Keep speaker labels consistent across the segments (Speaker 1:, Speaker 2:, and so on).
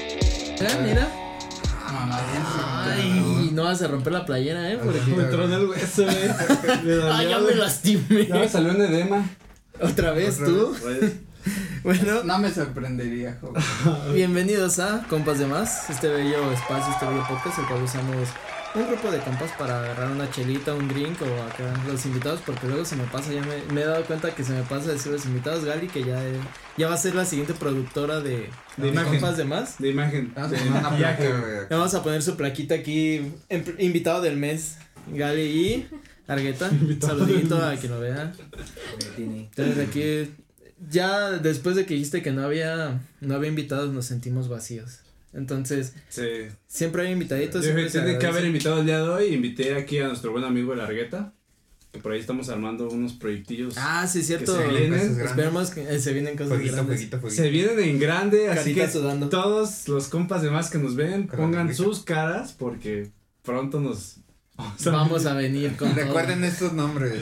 Speaker 1: Eh, mira. Ay, no vas a romper la playera, eh, porque.
Speaker 2: Me tronó el hueso, güey. Me dolió,
Speaker 1: Ay, ya me
Speaker 2: güey.
Speaker 1: lastimé.
Speaker 3: Ya me salió un edema.
Speaker 1: Otra vez
Speaker 4: Otra
Speaker 1: tú.
Speaker 4: vez, güey.
Speaker 1: Bueno,
Speaker 3: No me sorprendería, joven.
Speaker 1: bienvenidos a Compas de Más, este bello espacio, este bello podcast, el cual usamos un grupo de compas para agarrar una chelita, un drink o acá los invitados, porque luego se me pasa, ya me, me he dado cuenta que se me pasa decir los invitados, Gali, que ya, eh, ya va a ser la siguiente productora de,
Speaker 2: De
Speaker 1: de
Speaker 2: imagen.
Speaker 1: Compas de Más.
Speaker 2: De imagen.
Speaker 1: Ah,
Speaker 3: Vamos a
Speaker 2: de
Speaker 3: poner una
Speaker 2: maquillaje,
Speaker 3: placa,
Speaker 2: güey.
Speaker 3: güey.
Speaker 1: Le vamos a poner su plaquita aquí, em- invitado del mes, Gali y Argueta,
Speaker 2: Invitado del
Speaker 1: saludito a quien lo vea. Entonces aquí, ya después de que dijiste que no había, no había invitados, nos sentimos vacíos. Entonces,
Speaker 2: Sí.
Speaker 1: siempre hay invitaditos.
Speaker 2: Yo
Speaker 1: siempre
Speaker 2: dije,
Speaker 1: se
Speaker 2: tiene que haber
Speaker 1: agradece.
Speaker 2: invitado el día de hoy. Invité aquí a nuestro buen amigo Largueta. Que por ahí estamos armando unos proyectillos.
Speaker 1: Ah, sí, cierto.
Speaker 2: se
Speaker 4: Vienen
Speaker 2: Cosas
Speaker 4: grandes.
Speaker 1: Esperemos que eh, se vienen cosas
Speaker 4: pues, Fueguito,
Speaker 1: grandes.
Speaker 4: fueguito, fueguito.
Speaker 2: Se vienen en grande, así
Speaker 1: Carita
Speaker 2: que
Speaker 1: sudando.
Speaker 2: todos los compas demás que nos ven,
Speaker 4: Con la
Speaker 2: pongan
Speaker 4: lengüita.
Speaker 2: sus caras porque pronto nos vamos a-
Speaker 1: Vamos a venir con todo.
Speaker 4: Recuerden estos nombres.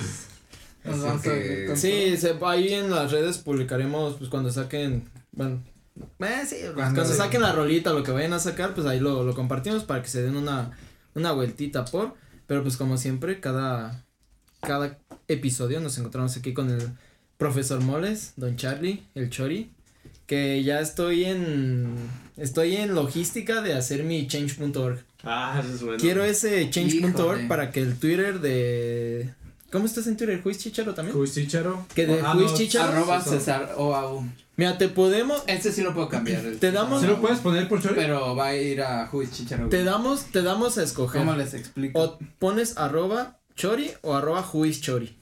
Speaker 3: Nos
Speaker 4: Así
Speaker 3: vamos a
Speaker 4: que-
Speaker 3: ver con-
Speaker 1: Sí, se- ahí en las redes publicaremos, pues cuando saquen, bueno, eh, sí, pues,
Speaker 4: Cuando-
Speaker 1: cuando saquen la rolita, lo que vayan a sacar, pues ahí lo, lo compartimos para que se den una, una vueltita por, pero pues como siempre, cada, cada episodio nos encontramos aquí con el profesor Moles, don Charlie, el Chori, que ya estoy en, estoy en logística de hacer mi change.org.
Speaker 2: Ah, eso es bueno.
Speaker 1: Quiero ese change.org
Speaker 3: Híjole.
Speaker 1: para que el Twitter de... ¿Cómo estás en Twitter? ¿Juiz Chicharo también?
Speaker 2: Juiz Chicharo.
Speaker 1: ¿eh? Que de
Speaker 2: Ah,
Speaker 1: Juiz
Speaker 2: no,
Speaker 1: Chicharo-
Speaker 3: Arroba
Speaker 2: sí,
Speaker 3: César OAU.
Speaker 1: Mira, te podemos,
Speaker 3: Este sí lo puedo cambiar. el
Speaker 1: Te damos-
Speaker 2: ¿Sí
Speaker 3: César
Speaker 2: ah, lo puedes poner por Chori?
Speaker 3: Pero va a ir a Juiz Chicharo. güey.
Speaker 1: te damos, te damos a escoger.
Speaker 3: ¿Cómo les explico?
Speaker 1: O pones arroba chori o arroba juiz chori.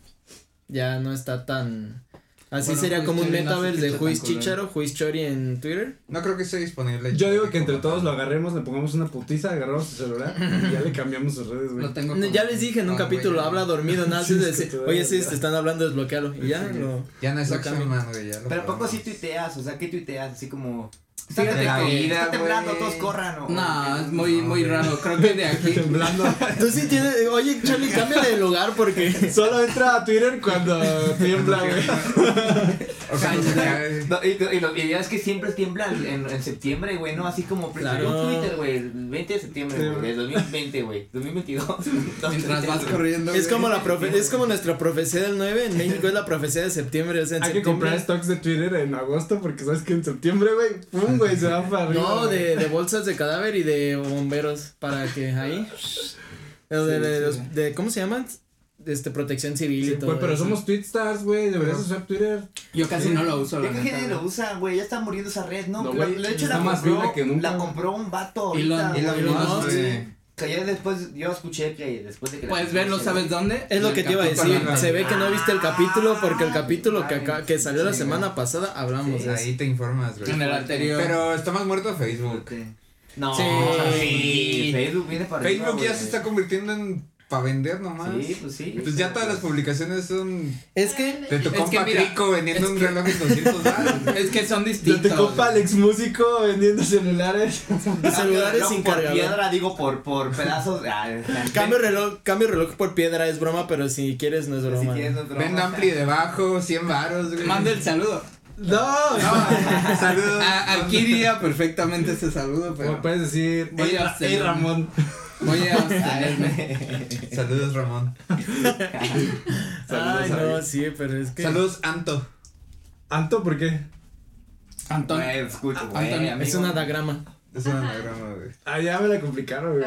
Speaker 1: Ya no está tan. Así
Speaker 3: Bueno,
Speaker 1: sería
Speaker 3: Juiz
Speaker 1: como un
Speaker 3: Chori no se
Speaker 1: metaverse de
Speaker 3: escucha
Speaker 1: juiz
Speaker 3: tan culero.
Speaker 1: chicharo, juiz chori en Twitter.
Speaker 4: No creo que esté disponible.
Speaker 2: Yo
Speaker 1: eh,
Speaker 2: digo que entre todos lo agarremos, le pongamos una putiza, agarramos su celular y ya le cambiamos sus redes, güey.
Speaker 3: Lo tengo
Speaker 1: No,
Speaker 3: como-
Speaker 1: Ya les dije en un
Speaker 3: Ah,
Speaker 1: capítulo,
Speaker 3: güey, ya.
Speaker 1: habla dormido, nada más
Speaker 2: Sí,
Speaker 1: es
Speaker 2: es que
Speaker 1: decir,
Speaker 2: todavía
Speaker 1: oye, sí,
Speaker 2: ya.
Speaker 1: te están hablando, desbloquealo. Y ya,
Speaker 4: Sí.
Speaker 1: lo-
Speaker 4: Ya no es
Speaker 1: Lo
Speaker 4: Action
Speaker 1: cambio.
Speaker 4: Man, güey. ya lo
Speaker 5: Pero ¿a poco
Speaker 4: probamos.
Speaker 5: sí tuiteas? O sea, ¿qué tuiteas? Así como.
Speaker 3: Está
Speaker 5: Fíjate
Speaker 3: de la
Speaker 5: que
Speaker 4: vida,
Speaker 5: está temblando,
Speaker 4: güey.
Speaker 5: todos corran. o-
Speaker 3: No, es muy, muy
Speaker 4: No,
Speaker 3: raro. Creo que de aquí.
Speaker 2: Temblando.
Speaker 1: Tú sí tienes. Oye, Charlie, cambia de lugar porque.
Speaker 2: Solo entra a Twitter cuando tiembla, güey.
Speaker 4: O sea,
Speaker 3: Ay,
Speaker 4: ya-
Speaker 5: No, y, y lo- y ya es que siempre tiembla el- en, en septiembre, güey, ¿no? Así como
Speaker 1: Claro.
Speaker 5: un Twitter, güey, el 20 de septiembre,
Speaker 2: Sí.
Speaker 5: güey, del 2020, güey, 2022.
Speaker 3: Mientras vas
Speaker 5: corriendo.
Speaker 3: corriendo.
Speaker 1: Es
Speaker 3: güey.
Speaker 1: como la profe, es como nuestra profecía del 9, en México es la profecía de septiembre, o sea, en
Speaker 2: Hay que
Speaker 1: septiembre-
Speaker 2: comprar stocks de Twitter en agosto porque sabes que en septiembre, güey, pum, güey, se va para arriba.
Speaker 1: No,
Speaker 2: güey.
Speaker 1: de, de bolsas de cadáver y de bomberos para que ahí. De, de- de-
Speaker 3: sí,
Speaker 1: los-
Speaker 3: sí.
Speaker 1: de- ¿Cómo se llaman? Este, protección civil
Speaker 2: Sí,
Speaker 1: y todo.
Speaker 2: güey, pero
Speaker 1: eso.
Speaker 2: somos Twitstars, güey, deberías usar Twitter.
Speaker 3: Yo casi no lo uso. la
Speaker 5: ¿Qué
Speaker 3: neta,
Speaker 5: gente lo
Speaker 3: güey.
Speaker 5: usa, güey? Ya está muriendo esa red, ¿no?
Speaker 2: No,
Speaker 5: La-
Speaker 2: güey,
Speaker 5: de hecho,
Speaker 2: está
Speaker 5: la
Speaker 2: más
Speaker 5: compró,
Speaker 2: viva que nunca.
Speaker 5: la compró un vato
Speaker 3: Elon-
Speaker 5: ahorita,
Speaker 4: Elon
Speaker 5: güey.
Speaker 1: Elon
Speaker 4: Musk,
Speaker 1: Musk,
Speaker 4: güey.
Speaker 5: Que ya después, yo escuché que después de que... la
Speaker 3: Puedes
Speaker 5: compró,
Speaker 3: verlo,
Speaker 5: se-
Speaker 3: Pues ¿sabes dónde?
Speaker 1: Es lo
Speaker 3: En
Speaker 1: que
Speaker 3: el
Speaker 1: te iba a
Speaker 3: capítulo
Speaker 1: decir.
Speaker 3: de-
Speaker 1: Se ve que no viste el capítulo porque el capítulo que acá, que salió la
Speaker 4: Sí,
Speaker 1: semana pasada hablamos de eso.
Speaker 4: Ahí te informas, güey.
Speaker 3: En el anterior.
Speaker 4: Pero está más muerto Facebook.
Speaker 5: Sí. No,
Speaker 1: Sí.
Speaker 5: sí, Facebook viene para arriba,
Speaker 4: Facebook ya
Speaker 5: güey.
Speaker 4: se está convirtiendo en. para vender nomás.
Speaker 5: Sí, pues sí.
Speaker 4: Entonces ya todas las publicaciones son.
Speaker 1: Es que
Speaker 4: De tu
Speaker 3: Es
Speaker 4: compa
Speaker 3: que mira,
Speaker 4: Trico vendiendo
Speaker 3: es
Speaker 4: un
Speaker 3: que-
Speaker 4: reloj en 200 dólares.
Speaker 3: Es que son
Speaker 2: Yo
Speaker 3: distintos.
Speaker 2: te compa
Speaker 3: güey.
Speaker 2: Alex Músico vendiendo celulares.
Speaker 5: Cambio de
Speaker 1: celulares
Speaker 5: reloj
Speaker 1: sin
Speaker 5: por
Speaker 1: cargador.
Speaker 5: piedra, digo, por, por pedazos. Ah,
Speaker 1: Cambio reloj, cambio reloj por piedra es broma, pero si quieres no es
Speaker 5: Si
Speaker 1: broma.
Speaker 5: quieres, no es broma.
Speaker 4: Vendo ampli debajo, 100 varos, güey.
Speaker 3: Manda el saludo.
Speaker 2: No,
Speaker 4: No, saludos.
Speaker 3: A- aquí iría perfectamente ese saludo,
Speaker 2: O
Speaker 3: pero
Speaker 2: puedes decir,
Speaker 3: Voy
Speaker 2: hey,
Speaker 3: a
Speaker 2: Ra-
Speaker 3: hacer
Speaker 2: hey,
Speaker 3: un-
Speaker 2: Ramón.
Speaker 3: voy a abstenerme.
Speaker 4: Saludos, Ramón.
Speaker 1: Ay,
Speaker 2: Saludos,
Speaker 1: no,
Speaker 2: Alex.
Speaker 1: sí, pero es que.
Speaker 4: Saludos, Anto.
Speaker 2: ¿Anto por qué?
Speaker 3: Antón.
Speaker 5: Güey, pues, escucho, güey.
Speaker 3: Antonio, amigo.
Speaker 1: Es un anagrama.
Speaker 4: Es un anagrama, güey.
Speaker 2: Ah, ya me la complicaron, güey.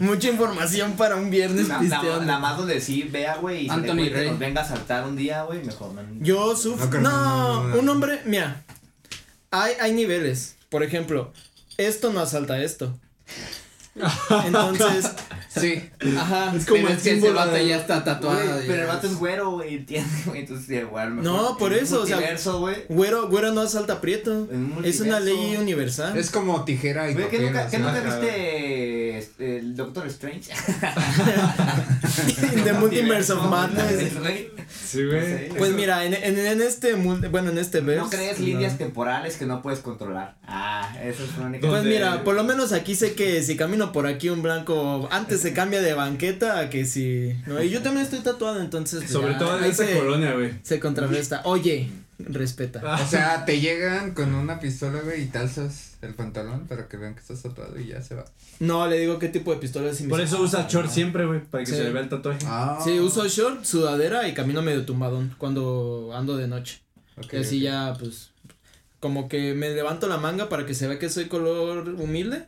Speaker 1: Mucha información para un viernes
Speaker 5: Na- na-
Speaker 1: pisteando.
Speaker 5: Nada más donde sí vea, güey, y se le
Speaker 3: Anthony
Speaker 5: cuenta que
Speaker 3: Rey.
Speaker 5: nos pues, venga a saltar un día, güey, mejor. man.
Speaker 1: Yo
Speaker 4: No,
Speaker 1: sufro.
Speaker 4: creo
Speaker 1: No,
Speaker 4: que Ah, no, no, no.
Speaker 1: un hombre, mira. Hay, hay niveles. Por ejemplo, esto no asalta esto. Entonces,
Speaker 3: Sí. Ajá.
Speaker 2: Es como
Speaker 3: pero
Speaker 2: el
Speaker 3: es que ese
Speaker 2: símbolo
Speaker 3: vato
Speaker 2: de-
Speaker 3: ya está tatuado.
Speaker 5: Güey,
Speaker 3: ya
Speaker 5: pero el
Speaker 3: es-
Speaker 5: vato es güero, güey, ¿entiendes? güey? Entonces, sí, güey, a lo mejor
Speaker 1: No, por
Speaker 5: en un
Speaker 1: eso, o sea-
Speaker 5: multiverso, güey.
Speaker 1: güero, güero no asalta prieto.
Speaker 5: En un
Speaker 1: Es una ley
Speaker 5: multiverso.
Speaker 1: universal.
Speaker 4: Es como tijera y
Speaker 5: Güey, ¿qué nunca,
Speaker 4: papel.
Speaker 5: ¿qué
Speaker 4: así.
Speaker 5: nunca
Speaker 2: ajá.
Speaker 5: viste este, el Doctor Strange?
Speaker 1: The Multiverse of Madness.
Speaker 5: Güey,
Speaker 2: Sí, güey.
Speaker 5: No sé.
Speaker 1: Pues mira, en, en, en este mul- bueno, en este verse,
Speaker 5: No crees
Speaker 1: no.
Speaker 5: líneas temporales que no puedes controlar. Ah, eso es lo único.
Speaker 1: Pues
Speaker 2: Donde-
Speaker 1: mira, por lo menos aquí sé que si camino por aquí un blanco antes se cambia de banqueta a que si. No, y yo también estoy tatuado, entonces. pues,
Speaker 2: Sobre
Speaker 1: ya,
Speaker 2: todo en
Speaker 1: ahí
Speaker 2: esta
Speaker 1: se-
Speaker 2: colonia, güey.
Speaker 1: Se contrarresta. Oye, Respeta.
Speaker 4: O sea, te llegan con una pistola, güey, y te alzas el pantalón para que vean que estás tatuado y ya se va.
Speaker 1: No, le digo qué tipo de pistola es. y me
Speaker 2: Por
Speaker 1: dice,
Speaker 2: eso usa short siempre, güey, para que
Speaker 1: Sí.
Speaker 2: se le vea el tatuaje.
Speaker 4: Ah.
Speaker 1: Sí, uso short, sudadera y camino medio tumbadón cuando ando de noche.
Speaker 4: Ok,
Speaker 1: Y así
Speaker 4: ok.
Speaker 1: ya, pues, como que me levanto la manga para que se vea que soy color humilde.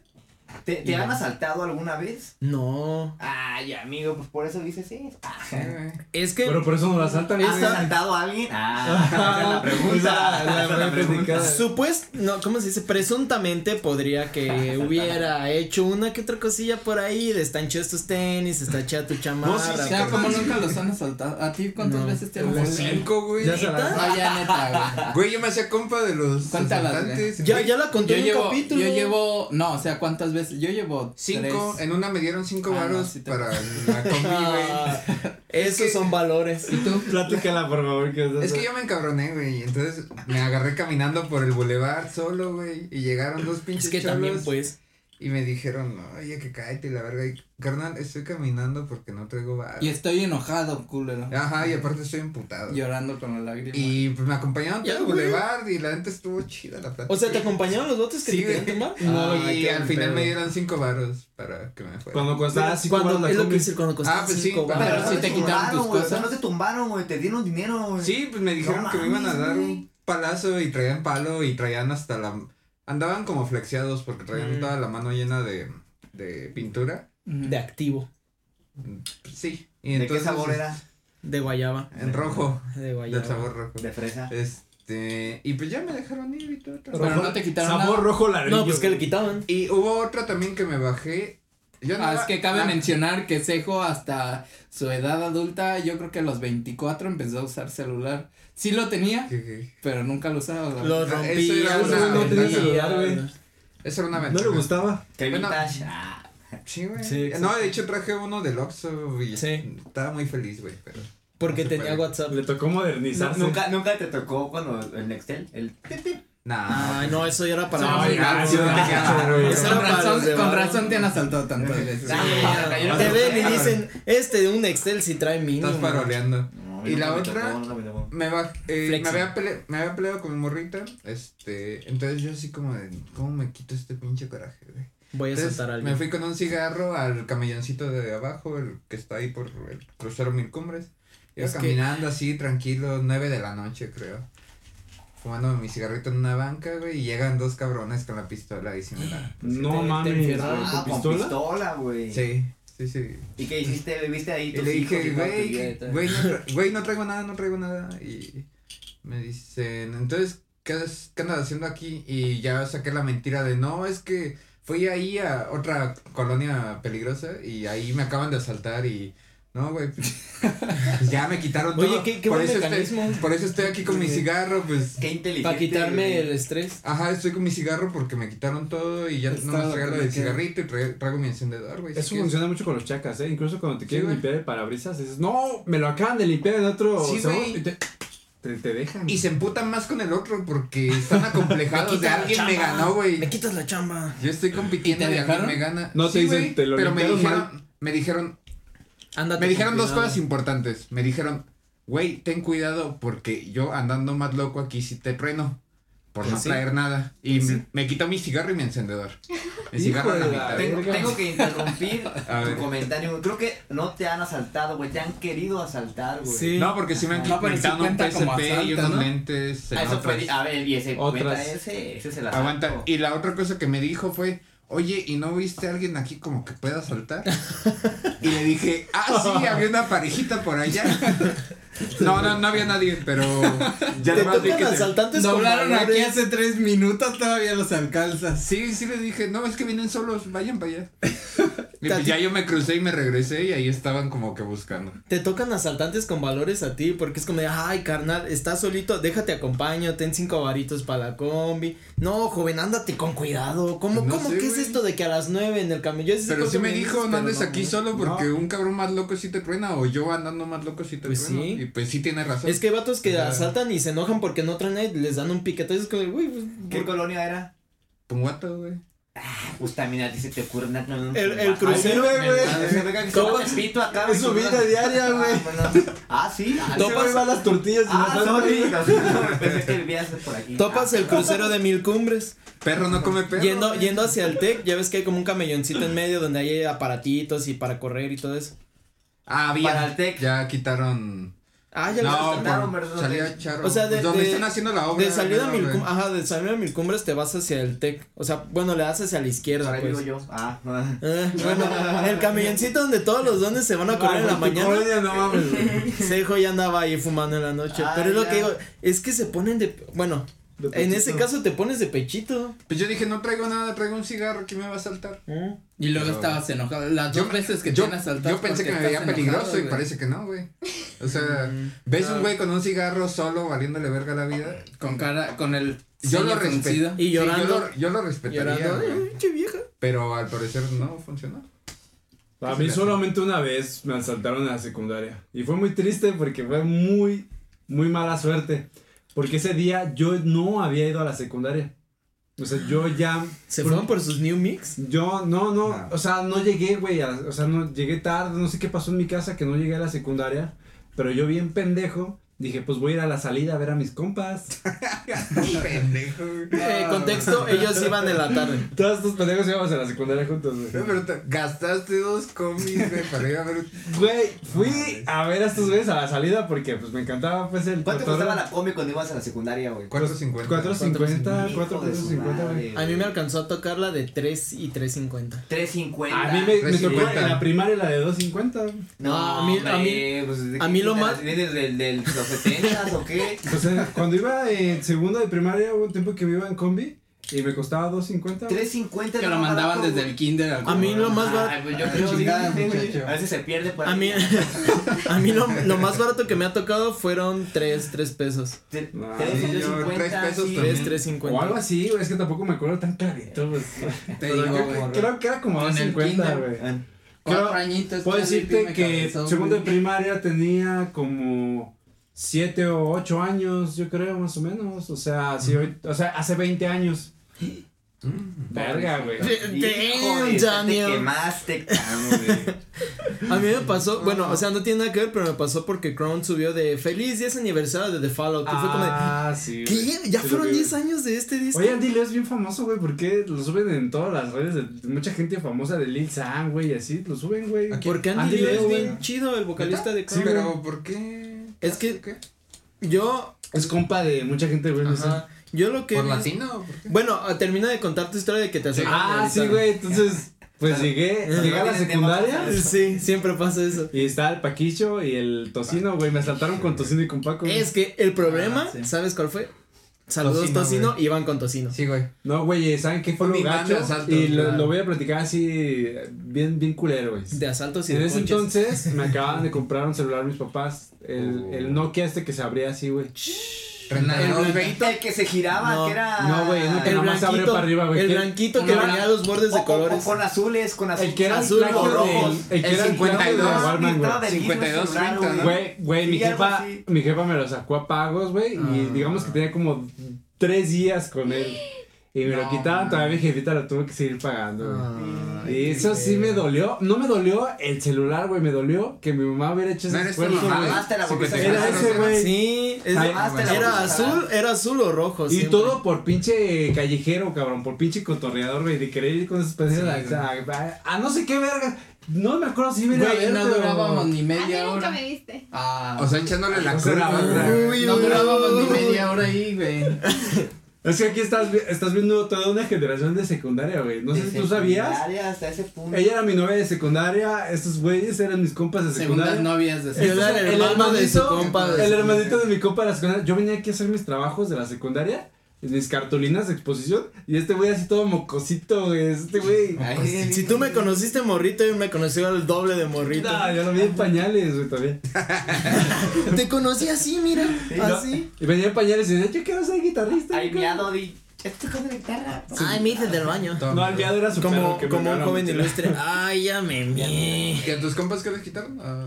Speaker 5: ¿Te, te han asaltado alguna vez?
Speaker 1: No,
Speaker 5: Ay, amigo, pues por eso dices eso. Ah,
Speaker 4: Sí, güey.
Speaker 1: es que
Speaker 2: Pero pues, por eso no la saltan.
Speaker 5: ¿Has asaltado a alguien? Ah, esa es la
Speaker 2: Pues,
Speaker 5: pregunta.
Speaker 2: Esa- la
Speaker 5: Esa es la
Speaker 2: buena
Speaker 5: pregunta.
Speaker 2: picada.
Speaker 1: supuest, Ah, no, ¿cómo se dice? Presuntamente podría que hubiera hecho una que otra cosilla por ahí, destanchó estos tenis, estachea tu chamarra.
Speaker 2: sí,
Speaker 3: O sea,
Speaker 1: pero-
Speaker 3: como nunca los han asaltado. ¿A ti cuántas
Speaker 1: No.
Speaker 3: veces te han
Speaker 4: Como
Speaker 3: asaltado?
Speaker 4: cinco, güey.
Speaker 2: Ya se la
Speaker 3: No, ya neta, güey.
Speaker 4: Güey, yo me hacía compa de los
Speaker 3: Cuéntala,
Speaker 4: asaltantes.
Speaker 1: Ya,
Speaker 4: güey.
Speaker 1: ya la conté
Speaker 3: Yo
Speaker 1: en un
Speaker 3: llevo,
Speaker 1: capítulo.
Speaker 3: yo llevo, no, o sea, ¿cuántas veces? Yo llevo
Speaker 4: Cinco,
Speaker 3: tres.
Speaker 4: en una me dieron cinco
Speaker 3: Ah, no,
Speaker 4: varos
Speaker 3: sí te-
Speaker 4: para la combi, güey.
Speaker 1: Ah, esos son valores.
Speaker 4: ¿Y tú?
Speaker 2: Platícala, por favor. Que
Speaker 4: Es que yo me encabroné, güey. Entonces me agarré caminando por el bulevar solo, güey. Y llegaron dos pinches
Speaker 1: Es que
Speaker 4: cholos
Speaker 1: también, pues.
Speaker 4: Y me dijeron, oye, que cállate y la verga. Y, carnal, estoy caminando porque no traigo bar.
Speaker 3: Y estoy enojado, culero.
Speaker 4: Ajá, y aparte estoy emputado.
Speaker 3: Llorando con las lágrimas.
Speaker 4: Y pues me acompañaron todo
Speaker 1: Ya,
Speaker 4: el
Speaker 1: güey.
Speaker 4: bulevar y la gente estuvo chida la plata.
Speaker 1: O sea, ¿te acompañaron los botes que
Speaker 4: Sí,
Speaker 1: te querían
Speaker 4: güey.
Speaker 1: tomar?
Speaker 2: No,
Speaker 4: y
Speaker 2: qué
Speaker 4: al final
Speaker 2: pedo.
Speaker 4: me dieron cinco varos para que me fuera.
Speaker 2: Cuando costaba cinco
Speaker 1: cuando,
Speaker 2: varos la
Speaker 1: es lo que
Speaker 2: combi.
Speaker 1: dice, cuando costaba
Speaker 4: Ah, pues sí,
Speaker 1: cinco
Speaker 4: pero
Speaker 1: varos.
Speaker 5: Pero
Speaker 3: sí
Speaker 5: no
Speaker 3: te
Speaker 5: te
Speaker 3: quitaron
Speaker 5: tumbaron,
Speaker 3: tus
Speaker 5: güey, o sea,
Speaker 3: cosas.
Speaker 5: no te tumbaron, güey, te dieron dinero, güey.
Speaker 4: Sí, pues me dijeron
Speaker 5: No
Speaker 4: que me iban a
Speaker 5: mames,
Speaker 4: dar
Speaker 5: güey.
Speaker 4: un palazo y traían palo y traían hasta la... Andaban como flexiados porque traían
Speaker 1: Mm.
Speaker 4: toda la mano llena de, de pintura.
Speaker 3: Ujú.
Speaker 1: De activo,
Speaker 4: Sí. Y
Speaker 5: ¿De qué
Speaker 4: entonces,
Speaker 5: sabor era?
Speaker 1: de guayaba,
Speaker 4: En rojo.
Speaker 1: de guayaba.
Speaker 4: Del sabor rojo.
Speaker 5: De fresa.
Speaker 4: Este... Y pues ya me dejaron ir y todo. todo.
Speaker 3: Pero no te quitaron
Speaker 2: Sabor
Speaker 3: nada.
Speaker 2: rojo ladrillo.
Speaker 1: No, pues que le
Speaker 2: güey.
Speaker 1: quitaban.
Speaker 4: Y hubo otra también que me bajé. Yo
Speaker 3: Ah,
Speaker 4: andaba-
Speaker 3: es que cabe
Speaker 4: la-
Speaker 3: mencionar que Sejo hasta su edad adulta, yo creo que a los 24 empezó a usar celular. Sí lo tenía,
Speaker 4: que- que-
Speaker 3: pero nunca lo usaba. la
Speaker 1: Lo
Speaker 3: verdad.
Speaker 4: Ah, Eso
Speaker 1: rompía,
Speaker 4: era
Speaker 1: lo
Speaker 4: una-
Speaker 1: rompía.
Speaker 4: no tenía
Speaker 2: celular, güey.
Speaker 1: Ah,
Speaker 4: Esa era una
Speaker 2: No
Speaker 4: ventaja.
Speaker 2: le gustaba.
Speaker 5: Que
Speaker 4: Bueno.
Speaker 5: vintage. Ah,
Speaker 4: Sí, güey.
Speaker 1: Sí, exacto.
Speaker 4: no, de hecho traje uno del Oxxo y
Speaker 1: Sí.
Speaker 4: estaba muy feliz, güey, pero...
Speaker 1: Porque
Speaker 4: No se
Speaker 1: tenía
Speaker 4: puede.
Speaker 1: WhatsApp.
Speaker 2: Le tocó modernizarse.
Speaker 5: Nunca, nunca te tocó cuando el Nextel, el
Speaker 4: Nah.
Speaker 1: Ah, no, eso ya era para.
Speaker 3: No,
Speaker 1: los
Speaker 3: ya,
Speaker 1: regalos,
Speaker 3: sí,
Speaker 1: güey.
Speaker 3: ya,
Speaker 2: Ah,
Speaker 1: Eso
Speaker 3: Con
Speaker 1: era para
Speaker 3: razón,
Speaker 1: los de
Speaker 3: con
Speaker 1: barrio.
Speaker 3: razón te han asaltado tantas veces.
Speaker 5: Ah,
Speaker 1: Sí,
Speaker 5: ya,
Speaker 1: te
Speaker 5: ya,
Speaker 1: ven
Speaker 5: ya.
Speaker 1: y dicen, este de un Excel si trae mínimo.
Speaker 4: Estás paroleando.
Speaker 5: No,
Speaker 4: ¿Y
Speaker 5: nunca
Speaker 4: la
Speaker 5: me
Speaker 4: otra?
Speaker 5: tocó, nunca me tocó.
Speaker 4: Me, va, eh,
Speaker 1: Flexi.
Speaker 4: me, había pele- me había peleado con mi morrita, este, entonces yo así como de, ¿cómo me quito este pinche coraje, güey?
Speaker 1: Voy a
Speaker 4: Entonces,
Speaker 1: saltar a
Speaker 4: me
Speaker 1: alguien.
Speaker 4: fui con un cigarro al camelloncito de abajo, el que está ahí por el crucero Mil Cumbres, iba
Speaker 1: Es que-
Speaker 4: caminando así, tranquilo, nueve de la noche, creo, fumando mi cigarrito en una banca, güey, y llegan dos cabrones con la pistola y se me la...
Speaker 2: No
Speaker 1: Te-
Speaker 2: mames.
Speaker 1: te enfierraron
Speaker 2: güey,
Speaker 5: Ah,
Speaker 2: ¿Con
Speaker 5: con
Speaker 2: pistola?
Speaker 5: pistola, güey.
Speaker 4: Sí, sí, sí.
Speaker 5: ¿Y qué hiciste? ¿Bebiste ahí
Speaker 4: Y
Speaker 5: tus
Speaker 4: le dije,
Speaker 5: hijos y todo tu vida y
Speaker 4: güey,
Speaker 5: todo?
Speaker 4: güey, no tra- güey, no traigo nada, no traigo nada. Y me dicen, entonces, ¿qué, andas- qué andas haciendo aquí? Y ya saqué la mentira de, no, es que fui ahí a otra colonia peligrosa y ahí me acaban de asaltar y... No, güey. pues, ya me quitaron
Speaker 1: Oye,
Speaker 4: todo.
Speaker 1: qué- qué buen
Speaker 4: estoy-
Speaker 1: mecanismo.
Speaker 4: por eso estoy aquí con mi
Speaker 1: Sí.
Speaker 4: cigarro, pues.
Speaker 5: Qué inteligente.
Speaker 1: Para quitarme
Speaker 5: güey.
Speaker 1: el estrés.
Speaker 4: Ajá, estoy con mi cigarro porque me quitaron todo y ya no
Speaker 3: Estaba
Speaker 4: me regalo
Speaker 3: donde
Speaker 4: del
Speaker 3: queda.
Speaker 4: cigarrito y tra- traigo mi encendedor, güey.
Speaker 2: Eso
Speaker 4: Si quieres-
Speaker 2: funciona mucho con los chacas, ¿eh? Incluso cuando te
Speaker 4: Sí,
Speaker 2: quieren
Speaker 4: güey.
Speaker 2: limpiar el parabrisas, dices, no, me lo acaban de limpiar en otro.
Speaker 4: Sí,
Speaker 2: segundo",
Speaker 4: güey.
Speaker 2: y Te, te, te dejan.
Speaker 4: Y se emputan más con el otro porque están acomplejados de
Speaker 1: quitan la
Speaker 4: alguien me
Speaker 1: chamba.
Speaker 4: ganó,
Speaker 1: Me
Speaker 4: güey.
Speaker 1: quitas la chamba.
Speaker 4: Yo estoy compitiendo
Speaker 3: ¿Y
Speaker 4: y,
Speaker 3: te
Speaker 4: alguien
Speaker 3: dejaron?
Speaker 4: me gana.
Speaker 2: No te dicen,
Speaker 4: güey,
Speaker 2: te lo
Speaker 4: pero me
Speaker 2: limpiaron
Speaker 4: dijeron, me dijeron,
Speaker 1: Ándate.
Speaker 4: me
Speaker 1: con
Speaker 4: dijeron dos
Speaker 1: cuidado.
Speaker 4: cosas importantes. Me dijeron, güey, ten cuidado porque yo andando más loco aquí sí te trueno por no
Speaker 1: Pues sí.
Speaker 4: traer nada. Y
Speaker 1: Pues
Speaker 4: me-
Speaker 1: sí.
Speaker 4: me quitó mi cigarro y mi encendedor. Mi
Speaker 2: Hijo
Speaker 4: cigarro a
Speaker 2: de
Speaker 4: la
Speaker 2: la
Speaker 4: mitad.
Speaker 2: verga.
Speaker 5: Tengo, tengo que interrumpir tu
Speaker 4: ver.
Speaker 5: comentario. Creo que no te han asaltado, güey. Te han querido asaltar, güey.
Speaker 1: Sí.
Speaker 4: No, porque si me han
Speaker 3: No, pero sí
Speaker 4: quitado un
Speaker 3: cuenta como
Speaker 4: PSP y
Speaker 3: asalto,
Speaker 4: unos
Speaker 3: ¿no?
Speaker 4: lentes. en
Speaker 5: Ah, eso
Speaker 4: otras.
Speaker 5: fue- a ver, y ese
Speaker 2: Otras.
Speaker 5: cuenta ese, ese es el asalto.
Speaker 4: Aguanta.
Speaker 1: Oh.
Speaker 4: Y la otra cosa que me dijo fue, oye, ¿y no viste a alguien aquí como que pueda saltar? y le dije, ah,
Speaker 1: Oh.
Speaker 4: sí, había una parejita por allá. no, no, no había nadie, pero ya
Speaker 1: Te
Speaker 4: nomás vi
Speaker 1: tocan
Speaker 4: que se-
Speaker 1: asaltantes con
Speaker 3: Doblaron aquí
Speaker 1: valores.
Speaker 3: hace tres minutos, todavía los alcanzas.
Speaker 4: Sí, sí le dije, no, es que vienen solos, vayan para allá. Y pues
Speaker 1: Tati-
Speaker 4: ya yo me crucé y me regresé y ahí estaban como que buscando.
Speaker 1: Te tocan asaltantes con valores a ti, porque es como de, ay, carnal, estás solito, déjate acompaño, ten cinco varitos para la combi. No, joven, ándate con cuidado. ¿Cómo,
Speaker 4: No
Speaker 1: cómo
Speaker 4: sé,
Speaker 1: que es
Speaker 4: güey.
Speaker 1: esto de que a las nueve en el camión? Yo sé
Speaker 4: Pero
Speaker 1: cómo
Speaker 4: sí
Speaker 1: que
Speaker 4: me dijo,
Speaker 1: dices,
Speaker 4: no
Speaker 1: pero
Speaker 4: andes aquí
Speaker 1: güey".
Speaker 4: solo porque un cabrón más loco sí te truena o yo andando más loco sí te
Speaker 1: Pues
Speaker 4: trueno.
Speaker 1: sí.
Speaker 4: Y pues sí tiene razón.
Speaker 1: Es que hay vatos que
Speaker 4: Ya.
Speaker 1: asaltan y se enojan porque no traen y les dan un piquete. Es como, güey, pues,
Speaker 5: ¿Qué
Speaker 1: ¿por-
Speaker 5: colonia era?
Speaker 4: Punguato, güey.
Speaker 5: Pues también a ti se te ocurre una.
Speaker 1: El, el crucero,
Speaker 5: Ah,
Speaker 1: güey.
Speaker 5: Se ve que se
Speaker 1: ¿Cómo?
Speaker 5: va el pito acá.
Speaker 1: Es su
Speaker 5: güey.
Speaker 1: vida diaria,
Speaker 5: Ah,
Speaker 1: güey.
Speaker 5: bueno. Ah, sí. ah,
Speaker 1: Topas-
Speaker 5: ese güey va a las-
Speaker 1: tortillas
Speaker 5: Ah, sorry. Pensé que vivías por aquí.
Speaker 1: Topas el crucero de mil cumbres.
Speaker 4: Perro no come perro.
Speaker 1: Yendo, yendo hacia el TEC, ya ves que hay como un camelloncito en medio donde hay aparatitos y para correr y todo eso.
Speaker 4: Ah, había.
Speaker 5: Para el Tec.
Speaker 4: Ya quitaron.
Speaker 1: Ah, ya
Speaker 4: No,
Speaker 1: lo
Speaker 5: quitaron,
Speaker 4: por-
Speaker 5: ¿verdad?
Speaker 4: salida Charo.
Speaker 1: O sea, de-
Speaker 4: Pues donde
Speaker 1: de-
Speaker 4: están haciendo la obra.
Speaker 1: De salida a
Speaker 4: ¿verdad,
Speaker 1: mil
Speaker 4: güey?
Speaker 1: cumbres, ajá, de salida a mil cumbres te vas hacia el TEC. O sea, bueno, le das hacia la izquierda,
Speaker 5: Ahora
Speaker 1: pues.
Speaker 5: digo yo. Ah,
Speaker 1: Eh, bueno, el camelloncito donde todos los dones se van a correr en la mañana.
Speaker 2: Oye, no mames.
Speaker 1: Sejo ya andaba ahí fumando en la noche.
Speaker 5: Ah,
Speaker 1: pero es lo
Speaker 5: ya.
Speaker 1: que digo, es que se ponen de. Bueno,
Speaker 2: De
Speaker 1: en ese
Speaker 2: pechito.
Speaker 1: caso te pones de pechito.
Speaker 4: Pues yo dije, no traigo nada, traigo un cigarro que me va a saltar.
Speaker 1: ¿eh?
Speaker 3: Y luego
Speaker 4: Pero-
Speaker 3: estabas enojado. Las
Speaker 4: Yo-
Speaker 3: dos veces que
Speaker 4: yo,
Speaker 3: te han asaltado
Speaker 4: yo pensé
Speaker 3: porque
Speaker 4: que me
Speaker 3: estás
Speaker 4: veía
Speaker 3: enojado,
Speaker 4: peligroso y
Speaker 3: güey. Mm.
Speaker 4: parece que no, güey. O sea, ves un güey con un cigarro solo valiéndole verga la vida.
Speaker 3: Con cara, con el.
Speaker 4: Yo lo
Speaker 3: ceño fruncido.
Speaker 4: respeto.
Speaker 1: Y llorando.
Speaker 4: yo, lo, yo lo respetaría.
Speaker 1: Llorando. ¿eh?
Speaker 4: güey,
Speaker 1: Ay, che vieja.
Speaker 4: Pero al parecer no funcionó.
Speaker 2: A mí solamente una vez me asaltaron en la secundaria. Y fue muy triste porque fue muy, muy mala suerte. Porque ese día yo no había ido a la secundaria. O sea, yo ya...
Speaker 1: Se
Speaker 2: por-
Speaker 1: fueron por sus new mix.
Speaker 2: Yo, no, no,
Speaker 4: Ah.
Speaker 2: o sea, no llegué, güey, a- o sea, no, llegué tarde, no sé qué pasó en mi casa, que no llegué a la secundaria, pero yo bien pendejo, dije, pues voy a ir a la salida a ver a mis compas.
Speaker 4: Pendejo, güey.
Speaker 1: Eh, contexto, ellos iban en la tarde.
Speaker 2: Todos estos pendejos íbamos a la secundaria juntos,
Speaker 4: No,
Speaker 2: güey.
Speaker 4: pero te- gastaste dos combis, güey, para ir a ver.
Speaker 2: Güey, fui a ver a estos güeyes a la salida porque, pues, me encantaba, pues, el...
Speaker 5: ¿Cuánto
Speaker 2: cotorreo.
Speaker 5: costaba la comi cuando ibas a la secundaria, güey?
Speaker 4: 4.50.
Speaker 2: 4.50,
Speaker 5: Hijo de
Speaker 2: 4.50,
Speaker 5: su
Speaker 2: güey.
Speaker 5: madre,
Speaker 1: A mí me
Speaker 5: güey.
Speaker 1: alcanzó a tocar la de 3 y 3.50.
Speaker 5: 350.
Speaker 2: A mí me, me tocó en
Speaker 4: 3.50.
Speaker 2: la primaria la de 2.50.
Speaker 5: No, pues,
Speaker 1: A
Speaker 5: a
Speaker 1: mí-
Speaker 5: mí,
Speaker 1: a mí- a mí lo más-
Speaker 5: ¿Vienes del, del, los 70 o qué?
Speaker 2: O sea, cuando iba en segundo de primaria hubo un tiempo que me iba en combi y me costaba 2.50. güey.
Speaker 5: 350.
Speaker 3: Que lo
Speaker 5: no,
Speaker 3: mandaban
Speaker 5: barato,
Speaker 3: desde el kinder al
Speaker 1: A mí lo más
Speaker 5: Ay,
Speaker 1: barato.
Speaker 2: pues
Speaker 5: güey, yo
Speaker 3: Ah,
Speaker 5: creo
Speaker 3: chingada,
Speaker 5: sí, güey.
Speaker 3: muchacho.
Speaker 5: A veces se pierde por
Speaker 1: A
Speaker 5: ahí.
Speaker 1: mí, a mí lo, lo más barato que me ha tocado fueron 3, 3 pesos.
Speaker 5: Tre-
Speaker 2: No,
Speaker 5: tres,
Speaker 4: sí,
Speaker 5: ah, tres
Speaker 4: yo,
Speaker 5: cincuenta,
Speaker 4: tres pesos
Speaker 5: sí.
Speaker 4: también.
Speaker 1: 3,
Speaker 2: O algo
Speaker 1: 3.50.
Speaker 2: así, güey, es que tampoco me acuerdo tan clarito, pues.
Speaker 3: Te
Speaker 2: Pero
Speaker 3: digo,
Speaker 2: creo, que-
Speaker 3: morro.
Speaker 2: creo que era como
Speaker 3: En el
Speaker 2: 250,
Speaker 3: kinder. Ah,
Speaker 2: güey.
Speaker 3: Cuatro
Speaker 2: creo-
Speaker 3: añitos.
Speaker 2: Puedo
Speaker 3: Charlie,
Speaker 2: decirte
Speaker 3: pime
Speaker 2: que
Speaker 3: cabezón,
Speaker 2: segundo de
Speaker 3: güey.
Speaker 2: primaria tenía como 7 o 8 años, yo creo, más o menos. O sea, sí, hoy- o sea hace 20 años. Verga,
Speaker 3: pues,
Speaker 2: güey.
Speaker 5: Hijo
Speaker 1: Damn,
Speaker 5: de,
Speaker 1: Daniel.
Speaker 5: Te quemaste, cabrón, güey.
Speaker 1: A mí me pasó,
Speaker 2: Ah.
Speaker 1: bueno, o sea, no tiene nada que ver, pero me pasó porque Crown subió de feliz 10 aniversario de The Fallout. Y fue como de,
Speaker 2: Ah, sí. güey.
Speaker 1: ¿qué? ¿Ya
Speaker 2: Sí, lo
Speaker 1: fueron
Speaker 2: vi.
Speaker 1: 10 años de este disco?
Speaker 2: Oye, Andy Leo es bien famoso, güey, porque lo suben en todas las redes. de- mucha gente famosa de Lil Sam, güey, y así, lo suben, güey.
Speaker 4: Aquí.
Speaker 1: Porque Andy,
Speaker 2: Andy
Speaker 1: Leo
Speaker 2: Leo,
Speaker 1: es
Speaker 2: güey.
Speaker 1: bien chido, el vocalista de
Speaker 4: Sí,
Speaker 1: Crown.
Speaker 4: pero ¿por qué?
Speaker 1: Es que-
Speaker 4: ¿Qué?
Speaker 1: Yo,
Speaker 2: Es compa de mucha gente, güey. no sé.
Speaker 1: ajá, yo lo que...
Speaker 4: ¿Por
Speaker 1: vi-
Speaker 4: latino? o ¿Por qué?
Speaker 1: Bueno, ah, termina de contar tu historia de que te asaltaron
Speaker 2: Ah,
Speaker 1: ahorita.
Speaker 2: sí, güey, entonces, pues llegué, llegué a la secundaria.
Speaker 1: Sí, siempre pasa eso.
Speaker 2: Y está el Paquicho y el Tocino, güey. Me asaltaron con Tocino y con Paco. güey.
Speaker 1: Es que el problema,
Speaker 3: Ah, sí.
Speaker 1: ¿sabes cuál fue? Saludos
Speaker 4: Tocino,
Speaker 1: Tocino, iban con Tocino.
Speaker 4: Sí, güey.
Speaker 2: No, güey, ¿saben qué fue
Speaker 4: Un
Speaker 2: lo
Speaker 4: imán
Speaker 2: gacho?
Speaker 4: de asalto,
Speaker 2: y lo,
Speaker 4: claro.
Speaker 2: lo voy a platicar así, bien, bien culero, güey.
Speaker 1: De asaltos y
Speaker 2: en
Speaker 1: de
Speaker 2: ese
Speaker 1: ponches.
Speaker 2: entonces me acababan de comprar un celular mis papás. El,
Speaker 4: Oh.
Speaker 2: el Nokia este que se abría así, güey.
Speaker 5: El
Speaker 4: 32,
Speaker 5: blanquito, el que se giraba,
Speaker 1: No,
Speaker 5: Ah, que era.
Speaker 2: no, güey, no, que
Speaker 1: El
Speaker 2: nada más abrió
Speaker 1: blanquito,
Speaker 2: para arriba, güey.
Speaker 1: el
Speaker 2: ¿Qué?
Speaker 1: blanquito que
Speaker 5: Una-
Speaker 1: tenía los bordes
Speaker 5: O-
Speaker 1: de
Speaker 5: o-
Speaker 1: colores.
Speaker 5: o con azules, con azules.
Speaker 2: El que era
Speaker 1: Azul
Speaker 2: el plagio
Speaker 1: o rojo.
Speaker 2: de- El que
Speaker 4: El
Speaker 2: era el plagio de
Speaker 4: 52,
Speaker 2: Walmart, güey.
Speaker 5: Estaba del mismo
Speaker 4: 52,
Speaker 5: celular,
Speaker 4: 30, ¿no?
Speaker 2: Güey, güey, mi
Speaker 5: Sí, algo
Speaker 2: jefa,
Speaker 5: así.
Speaker 2: mi jefa me lo sacó a pagos, güey, y
Speaker 4: Ah.
Speaker 2: digamos que tenía como tres días con él. Y me lo
Speaker 4: No,
Speaker 2: quitaban,
Speaker 4: no.
Speaker 2: todavía mi jefita lo tuvo que seguir pagando, güey. y eso sí me dolió, no me dolió el celular, güey, me dolió que mi mamá hubiera hecho ese
Speaker 4: No eres
Speaker 2: esfuerzo,
Speaker 4: tu mamá,
Speaker 2: güey.
Speaker 5: Mamaste la bolsa.
Speaker 2: Era ese, güey.
Speaker 1: Sí, es-
Speaker 2: Ay,
Speaker 5: Mamaste la
Speaker 1: era
Speaker 5: bolsa.
Speaker 1: azul, era azul o rojo.
Speaker 2: Y
Speaker 1: siempre.
Speaker 2: todo por pinche callejero, cabrón, por pinche cotorreador, güey, de querer ir con esas personas
Speaker 4: Sí,
Speaker 2: a, a- a no sé qué verga. No me acuerdo si me iba a
Speaker 3: Güey,
Speaker 2: ver,
Speaker 3: no
Speaker 2: pero-
Speaker 3: durábamos ni
Speaker 6: A mí
Speaker 3: media
Speaker 6: nunca me
Speaker 3: hora.
Speaker 6: viste.
Speaker 3: Ah,
Speaker 4: O sea, echándole la
Speaker 2: O sea,
Speaker 4: culpa.
Speaker 2: la-
Speaker 4: güey.
Speaker 1: Uy,
Speaker 3: no
Speaker 1: uy,
Speaker 3: durábamos ni
Speaker 1: uy.
Speaker 3: media hora ahí, güey.
Speaker 2: Es que aquí estás, vi- estás viendo toda una generación de secundaria, güey. No sé si tú
Speaker 5: De
Speaker 2: sabías.
Speaker 5: secundaria Hasta ese punto.
Speaker 2: Ella era mi novia de secundaria, estos güeyes eran mis compas de
Speaker 3: Segundas
Speaker 2: secundaria.
Speaker 3: novias de
Speaker 1: Yo
Speaker 2: Estos-
Speaker 1: era el
Speaker 2: el
Speaker 1: hermano de su
Speaker 2: hermanito-
Speaker 1: compa. de-
Speaker 2: El hermanito de mi compa de la secundaria. Yo venía aquí a hacer mis trabajos de la secundaria, mis cartulinas de exposición, y este güey así todo mocosito, güey. Este güey.
Speaker 3: Ay,
Speaker 1: Si tú me conociste morrito, yo me conocí el doble de morrito.
Speaker 2: No, yo lo vi en pañales, güey, también.
Speaker 1: Te conocí así, mira,
Speaker 2: Y yo-
Speaker 1: así.
Speaker 2: Y venía en pañales y decía, yo quiero ser guitarrista.
Speaker 5: Ay,
Speaker 2: güey".
Speaker 5: miado, di. Es tocando la guitarra.
Speaker 1: Ay, me hice del baño.
Speaker 2: No, al miado era su perro
Speaker 1: Como,
Speaker 2: que me
Speaker 1: como un
Speaker 2: hablaron
Speaker 1: joven este-
Speaker 2: mucho.
Speaker 1: ilustre. Ay, ya me mié.
Speaker 4: ¿Que a tus compas qué les quitaron? Ah,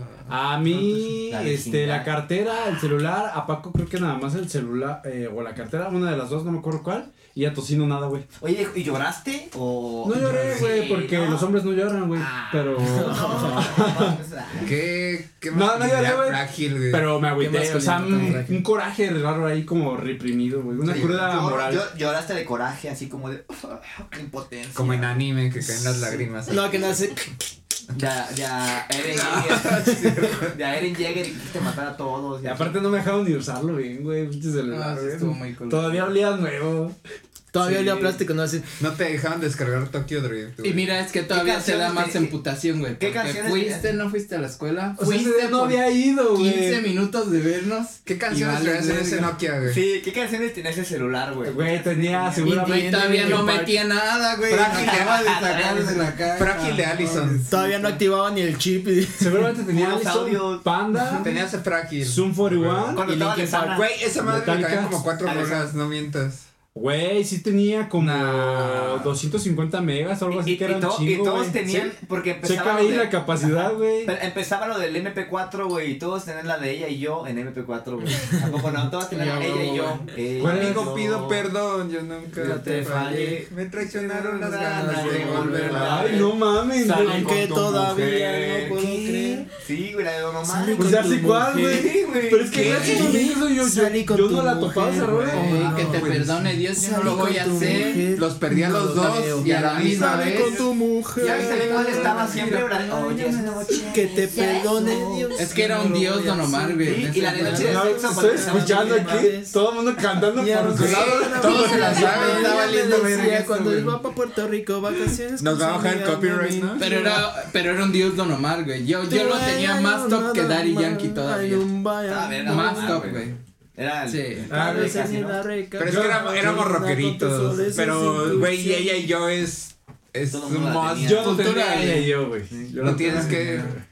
Speaker 2: A mí,
Speaker 5: La
Speaker 2: este,
Speaker 5: virginidad.
Speaker 2: la cartera, el celular, a Paco creo que nada más el celular, eh, o la cartera, una de las dos, no me acuerdo cuál, y a Tocino nada, güey.
Speaker 5: Oye, ¿y lloraste? O...
Speaker 2: No lloré, güey,
Speaker 5: Sí,
Speaker 2: porque
Speaker 5: no.
Speaker 2: los hombres no lloran, güey,
Speaker 5: Ah.
Speaker 2: pero...
Speaker 5: No.
Speaker 4: ¿Qué? ¿Qué
Speaker 2: No, no,
Speaker 4: masculinidad
Speaker 2: ya, güey.
Speaker 4: frágil, güey.
Speaker 2: Pero me agüité,
Speaker 1: Qué
Speaker 2: o sea,
Speaker 1: masculino,
Speaker 2: un,
Speaker 1: tan
Speaker 2: un coraje raro ahí como reprimido, güey, una
Speaker 4: Sí,
Speaker 2: cruda
Speaker 5: Llor-
Speaker 2: Ah, moral.
Speaker 5: llor- lloraste de coraje, así como de. oh, ¡Qué impotencia!
Speaker 4: Como en anime, que caen las lágrimas.
Speaker 1: No, que no hace.
Speaker 5: Ya, ya, Eren Jäger. ya, Eren Jäger y quisiste matar a todos.
Speaker 2: Y aparte no me dejaron ni usarlo bien, güey, pinche celular,
Speaker 4: Ah, sí,
Speaker 2: güey.
Speaker 4: estuvo muy cool.
Speaker 2: Todavía olía nuevo.
Speaker 1: Todavía
Speaker 4: Sí.
Speaker 1: olía a plástico, no hace.
Speaker 4: No te dejaban descargar Tokyo Drift,
Speaker 3: Y
Speaker 4: güey.
Speaker 3: mira, es que todavía se da
Speaker 5: canciones
Speaker 3: más
Speaker 5: te-
Speaker 3: emputación, güey.
Speaker 5: ¿Qué
Speaker 3: porque
Speaker 5: canciones
Speaker 3: fuiste,
Speaker 5: te-
Speaker 3: no fuiste a la escuela.
Speaker 2: O sea, ese
Speaker 3: fuiste
Speaker 2: día no
Speaker 3: por
Speaker 2: había ido, güey.
Speaker 3: 15 minutos de vernos.
Speaker 4: ¿Qué canciones
Speaker 3: Y vale,
Speaker 4: traías en ese
Speaker 3: verga.
Speaker 4: Nokia, güey?
Speaker 5: Sí, ¿qué canciones tenía ese celular, güey?
Speaker 2: Güey, tenía
Speaker 3: Y,
Speaker 2: seguramente...
Speaker 3: y todavía no
Speaker 2: Linkin Park.
Speaker 3: metía nada, güey.
Speaker 4: Frágil de-
Speaker 3: Acaba de sacar de la caja.
Speaker 4: Frágil de Allison.
Speaker 1: Todavía no activaba ni el chip. y-
Speaker 2: Seguramente tenía
Speaker 5: Puros
Speaker 2: Allison,
Speaker 5: audios.
Speaker 2: Panda,
Speaker 4: Tenías el frágil.
Speaker 2: Ah. Zoom 41.
Speaker 5: Cuando
Speaker 1: Y
Speaker 5: estaba
Speaker 1: Linkin
Speaker 5: de Sana.
Speaker 4: Güey, esa madre le
Speaker 2: Metallica.
Speaker 4: caían como cuatro
Speaker 5: Ah,
Speaker 4: rolas, no mientas.
Speaker 2: Güey, sí tenía como
Speaker 4: Nah.
Speaker 2: 250 megas o algo
Speaker 5: Y,
Speaker 2: así
Speaker 5: y
Speaker 2: que era un
Speaker 5: to- y
Speaker 2: chingo,
Speaker 5: todos
Speaker 2: güey.
Speaker 5: tenían.
Speaker 2: Sí.
Speaker 5: Porque empezaba.
Speaker 2: Checa
Speaker 5: lo
Speaker 2: ahí
Speaker 5: de-
Speaker 2: la capacidad, güey.
Speaker 5: Pero empezaba lo del MP4, güey, y todos tenían la de ella y yo en MP4, güey. ¿A poco no? Todos tenían
Speaker 3: Ya,
Speaker 5: ella y yo.
Speaker 2: Güey,
Speaker 5: Ella y
Speaker 4: Amigo,
Speaker 5: yo.
Speaker 4: pido perdón, yo nunca
Speaker 5: Yo te fallé.
Speaker 4: Me traicionaron las
Speaker 5: Las
Speaker 4: ganas de
Speaker 5: ganas de
Speaker 4: volver a
Speaker 5: volver
Speaker 2: Ay,
Speaker 4: ver.
Speaker 2: no mames, güey.
Speaker 1: Salen con tu mujer.
Speaker 5: ¿Qué? Sí, güey, la de mamá.
Speaker 1: Sale
Speaker 2: Pues
Speaker 1: con
Speaker 2: ya
Speaker 1: tu
Speaker 2: sé cuál,
Speaker 1: mujer.
Speaker 2: güey.
Speaker 5: Sí, güey.
Speaker 2: Pero es que
Speaker 1: ¿Qué?
Speaker 2: ya sé dónde hizo yo.
Speaker 1: Salí
Speaker 2: Yo,
Speaker 1: con
Speaker 2: yo
Speaker 1: tu
Speaker 2: no la topaba
Speaker 1: mujer,
Speaker 2: esa rola.
Speaker 1: güey.
Speaker 3: Ay, que te
Speaker 1: güey.
Speaker 3: perdone Dios, yo no lo
Speaker 1: Salí
Speaker 3: voy
Speaker 1: con
Speaker 3: a
Speaker 1: tu
Speaker 3: hacer.
Speaker 1: mujer.
Speaker 4: Los perdí a los
Speaker 1: No lo
Speaker 4: dos
Speaker 1: veo.
Speaker 4: y a la misma
Speaker 1: Salí con
Speaker 4: vez.
Speaker 1: tu mujer.
Speaker 5: ¿Ya viste cuál estaba siempre,
Speaker 1: Ay,
Speaker 5: bra- Oye, es una noche.
Speaker 1: Que te perdone Dios.
Speaker 3: Es que era
Speaker 1: yo
Speaker 3: un
Speaker 1: no lo
Speaker 3: dios,
Speaker 1: voy a
Speaker 3: don Omar,
Speaker 1: hacer.
Speaker 3: güey.
Speaker 5: Sí,
Speaker 3: en
Speaker 5: y la
Speaker 3: ese
Speaker 5: de noche
Speaker 3: plan.
Speaker 2: No, estoy escuchando aquí. Todo el mundo cantando
Speaker 1: Ya
Speaker 2: por
Speaker 1: no
Speaker 2: su
Speaker 1: sé.
Speaker 2: lado.
Speaker 4: Todos se la saben,
Speaker 1: Ya
Speaker 4: está
Speaker 1: me
Speaker 4: valiendo
Speaker 1: decía,
Speaker 4: verga esto,
Speaker 1: Cuando
Speaker 4: güey.
Speaker 1: iba para Puerto Rico, vacaciones.
Speaker 4: Nos
Speaker 1: con
Speaker 4: va a
Speaker 1: su
Speaker 4: bajar el
Speaker 1: amiga,
Speaker 4: copyright,
Speaker 1: mami.
Speaker 4: ¿no?
Speaker 3: Pero era, pero era un dios Don Omar, güey. Yo, yo lo tenía más top que Daddy Yankee todavía.
Speaker 5: Ah, verga.
Speaker 3: Más
Speaker 5: Ah,
Speaker 3: top,
Speaker 5: güey.
Speaker 3: güey.
Speaker 5: Era el-
Speaker 3: Sí.
Speaker 2: Ah, güey,
Speaker 5: casi, ¿no?
Speaker 4: Pero es que éramos, éramos rockeritos. Pero, güey, y ella y yo es. Es
Speaker 5: Todo
Speaker 4: un
Speaker 5: mundo la
Speaker 4: must.
Speaker 5: tenía.
Speaker 2: Yo no
Speaker 3: Cultura,
Speaker 2: tenía
Speaker 3: güey.
Speaker 2: ella y yo, güey. Yo
Speaker 4: Lo
Speaker 2: no
Speaker 4: tienes
Speaker 2: tenía
Speaker 4: que-
Speaker 2: ella, güey.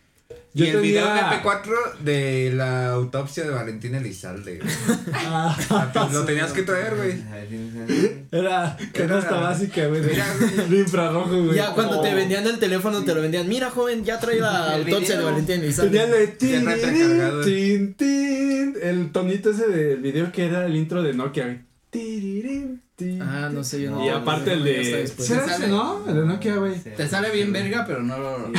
Speaker 4: Y
Speaker 2: Yo
Speaker 4: el video de
Speaker 2: tenía-
Speaker 4: MP4 de la autopsia de Valentín Elizalde. güey.
Speaker 2: Ah,
Speaker 4: Lo tenías que traer, güey.
Speaker 2: Era canasta
Speaker 4: Era-
Speaker 2: básica, güey.
Speaker 4: Mira, güey.
Speaker 2: De infrarrojo, güey.
Speaker 1: Ya cuando te
Speaker 5: Oh.
Speaker 1: vendían el teléfono, te lo vendían. Mira, joven, ya trae la
Speaker 5: El
Speaker 1: autopsia de
Speaker 5: video.
Speaker 1: Valentín Elizalde.
Speaker 2: Tenía el de
Speaker 4: Ya
Speaker 2: tin,
Speaker 4: trae precargado.
Speaker 2: tin, tin, el tonito ese del video que era el intro de Nokia, güey. Tirirín, tin,
Speaker 1: Ah, no sé, yo no.
Speaker 2: Y aparte el
Speaker 1: ya está
Speaker 2: de.
Speaker 1: después.
Speaker 2: ¿Sí era ese, no? El de Nokia, güey.
Speaker 3: Te sale bien verga, pero no lo.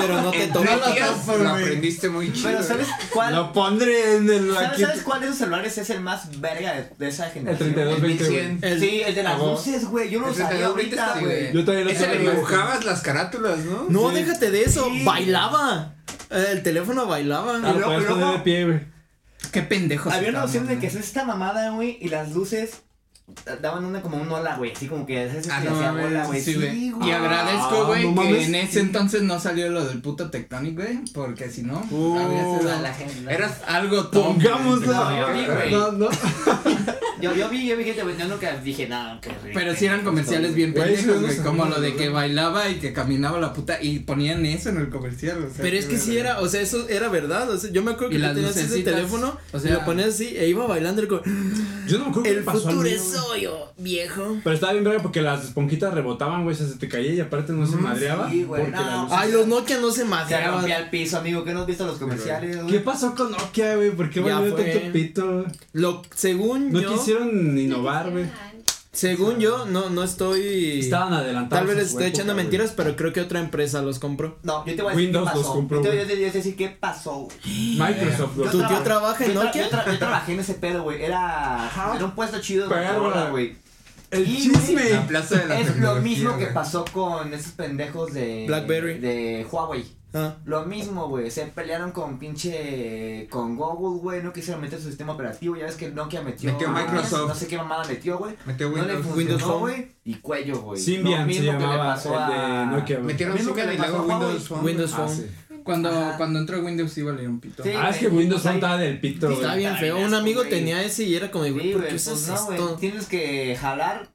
Speaker 1: Pero no te
Speaker 4: En
Speaker 1: tomó
Speaker 4: tres
Speaker 1: la
Speaker 4: días
Speaker 1: tapa,
Speaker 4: lo
Speaker 1: güey.
Speaker 4: aprendiste muy chido.
Speaker 5: Pero ¿sabes cuál?
Speaker 2: Lo pondré en el.
Speaker 5: ¿Sabes,
Speaker 2: aquí.
Speaker 5: ¿Sabes cuál de esos celulares es el más verga de, de esa generación?
Speaker 2: El 32.
Speaker 4: güey. 1100.
Speaker 1: El-
Speaker 5: Sí, el de las
Speaker 2: Ajá.
Speaker 5: luces, güey. Yo lo
Speaker 4: Ese
Speaker 5: usaría
Speaker 4: de ahorita
Speaker 5: ahorita,
Speaker 4: sí,
Speaker 5: güey.
Speaker 4: güey.
Speaker 2: Yo también lo
Speaker 4: Ese le
Speaker 2: tengo, güey.
Speaker 4: dibujabas las carátulas, ¿no?
Speaker 1: No,
Speaker 2: Sí.
Speaker 1: déjate de eso.
Speaker 5: Sí.
Speaker 1: Bailaba. El teléfono bailaba.
Speaker 2: Ah, lo
Speaker 5: luego-
Speaker 2: puedes poner
Speaker 5: luego-
Speaker 2: de pie, güey.
Speaker 3: Qué pendejo.
Speaker 5: Había una opción de que haces esta mamada, güey, y las luces da- daban una como un hola, güey. Así como que haces
Speaker 3: Ah,
Speaker 5: que
Speaker 3: no
Speaker 5: hacía bola,
Speaker 3: mames,
Speaker 5: güey.
Speaker 3: sí, güey.
Speaker 5: güey.
Speaker 3: Y agradezco, güey,
Speaker 2: Ah, no
Speaker 3: que
Speaker 2: mames.
Speaker 3: en ese entonces no salió lo del puto Tectonic, güey, porque si no,
Speaker 2: Uh.
Speaker 3: habría sido a la
Speaker 5: gente.
Speaker 4: Eras.
Speaker 3: algo tom.
Speaker 5: yo vi,
Speaker 2: Pongámosla.
Speaker 5: güey.
Speaker 2: No, no.
Speaker 5: Yo, yo vi, yo vi gente vendiendo que dije, nada, que rico.
Speaker 3: Pero sí eran comerciales bien
Speaker 2: Güey, sí,
Speaker 3: pendejos,
Speaker 2: no
Speaker 3: güey,
Speaker 2: sabía,
Speaker 3: como lo de
Speaker 2: no,
Speaker 3: que
Speaker 2: no.
Speaker 3: bailaba y que caminaba la puta y ponían eso en el comercial, o sea,
Speaker 1: Pero es que sí era, o sea, eso era verdad. O sea, yo me acuerdo que
Speaker 3: Y
Speaker 1: tú
Speaker 3: las
Speaker 1: tenías ese
Speaker 3: lucecitas,
Speaker 1: teléfono,
Speaker 3: o
Speaker 1: o
Speaker 3: sea-
Speaker 1: sea, lo ponías así e iba bailando el co-
Speaker 2: Yo no me acuerdo qué
Speaker 1: El
Speaker 2: le pasó al
Speaker 1: futuro
Speaker 2: mío,
Speaker 1: es
Speaker 2: güey.
Speaker 1: hoyo, viejo.
Speaker 2: Pero estaba bien verga porque las esponjitas rebotaban, güey. o sea, Se te caía y aparte no se madreaba.
Speaker 5: sí, güey,
Speaker 2: porque
Speaker 5: no.
Speaker 2: la luz-
Speaker 1: Ay, los Nokia no se
Speaker 5: Se
Speaker 1: madreaban.
Speaker 5: rompía el piso, amigo. ¿Qué no has visto los comerciales,
Speaker 2: ¿Qué
Speaker 5: güey?
Speaker 2: pasó con Nokia, güey? ¿Por qué
Speaker 1: Ya
Speaker 2: volvió
Speaker 1: fue.
Speaker 2: tanto pito?
Speaker 1: Lo, según
Speaker 2: No
Speaker 1: yo,
Speaker 2: quisieron innovar, güey.
Speaker 1: según yo, no, no estoy.
Speaker 2: Estaban adelantados.
Speaker 1: Tal vez
Speaker 2: a
Speaker 1: les
Speaker 2: su
Speaker 1: estoy
Speaker 2: época,
Speaker 1: echando
Speaker 2: güey.
Speaker 1: mentiras, pero creo que otra empresa los compró.
Speaker 5: No, yo te voy a decir
Speaker 2: Windows
Speaker 5: qué
Speaker 2: los
Speaker 5: pasó.
Speaker 2: compró,
Speaker 5: yo, te,
Speaker 2: güey.
Speaker 5: yo te- yo te voy a decir qué pasó, güey.
Speaker 2: Microsoft
Speaker 5: Yo
Speaker 2: los
Speaker 1: ¿Tu tío
Speaker 5: traba-
Speaker 1: trabaja en
Speaker 5: yo tra-
Speaker 1: Nokia?
Speaker 5: Yo, tra- yo trabajé en ese pedo, güey. Era, era un puesto chido de
Speaker 2: Perra.
Speaker 5: computadora, güey.
Speaker 2: El
Speaker 5: Y,
Speaker 4: La
Speaker 2: chisme.
Speaker 4: plaza de la
Speaker 5: Es lo
Speaker 4: tecnología,
Speaker 5: mismo que
Speaker 4: güey.
Speaker 5: pasó con esos pendejos de...
Speaker 1: Blackberry.
Speaker 5: De Huawei.
Speaker 1: Ah,
Speaker 5: Lo mismo, güey. Se pelearon con pinche. con Google, güey. No quisieron meter su sistema operativo. Ya ves que Nokia metió.
Speaker 4: Metió
Speaker 5: mamadas,
Speaker 4: Microsoft.
Speaker 5: No sé qué mamada metió, güey.
Speaker 4: Metió
Speaker 5: No le
Speaker 4: Windows.
Speaker 1: Windows
Speaker 5: funcionó,
Speaker 1: Phone.
Speaker 5: güey. Y cuello, güey. Lo
Speaker 2: Symbian se
Speaker 5: mismo que le
Speaker 2: llamaba el
Speaker 5: pasó a.
Speaker 2: de Nokia, güey.
Speaker 4: Metieron
Speaker 5: Mismo que
Speaker 4: Symbian
Speaker 5: le
Speaker 4: y luego
Speaker 5: pasó a Huawei.
Speaker 4: Windows Phone.
Speaker 1: Windows
Speaker 2: Ah,
Speaker 1: Phone.
Speaker 2: sí.
Speaker 3: Cuando,
Speaker 5: Ajá.
Speaker 3: cuando entró Windows igual le un pito.
Speaker 5: Sí.
Speaker 2: Ah, es que
Speaker 5: güey,
Speaker 2: Windows
Speaker 5: pues
Speaker 2: Phone estaba del pito, güey.
Speaker 1: Está bien
Speaker 5: Ay,
Speaker 1: feo.
Speaker 5: asco,
Speaker 1: Un amigo
Speaker 5: pues, güey.
Speaker 1: tenía ese y era como, de,
Speaker 5: Sí,
Speaker 1: güey,
Speaker 5: güey.
Speaker 1: ¿por qué
Speaker 5: Pues
Speaker 1: usas
Speaker 5: no, güey.
Speaker 1: esto?
Speaker 5: Tienes que jalar.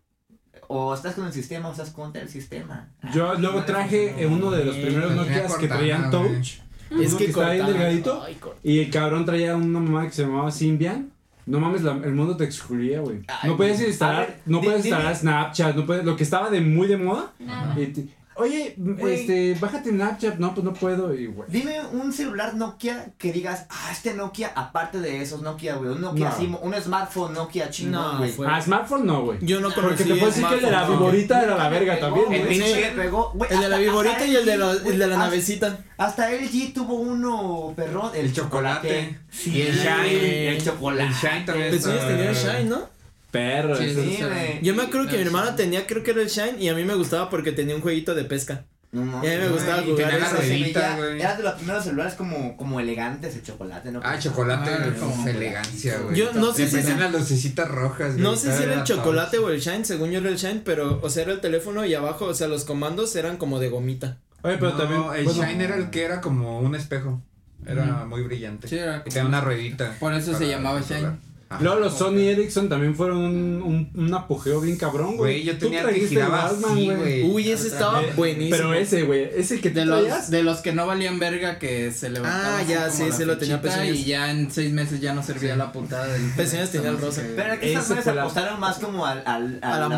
Speaker 5: O estás con el sistema o estás contra el sistema. Ah,
Speaker 2: Yo luego
Speaker 5: No le
Speaker 2: traje eh,
Speaker 5: funcionó.
Speaker 2: uno de los primeros
Speaker 4: Tenía
Speaker 2: Nokias que
Speaker 4: Cortana,
Speaker 2: traían
Speaker 4: güey.
Speaker 2: Touch. Uno que está bien
Speaker 1: cortaban.
Speaker 2: delgadito.
Speaker 1: Ay, cor-
Speaker 2: Y el cabrón traía una mamá que se llamaba Symbian. No mames, la- el mundo te excluía, güey.
Speaker 5: Ay,
Speaker 2: No podías
Speaker 5: güey. A
Speaker 2: instalar,
Speaker 5: ver,
Speaker 2: no
Speaker 5: di-
Speaker 2: podías
Speaker 5: dime.
Speaker 2: instalar Snapchat, no podías, lo que estaba de muy de moda.
Speaker 6: Nada.
Speaker 2: y te- Oye,
Speaker 5: Güey.
Speaker 2: este, bájate Snapchat, no, pues no puedo, y güey.
Speaker 5: Dime un celular Nokia que digas, ah, este Nokia, aparte de esos Nokia, güey, un Nokia
Speaker 2: No.
Speaker 5: así, un smartphone Nokia chingón,
Speaker 1: No,
Speaker 5: güey.
Speaker 1: fue-
Speaker 2: Ah, smartphone no, güey.
Speaker 1: Yo no
Speaker 2: Porque
Speaker 1: conocí
Speaker 2: te puedo decir que el de la
Speaker 1: smartphone, no.
Speaker 2: viborita era la verga también,
Speaker 5: El
Speaker 2: güey.
Speaker 1: Sí.
Speaker 5: pinche que pegó, güey,
Speaker 1: El de la
Speaker 5: hasta-
Speaker 1: viborita
Speaker 5: hasta
Speaker 1: y el de, la-
Speaker 5: güey,
Speaker 1: el de la
Speaker 5: hasta-
Speaker 1: navecita.
Speaker 5: Hasta LG tuvo uno, perrón, el,
Speaker 4: El chocolate.
Speaker 5: Sí,
Speaker 4: Y el
Speaker 1: Shine.
Speaker 5: El chocolate.
Speaker 4: El Shine también
Speaker 1: Pues
Speaker 4: está-
Speaker 2: este
Speaker 1: ellos tenían Shine, ¿no?
Speaker 2: Perro,
Speaker 3: Sí,
Speaker 2: eso
Speaker 5: Sí,
Speaker 2: es-
Speaker 3: sí.
Speaker 5: güey.
Speaker 1: Yo me acuerdo que mi
Speaker 3: Ah,
Speaker 1: hermana
Speaker 3: sí.
Speaker 1: tenía, creo que era el Shine, y a mí me gustaba porque tenía un jueguito de pesca.
Speaker 5: No, no,
Speaker 1: Y a mí me
Speaker 5: no,
Speaker 1: gustaba
Speaker 5: y
Speaker 1: jugar
Speaker 5: tenía
Speaker 1: eso.
Speaker 5: la
Speaker 4: Ruedita,
Speaker 5: semilla,
Speaker 4: güey.
Speaker 5: Era de los primeros celulares como, como elegantes el chocolate, ¿no?
Speaker 4: Ah, chocolate
Speaker 3: Ah,
Speaker 4: con
Speaker 3: como-
Speaker 4: elegancia, güey.
Speaker 1: Yo no sé
Speaker 4: Le
Speaker 1: si
Speaker 4: ponían
Speaker 1: es-
Speaker 4: las lucecitas rojas, güey.
Speaker 1: No sé si era el
Speaker 4: Estaba
Speaker 1: chocolate o el Shine, según yo era el Shine, pero, o sea, era el teléfono y abajo, o sea, los comandos eran como de gomita.
Speaker 2: Oye, pero
Speaker 4: No,
Speaker 2: también.
Speaker 4: el
Speaker 2: bueno,
Speaker 4: Shine era el que era como un espejo. Era muy brillante.
Speaker 3: Sí, era
Speaker 4: y
Speaker 3: como-
Speaker 4: tenía una ruedita.
Speaker 3: Por eso se
Speaker 4: para
Speaker 3: llamaba Shine.
Speaker 4: controlar. Ajá.
Speaker 2: Luego los Sony Ericsson también fueron un, un, un apogeo bien cabrón, güey.
Speaker 4: Güey, yo
Speaker 2: Tú
Speaker 4: tenía el que
Speaker 2: trajiste
Speaker 4: giraba
Speaker 2: el Walkman,
Speaker 4: así, güey.
Speaker 1: Uy, ese estaba
Speaker 2: Eh,
Speaker 1: buenísimo.
Speaker 2: Pero ese, güey, ese que te
Speaker 3: De los, de los que no valían verga que se levantaban.
Speaker 1: Ah,
Speaker 3: así
Speaker 1: ya,
Speaker 3: como
Speaker 1: sí,
Speaker 3: la
Speaker 1: sí lo tenía
Speaker 3: fichita
Speaker 1: Pezuñas.
Speaker 3: Y ya en seis meses ya no servía la putada del.
Speaker 1: Pezuñas tenía el rosa.
Speaker 5: Pero era que
Speaker 2: Ese
Speaker 5: esas güeyes
Speaker 2: fue la-
Speaker 5: apostaron más como al, al- a,
Speaker 1: A la
Speaker 5: la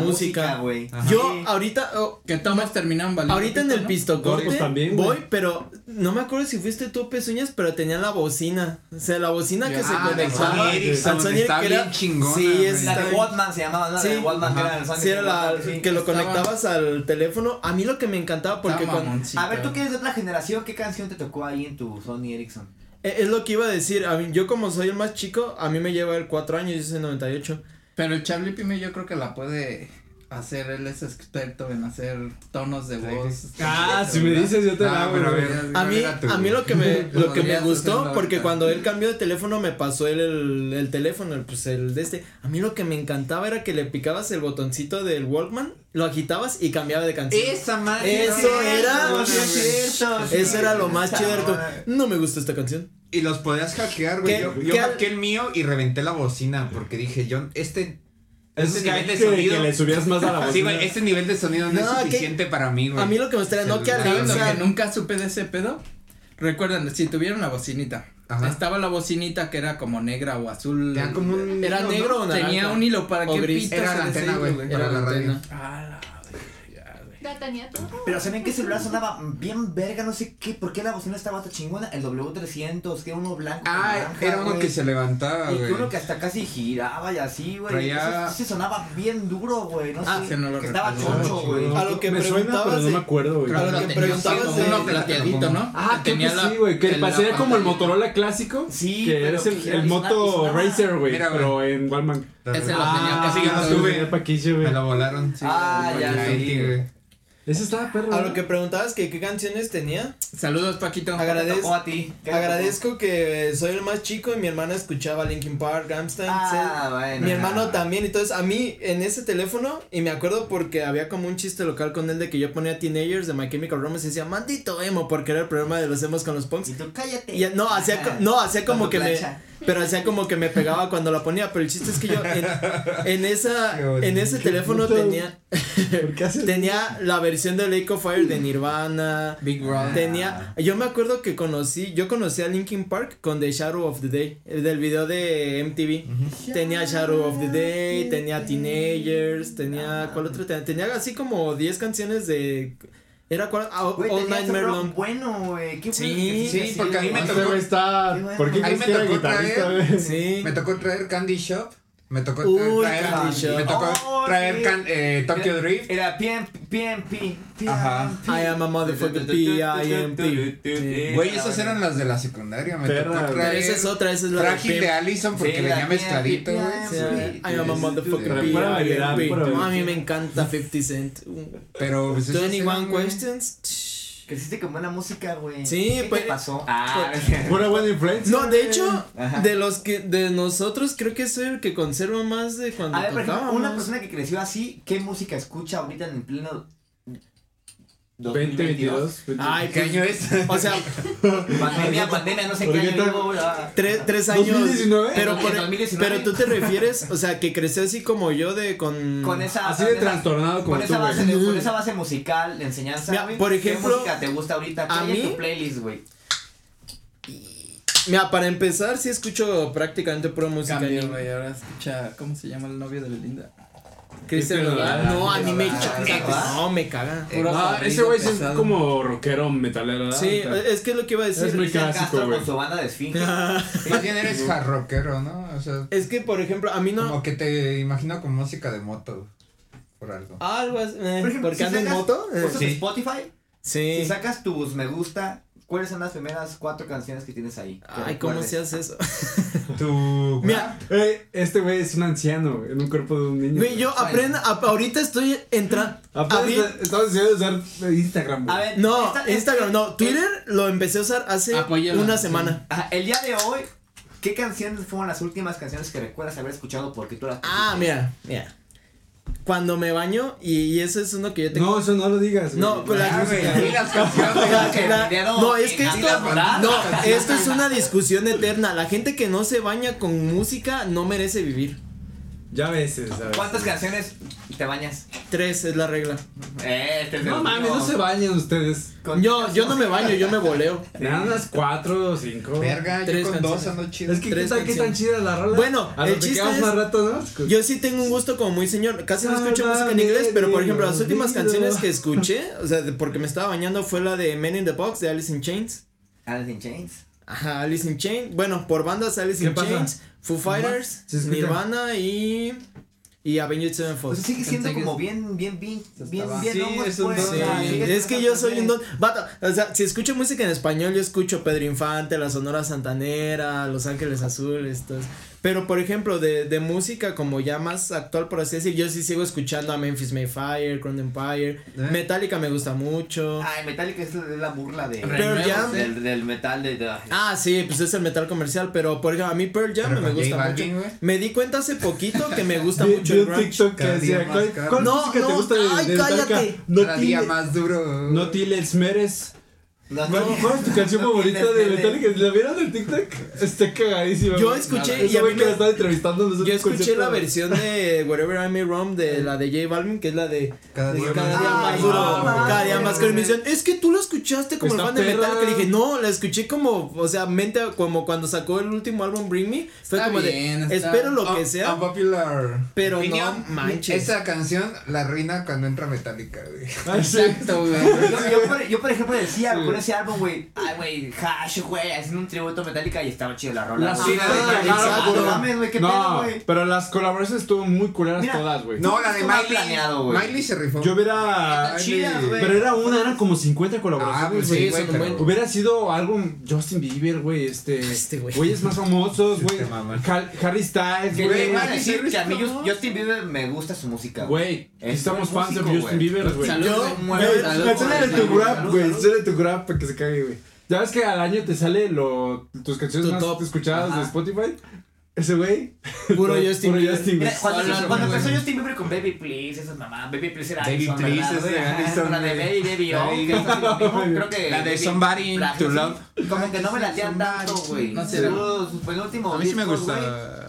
Speaker 1: música.
Speaker 5: música, güey.
Speaker 1: Yo ahorita, oh,
Speaker 3: Que tomas terminaban valiendo.
Speaker 1: ahorita en el
Speaker 3: ¿no?
Speaker 1: pistocorte
Speaker 2: No, pues también, güey.
Speaker 1: voy, pero no me acuerdo si fuiste tú, Pezuñas, pero tenía la bocina. O sea, la bocina que
Speaker 3: Ya,
Speaker 1: se
Speaker 3: la
Speaker 1: conectaba
Speaker 4: Sony Ericsson,
Speaker 1: al Sony
Speaker 4: está
Speaker 1: que
Speaker 4: bien
Speaker 1: era-
Speaker 4: chingona,
Speaker 1: Sí,
Speaker 4: güey.
Speaker 1: es
Speaker 5: La de Walkman se llamaba, ¿no? La
Speaker 1: Sí,
Speaker 5: de Walkman que era el Sony
Speaker 1: Sí, era la
Speaker 5: Walkman, sí.
Speaker 1: que lo
Speaker 3: estaba-
Speaker 1: conectabas al teléfono. A mí lo que me encantaba porque
Speaker 3: Estaba
Speaker 1: cuando,
Speaker 3: mamoncito.
Speaker 5: A ver, tú que eres de otra generación, ¿qué canción te tocó ahí en tu Sony Ericsson?
Speaker 1: Eh, Es lo que iba a decir. A mí, yo, como soy el más chico, a mí me lleva el 4 años, yo soy 98.
Speaker 3: Pero el Charlie Pime yo creo que la puede hacer. Él es experto en hacer tonos de voz.
Speaker 2: Ah, si me dices, yo te la
Speaker 4: Ah,
Speaker 2: hago,
Speaker 4: pero a
Speaker 2: güey.
Speaker 4: ver.
Speaker 1: A mí,
Speaker 4: era tu-
Speaker 1: a mí lo que me, lo que me
Speaker 3: Podrías
Speaker 1: gustó,
Speaker 3: hacerlo
Speaker 1: porque
Speaker 3: ahorita.
Speaker 1: cuando él cambió de teléfono, me pasó él el, el teléfono, el, pues el de este. A mí lo que me encantaba era que le picabas el botoncito del Walkman, lo agitabas y cambiaba de canción.
Speaker 4: Esa madre.
Speaker 1: Eso era-
Speaker 4: güey.
Speaker 5: Sí, es cierto, sí.
Speaker 1: Eso era lo más
Speaker 5: Esa
Speaker 1: chido. era como,
Speaker 5: madre.
Speaker 1: No me gusta esta canción.
Speaker 4: Y los podías hackear, güey.
Speaker 1: ¿Qué-
Speaker 4: Yo, yo
Speaker 1: qué al-
Speaker 4: hackeé el mío y reventé la bocina porque dije, yo, este.
Speaker 2: Esos
Speaker 4: Este nivel de
Speaker 2: que- que,
Speaker 4: sonido.
Speaker 2: que le subías más a la
Speaker 4: Sí,
Speaker 2: bocina.
Speaker 4: güey, este nivel de sonido no,
Speaker 1: No,
Speaker 4: es
Speaker 1: que-
Speaker 4: suficiente para mí, güey.
Speaker 1: A mí lo que me gustaría, no que
Speaker 4: Celular.
Speaker 3: ¿Saben lo que
Speaker 1: Alexa.
Speaker 3: nunca supe de ese pedo? Recuerdan, si tuvieron la bocinita.
Speaker 4: Ajá.
Speaker 3: Estaba la bocinita que era como negra o azul.
Speaker 4: Era como un.
Speaker 1: ¿Era
Speaker 4: no,
Speaker 1: negro o naranja?
Speaker 3: Tenía un hilo para
Speaker 1: O
Speaker 3: que
Speaker 1: gris.
Speaker 3: pito
Speaker 4: Era
Speaker 3: se
Speaker 4: la antena,
Speaker 3: deshizo,
Speaker 4: güey. Para
Speaker 1: Era
Speaker 4: la
Speaker 1: la
Speaker 4: radio.
Speaker 1: antena.
Speaker 6: ¿La tenía todo?
Speaker 5: Pero se ven que el celular sonaba bien verga, no sé qué, ¿por qué la bocina estaba tan chingona? El W300, que era uno blanco. con
Speaker 4: Ah,
Speaker 5: naranja,
Speaker 4: era uno
Speaker 5: güey.
Speaker 4: que se levantaba,
Speaker 3: Ah,
Speaker 5: Y que uno
Speaker 4: güey.
Speaker 5: que hasta casi giraba y así, güey.
Speaker 4: Traía-
Speaker 5: Eso, se sonaba bien duro, güey. No
Speaker 3: Ah,
Speaker 5: sé.
Speaker 3: ese no lo
Speaker 5: que estaba
Speaker 3: recuerdo.
Speaker 5: choncho, güey.
Speaker 1: A lo que
Speaker 2: me suena, pero
Speaker 1: preguntabas
Speaker 2: no
Speaker 1: de-
Speaker 2: me acuerdo, güey.
Speaker 1: Claro,
Speaker 3: Pero
Speaker 1: lo que
Speaker 3: tenía
Speaker 1: preguntabas
Speaker 3: así
Speaker 1: de-
Speaker 3: uno plateadito, ¿no?
Speaker 2: Ah,
Speaker 3: Que
Speaker 2: creo que
Speaker 3: tenía la-
Speaker 2: sí, güey, que
Speaker 3: en la
Speaker 2: parecía como el
Speaker 3: pantalla.
Speaker 2: Motorola clásico.
Speaker 5: Sí,
Speaker 2: que
Speaker 5: pero
Speaker 2: es el,
Speaker 5: que
Speaker 2: el
Speaker 5: sonaba-
Speaker 2: moto
Speaker 5: sonaba-
Speaker 2: racer, güey,
Speaker 4: Mira, güey.
Speaker 2: pero en Walman.
Speaker 3: Ese lo tenía
Speaker 2: Ah,
Speaker 3: casi
Speaker 2: sí, yo
Speaker 3: todo,
Speaker 2: no tuve.
Speaker 4: güey.
Speaker 2: tenía paquillo, güey.
Speaker 4: Me lo volaron.
Speaker 5: Ah, ya,
Speaker 4: Con
Speaker 5: sí.
Speaker 4: IT, güey.
Speaker 2: Ese estaba perro.
Speaker 1: A lo
Speaker 2: ¿no?
Speaker 1: que preguntabas que qué canciones tenía.
Speaker 3: Saludos, Paquito.
Speaker 1: Agradezco.
Speaker 5: Tocó a ti. ¿Qué te
Speaker 1: Agradezco que soy el más chico y mi hermana escuchaba Linkin Park, Rammstein,
Speaker 5: tocó? Ah,
Speaker 1: Zed.
Speaker 5: bueno.
Speaker 1: Mi hermano también, entonces a mí en ese teléfono, y me acuerdo porque había como un chiste local con él de que yo ponía Teenagers de My Chemical Romance y decía, maldito emo, porque era el problema de los emos con los punks.
Speaker 5: Y tú, cállate.
Speaker 1: Y no, hacía, co- no, hacía como
Speaker 5: Con tu
Speaker 1: que me,
Speaker 5: plancha.
Speaker 1: pero hacía como que me pegaba cuando la ponía, pero el chiste es que yo en, en esa,
Speaker 4: Qué bonito.
Speaker 1: en ese teléfono
Speaker 2: puto-
Speaker 1: tenía,
Speaker 2: ¿Por qué haces?
Speaker 1: tenía la versión de Lake of Fire de Nirvana,
Speaker 3: Big Brother. Ah.
Speaker 1: Tenía, yo me acuerdo que conocí, yo conocí a Linkin Park con The Shadow of the Day, el del video de MTV. Tenía Shadow of the Day, tenía Teenagers, tenía,
Speaker 3: Ah.
Speaker 1: ¿cuál otro? Tenía, tenía así como 10 canciones de, era cuál, Ah,
Speaker 5: Güey,
Speaker 1: All
Speaker 5: tenía ese
Speaker 1: Nightmare
Speaker 5: rock
Speaker 1: Long.
Speaker 5: Bueno, güey. Qué
Speaker 1: Sí,
Speaker 5: bueno que
Speaker 4: sí,
Speaker 5: así,
Speaker 4: porque a mí me
Speaker 5: güey.
Speaker 2: Este
Speaker 4: tocó-
Speaker 2: güey está.
Speaker 5: Qué bueno.
Speaker 2: ¿Por qué
Speaker 4: A mí
Speaker 2: crees
Speaker 4: me
Speaker 2: que era
Speaker 4: tocó otra
Speaker 2: guitarrista,
Speaker 4: vez.
Speaker 2: güey?
Speaker 1: Sí.
Speaker 4: Me tocó traer Candy Shop. Me tocó
Speaker 1: Uy,
Speaker 4: traer.
Speaker 1: Candy Shop.
Speaker 4: Me tocó
Speaker 5: Oh,
Speaker 4: traer
Speaker 5: sí.
Speaker 4: can- eh, Tokyo Drift.
Speaker 5: Era PMP. PMP.
Speaker 4: Ajá.
Speaker 1: I am a motherfucker P.I.M.P. Sí.
Speaker 4: Güey, esas eran las de la secundaria. Me
Speaker 2: Perra,
Speaker 4: tocó
Speaker 2: güey.
Speaker 1: Pero
Speaker 4: traer.
Speaker 1: esa es otra, esa es la
Speaker 4: Frágil de
Speaker 1: Pimp.
Speaker 4: Allison porque
Speaker 5: Sí,
Speaker 4: venía
Speaker 5: la
Speaker 4: mezcladito,
Speaker 5: mía,
Speaker 4: güey.
Speaker 5: sí,
Speaker 1: Sí, I am a motherfucker
Speaker 2: Pura variedad,
Speaker 1: P.I.M.P. No,
Speaker 2: pura
Speaker 1: A mí
Speaker 2: variedad.
Speaker 1: me encanta 50 Cent. Uh,
Speaker 4: Pero. Pues, esas
Speaker 1: 21
Speaker 4: eran, güey.
Speaker 1: Questions.
Speaker 5: Creciste con buena música, güey.
Speaker 1: Sí,
Speaker 5: ¿Qué
Speaker 1: pues-
Speaker 5: te pasó? Ah,
Speaker 2: Pura buena influencia.
Speaker 1: No, de hecho,
Speaker 5: Ajá.
Speaker 1: de los que, de nosotros, creo que soy el que conserva más de cuando
Speaker 5: A ver, por ejemplo,
Speaker 1: tocábamos.
Speaker 5: una persona que creció así, ¿qué música escucha ahorita en el pleno 2022?
Speaker 2: 2022.
Speaker 1: Ay, pues,
Speaker 4: ¿Qué año es?
Speaker 1: o sea,
Speaker 5: Pandemia, pandemia, no sé qué
Speaker 2: Porque
Speaker 5: año
Speaker 2: tal-
Speaker 5: vivo, ah.
Speaker 1: tres, tres años.
Speaker 2: 2019.
Speaker 1: Pero, por-
Speaker 5: En 2019.
Speaker 1: pero tú te refieres, o sea, que creció así como yo de con.
Speaker 5: Con esa
Speaker 2: Así de
Speaker 5: con esa-
Speaker 2: trastornado como
Speaker 5: con esa
Speaker 2: tú,
Speaker 5: base,
Speaker 2: güey.
Speaker 5: de- con esa base musical de enseñanza,
Speaker 1: Mira,
Speaker 5: güey,
Speaker 1: por
Speaker 5: ¿qué
Speaker 1: ejemplo,
Speaker 5: música te gusta ahorita? ¿Qué
Speaker 1: a
Speaker 5: hay en
Speaker 1: mí-
Speaker 5: tu playlist, güey?
Speaker 1: Mira, para empezar, sí escucho prácticamente pura música
Speaker 7: Cambio,
Speaker 1: anime.
Speaker 7: güey. Ahora escucha, ¿cómo se llama el novio de Belinda?
Speaker 1: Cristian
Speaker 2: Cristian
Speaker 1: Nodal.
Speaker 2: Nodal.
Speaker 1: No, a mí me
Speaker 3: Nodal.
Speaker 1: caga. No, me caga.
Speaker 3: Eh,
Speaker 2: Ah,
Speaker 3: corrido
Speaker 2: ese güey sí es
Speaker 3: pesado.
Speaker 2: como rockero metalero, ¿verdad?
Speaker 1: Sí, eh,
Speaker 2: Ahorita.
Speaker 1: es que es lo que iba a
Speaker 2: Es
Speaker 1: decir.
Speaker 2: muy
Speaker 5: Cristian
Speaker 2: clásico,
Speaker 5: Castro
Speaker 2: güey.
Speaker 5: con su banda de esfinges.
Speaker 4: Más bien eres jarroquero, ¿no? O sea,
Speaker 1: Es que, por ejemplo, a mí no.
Speaker 4: como que te imagino con música de moto, por algo.
Speaker 1: Algo así. eh,
Speaker 5: Por ejemplo,
Speaker 1: porque
Speaker 5: si
Speaker 1: ando en
Speaker 5: sacas-
Speaker 1: moto. eh,
Speaker 5: Por eso
Speaker 4: Sí.
Speaker 5: Spotify, si
Speaker 1: Sí.
Speaker 5: sacas tus me gusta, ¿cuáles son las primeras cuatro canciones que tienes ahí? Que
Speaker 1: Ay, ¿cómo
Speaker 5: recuerdes?
Speaker 1: se hace eso?
Speaker 4: Tu.
Speaker 1: Mira,
Speaker 2: Ey, este güey es un anciano, güey, en un cuerpo de un niño.
Speaker 1: güey, yo aprendo. Ahorita estoy entrando.
Speaker 2: Apenas estaba enseñando a usar Instagram, güey.
Speaker 5: A ver,
Speaker 1: No,
Speaker 5: esta- eh,
Speaker 1: Instagram, no. Twitter lo empecé a usar hace
Speaker 3: Apóyala,
Speaker 1: una
Speaker 3: sí.
Speaker 1: semana.
Speaker 5: Ajá, el día de hoy, ¿qué canciones fueron las últimas canciones que recuerdas haber escuchado porque tú las
Speaker 1: Ah, mira, mira. Cuando me baño, y, y eso es uno que yo tengo.
Speaker 2: No, eso no lo digas.
Speaker 1: No,
Speaker 2: güey.
Speaker 1: pues la-
Speaker 4: Ah, güey, di las canciones.
Speaker 1: La-
Speaker 5: que
Speaker 1: la-
Speaker 5: video,
Speaker 1: no, es que
Speaker 5: que
Speaker 1: esto,
Speaker 5: nadie la
Speaker 1: no,
Speaker 5: borra.
Speaker 1: esto es una discusión eterna. La gente que no se baña con música no merece vivir.
Speaker 2: Ya a veces, ¿sabes?
Speaker 5: ¿Cuántas canciones te bañas?
Speaker 1: Tres es la regla.
Speaker 5: Eh, este es
Speaker 2: No
Speaker 5: el
Speaker 2: mames,
Speaker 5: mío.
Speaker 2: no se bañan ustedes.
Speaker 5: Con-
Speaker 1: Yo, yo no me baño, yo me voleo.
Speaker 2: Me dan unas cuatro o cinco.
Speaker 4: Verga,
Speaker 1: Tres
Speaker 4: yo con dos
Speaker 1: canciones.
Speaker 4: ando chido.
Speaker 2: Es que qué
Speaker 1: Tres
Speaker 2: tan, qué tan
Speaker 1: canciones.
Speaker 2: chida la rola.
Speaker 1: Bueno,
Speaker 2: a
Speaker 1: el
Speaker 2: lo que
Speaker 1: chiste
Speaker 2: quedamos
Speaker 1: es-
Speaker 2: más rato, ¿no?
Speaker 1: Yo sí tengo un gusto como muy señor. Casi
Speaker 2: Ah,
Speaker 1: no escucho música en inglés, pero por ejemplo, las últimas canciones que escuché, o sea, de- porque me estaba bañando, fue la de Men in the Box de Alice in Chains.
Speaker 5: Alice in Chains.
Speaker 1: Ajá, Alice in Chains. Bueno, por bandas Alice
Speaker 2: ¿Qué
Speaker 1: in
Speaker 2: pasa?
Speaker 1: Chains, Foo Fighters,
Speaker 2: Sí, escucha. Pues
Speaker 1: Nirvana y. Y Avenged
Speaker 5: O
Speaker 1: Sevenfold.
Speaker 5: sea, Pues sigue siendo como bien, bien, bien, bien, bien,
Speaker 7: Sí,
Speaker 5: hongos,
Speaker 7: es un
Speaker 5: pues,
Speaker 7: don.
Speaker 5: o sea,
Speaker 1: Sí,
Speaker 5: sigue
Speaker 1: es que
Speaker 5: siendo
Speaker 1: yo soy un
Speaker 5: canciones.
Speaker 1: don. Bata, o sea, si escucho música en español, yo escucho Pedro Infante, La Sonora Santanera, Los Ángeles Azules, todo eso. Pero por ejemplo, de, de música como ya más actual, por así decir, yo sí sigo escuchando a Memphis Mayfire, Crown Empire. Metallica me gusta mucho.
Speaker 5: Ay, Metallica es la- es la burla de,
Speaker 1: Pearl Jam.
Speaker 5: del, del metal de... de-
Speaker 1: Ah, sí, pues es el metal comercial, pero por ejemplo, a mí Pearl Jam me gusta mucho. Me di cuenta hace poquito que me gusta
Speaker 2: Vi-
Speaker 1: mucho
Speaker 2: vi
Speaker 1: el
Speaker 2: un
Speaker 1: grunge.
Speaker 2: TikTok que
Speaker 4: Cada día
Speaker 2: decía,
Speaker 4: más
Speaker 2: ¿cuál,
Speaker 4: caro.
Speaker 2: cuál
Speaker 1: No,
Speaker 2: música te
Speaker 1: no,
Speaker 2: gusta de,
Speaker 1: ay,
Speaker 2: de Metallica?
Speaker 1: cállate.
Speaker 2: No
Speaker 4: Cada día
Speaker 2: tiles,
Speaker 4: más duro.
Speaker 2: no tiles meres.
Speaker 5: No,
Speaker 2: ¿Cuál,
Speaker 5: no.
Speaker 2: cuál es tu canción
Speaker 5: No
Speaker 2: favorita
Speaker 5: tiles
Speaker 2: de
Speaker 5: meres.
Speaker 2: Metallica? ¿La vieron en TikTok? Está cagadísima.
Speaker 1: Yo
Speaker 2: güey.
Speaker 1: escuché
Speaker 2: Ese
Speaker 1: y a
Speaker 2: güey
Speaker 1: mí me-
Speaker 2: que la estaba entrevistando. nosotros
Speaker 1: Yo escuché
Speaker 2: concierto,
Speaker 1: la
Speaker 2: güey.
Speaker 1: versión de Wherever I May Roam de la de J Balvin, que es la de
Speaker 4: Cada día
Speaker 1: cada día
Speaker 4: más duro.
Speaker 1: más
Speaker 5: Ay,
Speaker 1: duro.
Speaker 5: no,
Speaker 1: cada
Speaker 5: mames.
Speaker 1: día más caro. Y me dicen, es que tú lo escuchaste como el fan
Speaker 2: Está
Speaker 1: de metal. Que
Speaker 2: perra.
Speaker 1: dije, no, la escuché como, o sea, mente, como cuando sacó el último álbum Bring Me. Fue
Speaker 3: Está
Speaker 1: como
Speaker 3: bien, Ah,
Speaker 1: de,
Speaker 3: está-
Speaker 1: espero lo que
Speaker 4: Un-
Speaker 1: sea,
Speaker 4: Unpopular.
Speaker 1: pero
Speaker 4: opinion.
Speaker 1: no manches.
Speaker 4: Esa canción la reina cuando entra Metallica, güey.
Speaker 2: Ay, sí.
Speaker 3: Exacto, güey.
Speaker 5: Yo, yo por, yo, por ejemplo, decía con ese álbum, güey, ay, güey, hash, güey, haciendo un tributo a Metallica y estaba chido la rola.
Speaker 2: Las
Speaker 5: güey.
Speaker 2: ciudades
Speaker 5: Ah,
Speaker 2: cagaron,
Speaker 5: exacto,
Speaker 2: güey.
Speaker 5: no mames, güey, qué pedo,
Speaker 2: No,
Speaker 5: güey.
Speaker 2: pero las colaboraciones estuvieron muy culeras
Speaker 5: Mira,
Speaker 2: todas, güey.
Speaker 4: No, la de
Speaker 5: Esto va
Speaker 4: Miley.
Speaker 5: planeado, Ah, güey.
Speaker 4: Miley se rifó.
Speaker 2: Yo hubiera.
Speaker 5: Están chidas, güey.
Speaker 2: Pero era una, eran como 50
Speaker 4: Ah,
Speaker 2: colaboraciones,
Speaker 4: pues
Speaker 2: güey.
Speaker 4: sí,
Speaker 1: eso
Speaker 4: güey,
Speaker 1: no
Speaker 4: pero-
Speaker 1: me-
Speaker 2: Hubiera sido algo Justin Bieber, güey, este.
Speaker 1: Este güey.
Speaker 2: Güeyes más famosos,
Speaker 4: Sí,
Speaker 2: güey.
Speaker 4: te maman.
Speaker 2: Hal- Harry Styles,
Speaker 5: Que
Speaker 2: güey.
Speaker 5: yo iba a decir que a mí
Speaker 2: ¿no?
Speaker 5: Just- Justin Bieber me gusta su música, güey.
Speaker 2: Güey,
Speaker 5: Es
Speaker 2: estamos
Speaker 5: buen
Speaker 2: fans de
Speaker 5: músico,
Speaker 2: Justin
Speaker 5: güey.
Speaker 2: Bieber, güey.
Speaker 3: Saludos,
Speaker 1: Yo-
Speaker 3: mueve,
Speaker 2: Güey,
Speaker 3: saludos,
Speaker 2: Métele de
Speaker 3: mueve,
Speaker 2: tu grab,
Speaker 5: salud,
Speaker 2: güey.
Speaker 5: salud.
Speaker 2: Métele de tu grab para que se cague, güey. Ya ves que al año te sale lo, tus canciones
Speaker 1: Tu
Speaker 2: más
Speaker 1: top.
Speaker 2: escuchadas
Speaker 5: Ajá.
Speaker 2: de Spotify. Ese güey.
Speaker 3: ah,
Speaker 1: Puro Justin
Speaker 2: Puro
Speaker 1: Bieber.
Speaker 2: Justin
Speaker 5: Mira,
Speaker 2: Bieber.
Speaker 5: cuando,
Speaker 3: Hola,
Speaker 5: cuando
Speaker 3: güey.
Speaker 5: empezó Justin Bieber con Baby Please, esa mamá, Baby Please era
Speaker 4: Baby
Speaker 5: Allison,
Speaker 4: Please
Speaker 5: ¿verdad,
Speaker 4: es
Speaker 5: güey?
Speaker 4: de
Speaker 5: Ajá,
Speaker 4: Allison,
Speaker 5: La de
Speaker 4: güey.
Speaker 5: Baby, Baby, oh, que es lo mismo, creo que...
Speaker 3: La de
Speaker 5: Baby-
Speaker 3: Somebody
Speaker 5: la-
Speaker 3: to Love.
Speaker 5: Como que no me latean tanto, güey.
Speaker 3: No sé.
Speaker 5: Seguro su penúltimo
Speaker 7: A mí sí me
Speaker 5: disco,
Speaker 7: gusta.
Speaker 5: güey.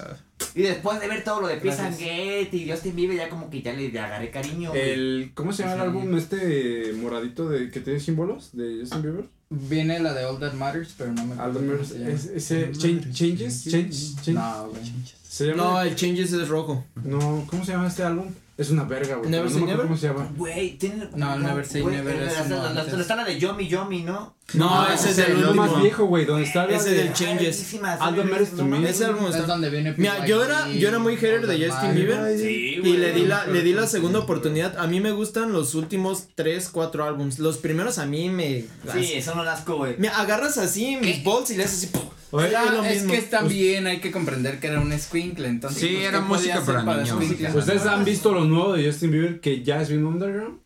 Speaker 5: Y después de ver todo lo de Peace and Get y Justin Bieber, ya como que ya le agarré cariño, güey.
Speaker 2: El, ¿Cómo se llama el
Speaker 3: Ajá.
Speaker 2: álbum este moradito de que tiene símbolos de Justin Bieber?
Speaker 3: Viene la de All That Matters, pero no me acuerdo
Speaker 2: Álbum
Speaker 3: cómo se llama.
Speaker 2: es, ese Change- Changes, Change, Change.
Speaker 3: No, güey.
Speaker 2: Se
Speaker 1: No,
Speaker 2: llama
Speaker 1: el Changes es rojo.
Speaker 2: No, ¿cómo se llama este álbum? Es una verga, güey.
Speaker 1: Never
Speaker 2: pero
Speaker 1: Say
Speaker 2: no me acuerdo
Speaker 1: Never.
Speaker 2: cómo se llama.
Speaker 5: Güey, tiene.
Speaker 3: No, Never Say
Speaker 5: güey,
Speaker 3: Never
Speaker 5: la-
Speaker 3: es
Speaker 5: la-
Speaker 3: uno
Speaker 5: la- la-
Speaker 3: antes.
Speaker 5: la- Está la de Yomi Yomi, ¿no?
Speaker 1: No,
Speaker 3: Ah,
Speaker 1: ese es
Speaker 3: ese
Speaker 1: el
Speaker 3: es lo
Speaker 2: Lo más
Speaker 1: último.
Speaker 2: viejo, güey, donde está la
Speaker 1: Ese
Speaker 2: de-
Speaker 1: del Changes.
Speaker 5: Verguísimas,
Speaker 2: Álbum
Speaker 5: güey,
Speaker 2: Eres
Speaker 5: no
Speaker 2: tu
Speaker 5: mames.
Speaker 1: Ese álbum
Speaker 3: Es
Speaker 1: está.
Speaker 3: donde viene
Speaker 1: Mira, yo era, yo era muy hater de Justin Bieber.
Speaker 5: Sí, güey.
Speaker 1: Y le di la, le di la segunda oportunidad. A mí me gustan los últimos 3, 4 álbums. Los primeros a mí me.
Speaker 5: Sí, eso no asco, güey.
Speaker 1: Me agarras así mis balls y le haces así. ¡pum!
Speaker 2: Oye,
Speaker 1: Ya, lo
Speaker 3: es
Speaker 1: mismo.
Speaker 3: que está bien, hay que comprender que era un squinkle, entonces. pues,
Speaker 7: Sí,
Speaker 3: ¿qué
Speaker 7: era
Speaker 3: podía
Speaker 7: música
Speaker 3: hacer
Speaker 7: para niños.
Speaker 3: escuincles?
Speaker 2: ¿Ustedes han visto lo nuevo de Justin Bieber que ya es bien underground?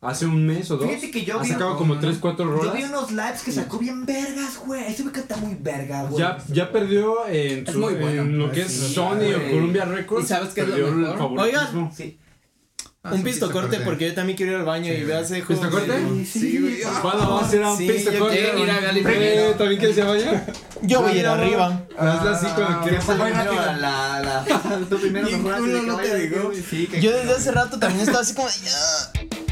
Speaker 2: Hace un mes o dos.
Speaker 5: Fíjate que yo
Speaker 2: ha
Speaker 5: vi-
Speaker 2: sacado como 3, 4
Speaker 5: Yo vi
Speaker 2: rolas.
Speaker 5: unos lives que sacó bien vergas, güey. Ese me canta muy verga, güey.
Speaker 2: Ya, ya perdió en,
Speaker 3: Es
Speaker 2: su-
Speaker 3: muy bueno,
Speaker 2: en lo
Speaker 3: pues,
Speaker 2: que es
Speaker 3: sí,
Speaker 2: Sony o
Speaker 5: güey.
Speaker 2: Columbia Records.
Speaker 3: ¿Y sabes qué es lo
Speaker 2: perdió el
Speaker 3: mejor?
Speaker 2: favoritismo.
Speaker 5: Sí.
Speaker 1: Ah, Un pisto corte porque yo también quiero ir al baño y veo hace
Speaker 2: ¿Pisto corte?
Speaker 5: Sí, güey.
Speaker 2: ¿Cuándo vamos a hacer a un
Speaker 1: Sí,
Speaker 2: pisto
Speaker 1: yo
Speaker 2: corte?
Speaker 3: quiero ir a Gali
Speaker 2: Eh,
Speaker 3: primero.
Speaker 2: ¿También quieres ir a baño?
Speaker 1: Yo voy a ir arriba.
Speaker 3: Ah.
Speaker 2: Hazla así cuando
Speaker 5: ¿Qué
Speaker 2: quieras.
Speaker 5: fue primero? La, la, la, tú primero mejor así de que vaya, güey. Sí, que-
Speaker 1: Yo desde hace rato también estaba así como. "Ya".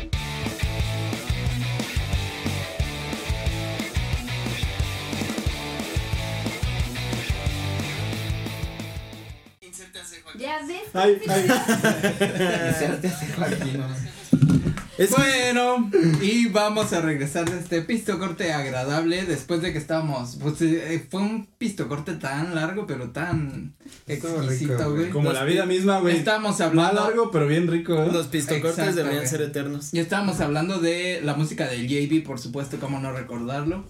Speaker 6: Ya ves.
Speaker 2: Ay, ay.
Speaker 5: Inserte ese Joaquino.
Speaker 1: Es que-
Speaker 3: Bueno, y vamos a regresar de este pisto corte agradable después de que estábamos. Pues eh, fue un pisto corte tan largo, pero tan
Speaker 4: Estuvo
Speaker 3: exquisito,
Speaker 4: rico,
Speaker 3: güey.
Speaker 4: güey.
Speaker 2: Como la vida misma, güey.
Speaker 3: Estábamos
Speaker 2: Más
Speaker 3: hablando.
Speaker 2: largo, pero bien rico, ¿eh?
Speaker 1: los pistocortes
Speaker 3: Exacto,
Speaker 1: deberían
Speaker 3: güey.
Speaker 1: ser eternos.
Speaker 3: Y estábamos hablando de la música del JB, por supuesto, cómo no recordarlo.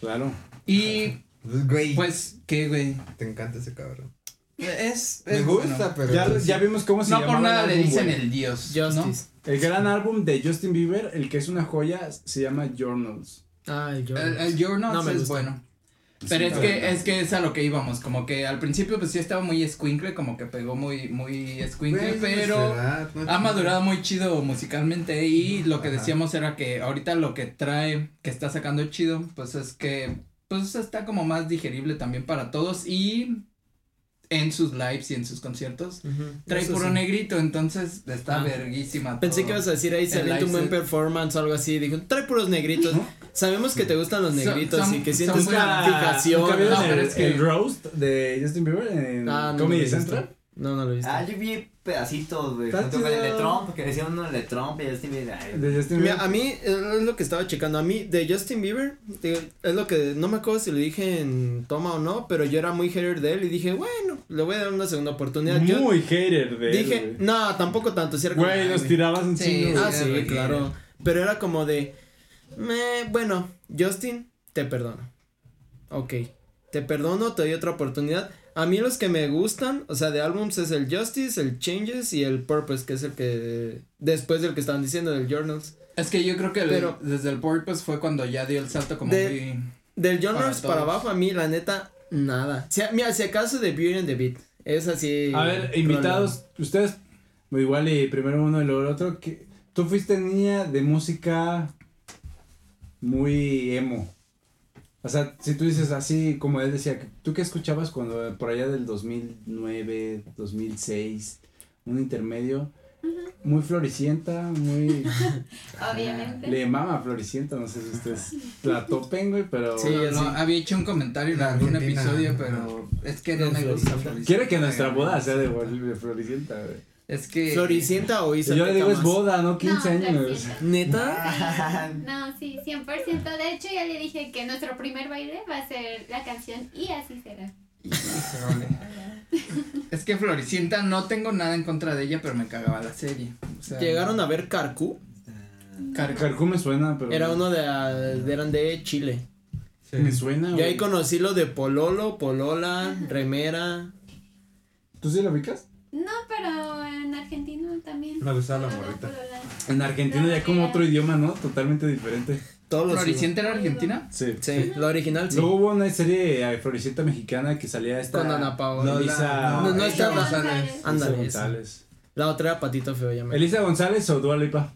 Speaker 2: Claro.
Speaker 3: Y
Speaker 4: Güey,
Speaker 3: pues, ¿qué, güey?
Speaker 4: te encanta ese cabrón.
Speaker 3: Es.
Speaker 4: Me
Speaker 3: es
Speaker 4: gusta, pero. pues
Speaker 2: Ya, ya vimos cómo se
Speaker 3: bueno. No
Speaker 2: llamaba
Speaker 3: por
Speaker 2: el
Speaker 3: nada le
Speaker 2: álbum,
Speaker 3: dicen
Speaker 2: güey.
Speaker 3: el dios. ¿no?
Speaker 1: Justice.
Speaker 2: El gran álbum de Justin Bieber, el que es una joya, se llama Journals.
Speaker 1: Ay, yo.
Speaker 3: El, el Journals
Speaker 1: No me
Speaker 3: es
Speaker 1: gusta.
Speaker 3: bueno. Pero es
Speaker 2: la
Speaker 3: que,
Speaker 2: verdad.
Speaker 3: es que es a lo que íbamos, como que al principio pues sí estaba muy escuincle, como que pegó muy, muy escuincle,
Speaker 2: pues,
Speaker 3: pero ha madurado muy chido musicalmente y lo que
Speaker 4: Ajá.
Speaker 3: decíamos era que ahorita lo que trae, que está sacando chido, pues es que pues está como más digerible también para todos y en sus lives y en sus conciertos
Speaker 1: Ujú.
Speaker 3: trae
Speaker 1: Eso
Speaker 3: puro
Speaker 1: sí.
Speaker 3: negrito, entonces está
Speaker 1: Ah.
Speaker 3: verguísima.
Speaker 1: Pensé que
Speaker 3: todo.
Speaker 1: ibas a decir ahí se
Speaker 3: El
Speaker 1: avienta un
Speaker 3: live
Speaker 1: buen
Speaker 3: set.
Speaker 1: performance o algo así. Digo, trae puros negritos. Sabemos que te gustan los
Speaker 3: Son-
Speaker 1: negritos
Speaker 3: son-
Speaker 1: y que
Speaker 3: son
Speaker 1: sientes
Speaker 3: muy-
Speaker 1: una
Speaker 2: ¿Nunca
Speaker 1: fijación.
Speaker 2: vieron
Speaker 3: No,
Speaker 2: el,
Speaker 3: pero es que-
Speaker 2: el roast de Justin Bieber en
Speaker 1: Ah, no lo he
Speaker 2: Comedy
Speaker 1: visto.
Speaker 2: Central?
Speaker 1: No, no lo he visto.
Speaker 5: Ah, yo vi pedacitos, güey.
Speaker 2: Está
Speaker 5: Junto con el de
Speaker 2: chido.
Speaker 5: Trump, que decía uno el de Trump y este video. ay,
Speaker 2: De Justin Bieber.
Speaker 1: Mira, a mí eh, es lo que estaba checando. A mí, de Justin Bieber, te- es lo que no me acuerdo si lo dije en toma o no, pero yo era muy hater de él y dije, bueno, le voy a dar una segunda oportunidad. Yo
Speaker 2: Muy hater de él,
Speaker 1: dije,
Speaker 2: güey.
Speaker 1: no, tampoco tanto. Si era como,
Speaker 2: Güey,
Speaker 1: "Ay,
Speaker 2: nos
Speaker 1: güey".
Speaker 2: tirabas un
Speaker 3: Sí,
Speaker 2: chingo. güey.
Speaker 1: Ah, sí,
Speaker 3: güey.
Speaker 1: claro. Pero era como de, "Meh, bueno, Justin, te perdono. Ok, te perdono, te doy otra oportunidad. A mí los que me gustan, o sea, de álbums es el Justice, el Changes y el Purpose, que es el que después del que estaban diciendo del Journals.
Speaker 3: Es que yo creo que el-
Speaker 1: Pero-
Speaker 3: desde el Purpose fue cuando ya dio el salto como
Speaker 1: De-
Speaker 3: muy...
Speaker 1: Del John
Speaker 3: Para
Speaker 1: Rose para
Speaker 3: todos.
Speaker 1: abajo, a mí, la neta, nada. Si a- mira, si acaso de Beauty and the Beat. Es así.
Speaker 2: A ver, invitados, ustedes, igual y primero uno y luego el otro, que tú fuiste niña de música muy emo. O sea, si tú dices así, como él decía, ¿tú qué escuchabas cuando por allá del 2009, 2006, un intermedio? Muy floricienta, muy...
Speaker 6: Obviamente.
Speaker 2: Le mama a floricienta, no sé si ustedes la topen, güey, pero...
Speaker 1: Sí,
Speaker 3: No,
Speaker 1: así.
Speaker 3: no, había hecho un comentario en
Speaker 4: La
Speaker 3: algún
Speaker 4: Argentina,
Speaker 3: episodio,
Speaker 4: no.
Speaker 3: pero es que no
Speaker 1: No,
Speaker 3: me gusta
Speaker 1: Floricienta.
Speaker 3: Floricienta.
Speaker 2: Quiere que nuestra boda sea de, de floricienta, güey.
Speaker 3: Es que...
Speaker 1: Floricienta o Isa.
Speaker 2: eh, Yo le digo es
Speaker 1: Tecamas.
Speaker 2: boda, no 15
Speaker 6: no,
Speaker 2: años.
Speaker 6: 300.
Speaker 5: Ah,
Speaker 1: Neta.
Speaker 6: No, sí, 100%. De hecho, ya le dije que nuestro primer baile va a ser la canción y así será.
Speaker 3: Híjole. Es que Floricienta no tengo nada en contra de ella, pero me cagaba la serie. O sea,
Speaker 1: Llegaron a ver Carcu.
Speaker 3: Car-
Speaker 2: Carcú me suena, pero.
Speaker 1: Era uno de, ah, de- eran de Chile.
Speaker 2: Me
Speaker 5: Ah,
Speaker 2: suena,
Speaker 1: Yo ahí
Speaker 2: güey.
Speaker 1: conocí lo de Pololo, Polola, Remera.
Speaker 2: ¿Tú sí lo ubicas?
Speaker 6: No, pero en argentino también.
Speaker 4: Me gustaba la
Speaker 6: Polola,
Speaker 4: morrita.
Speaker 6: polola.
Speaker 2: En Argentina ya como otro idioma, ¿no? Totalmente diferente.
Speaker 1: Todos los.
Speaker 3: ¿Floricienta era argentina?
Speaker 2: Sí.
Speaker 1: Sí, lo original sí.
Speaker 2: Luego hubo una serie de Floricienta Mexicana que salía esta.
Speaker 1: Con Ana Paola.
Speaker 2: Elisa.
Speaker 1: No, no
Speaker 2: Elisa
Speaker 1: estaba.
Speaker 2: Ah,
Speaker 6: González.
Speaker 1: Ándale, esa.
Speaker 2: González.
Speaker 1: La otra era Patito Feo, ya me-
Speaker 2: ¿Elisa González o Dua Lipa?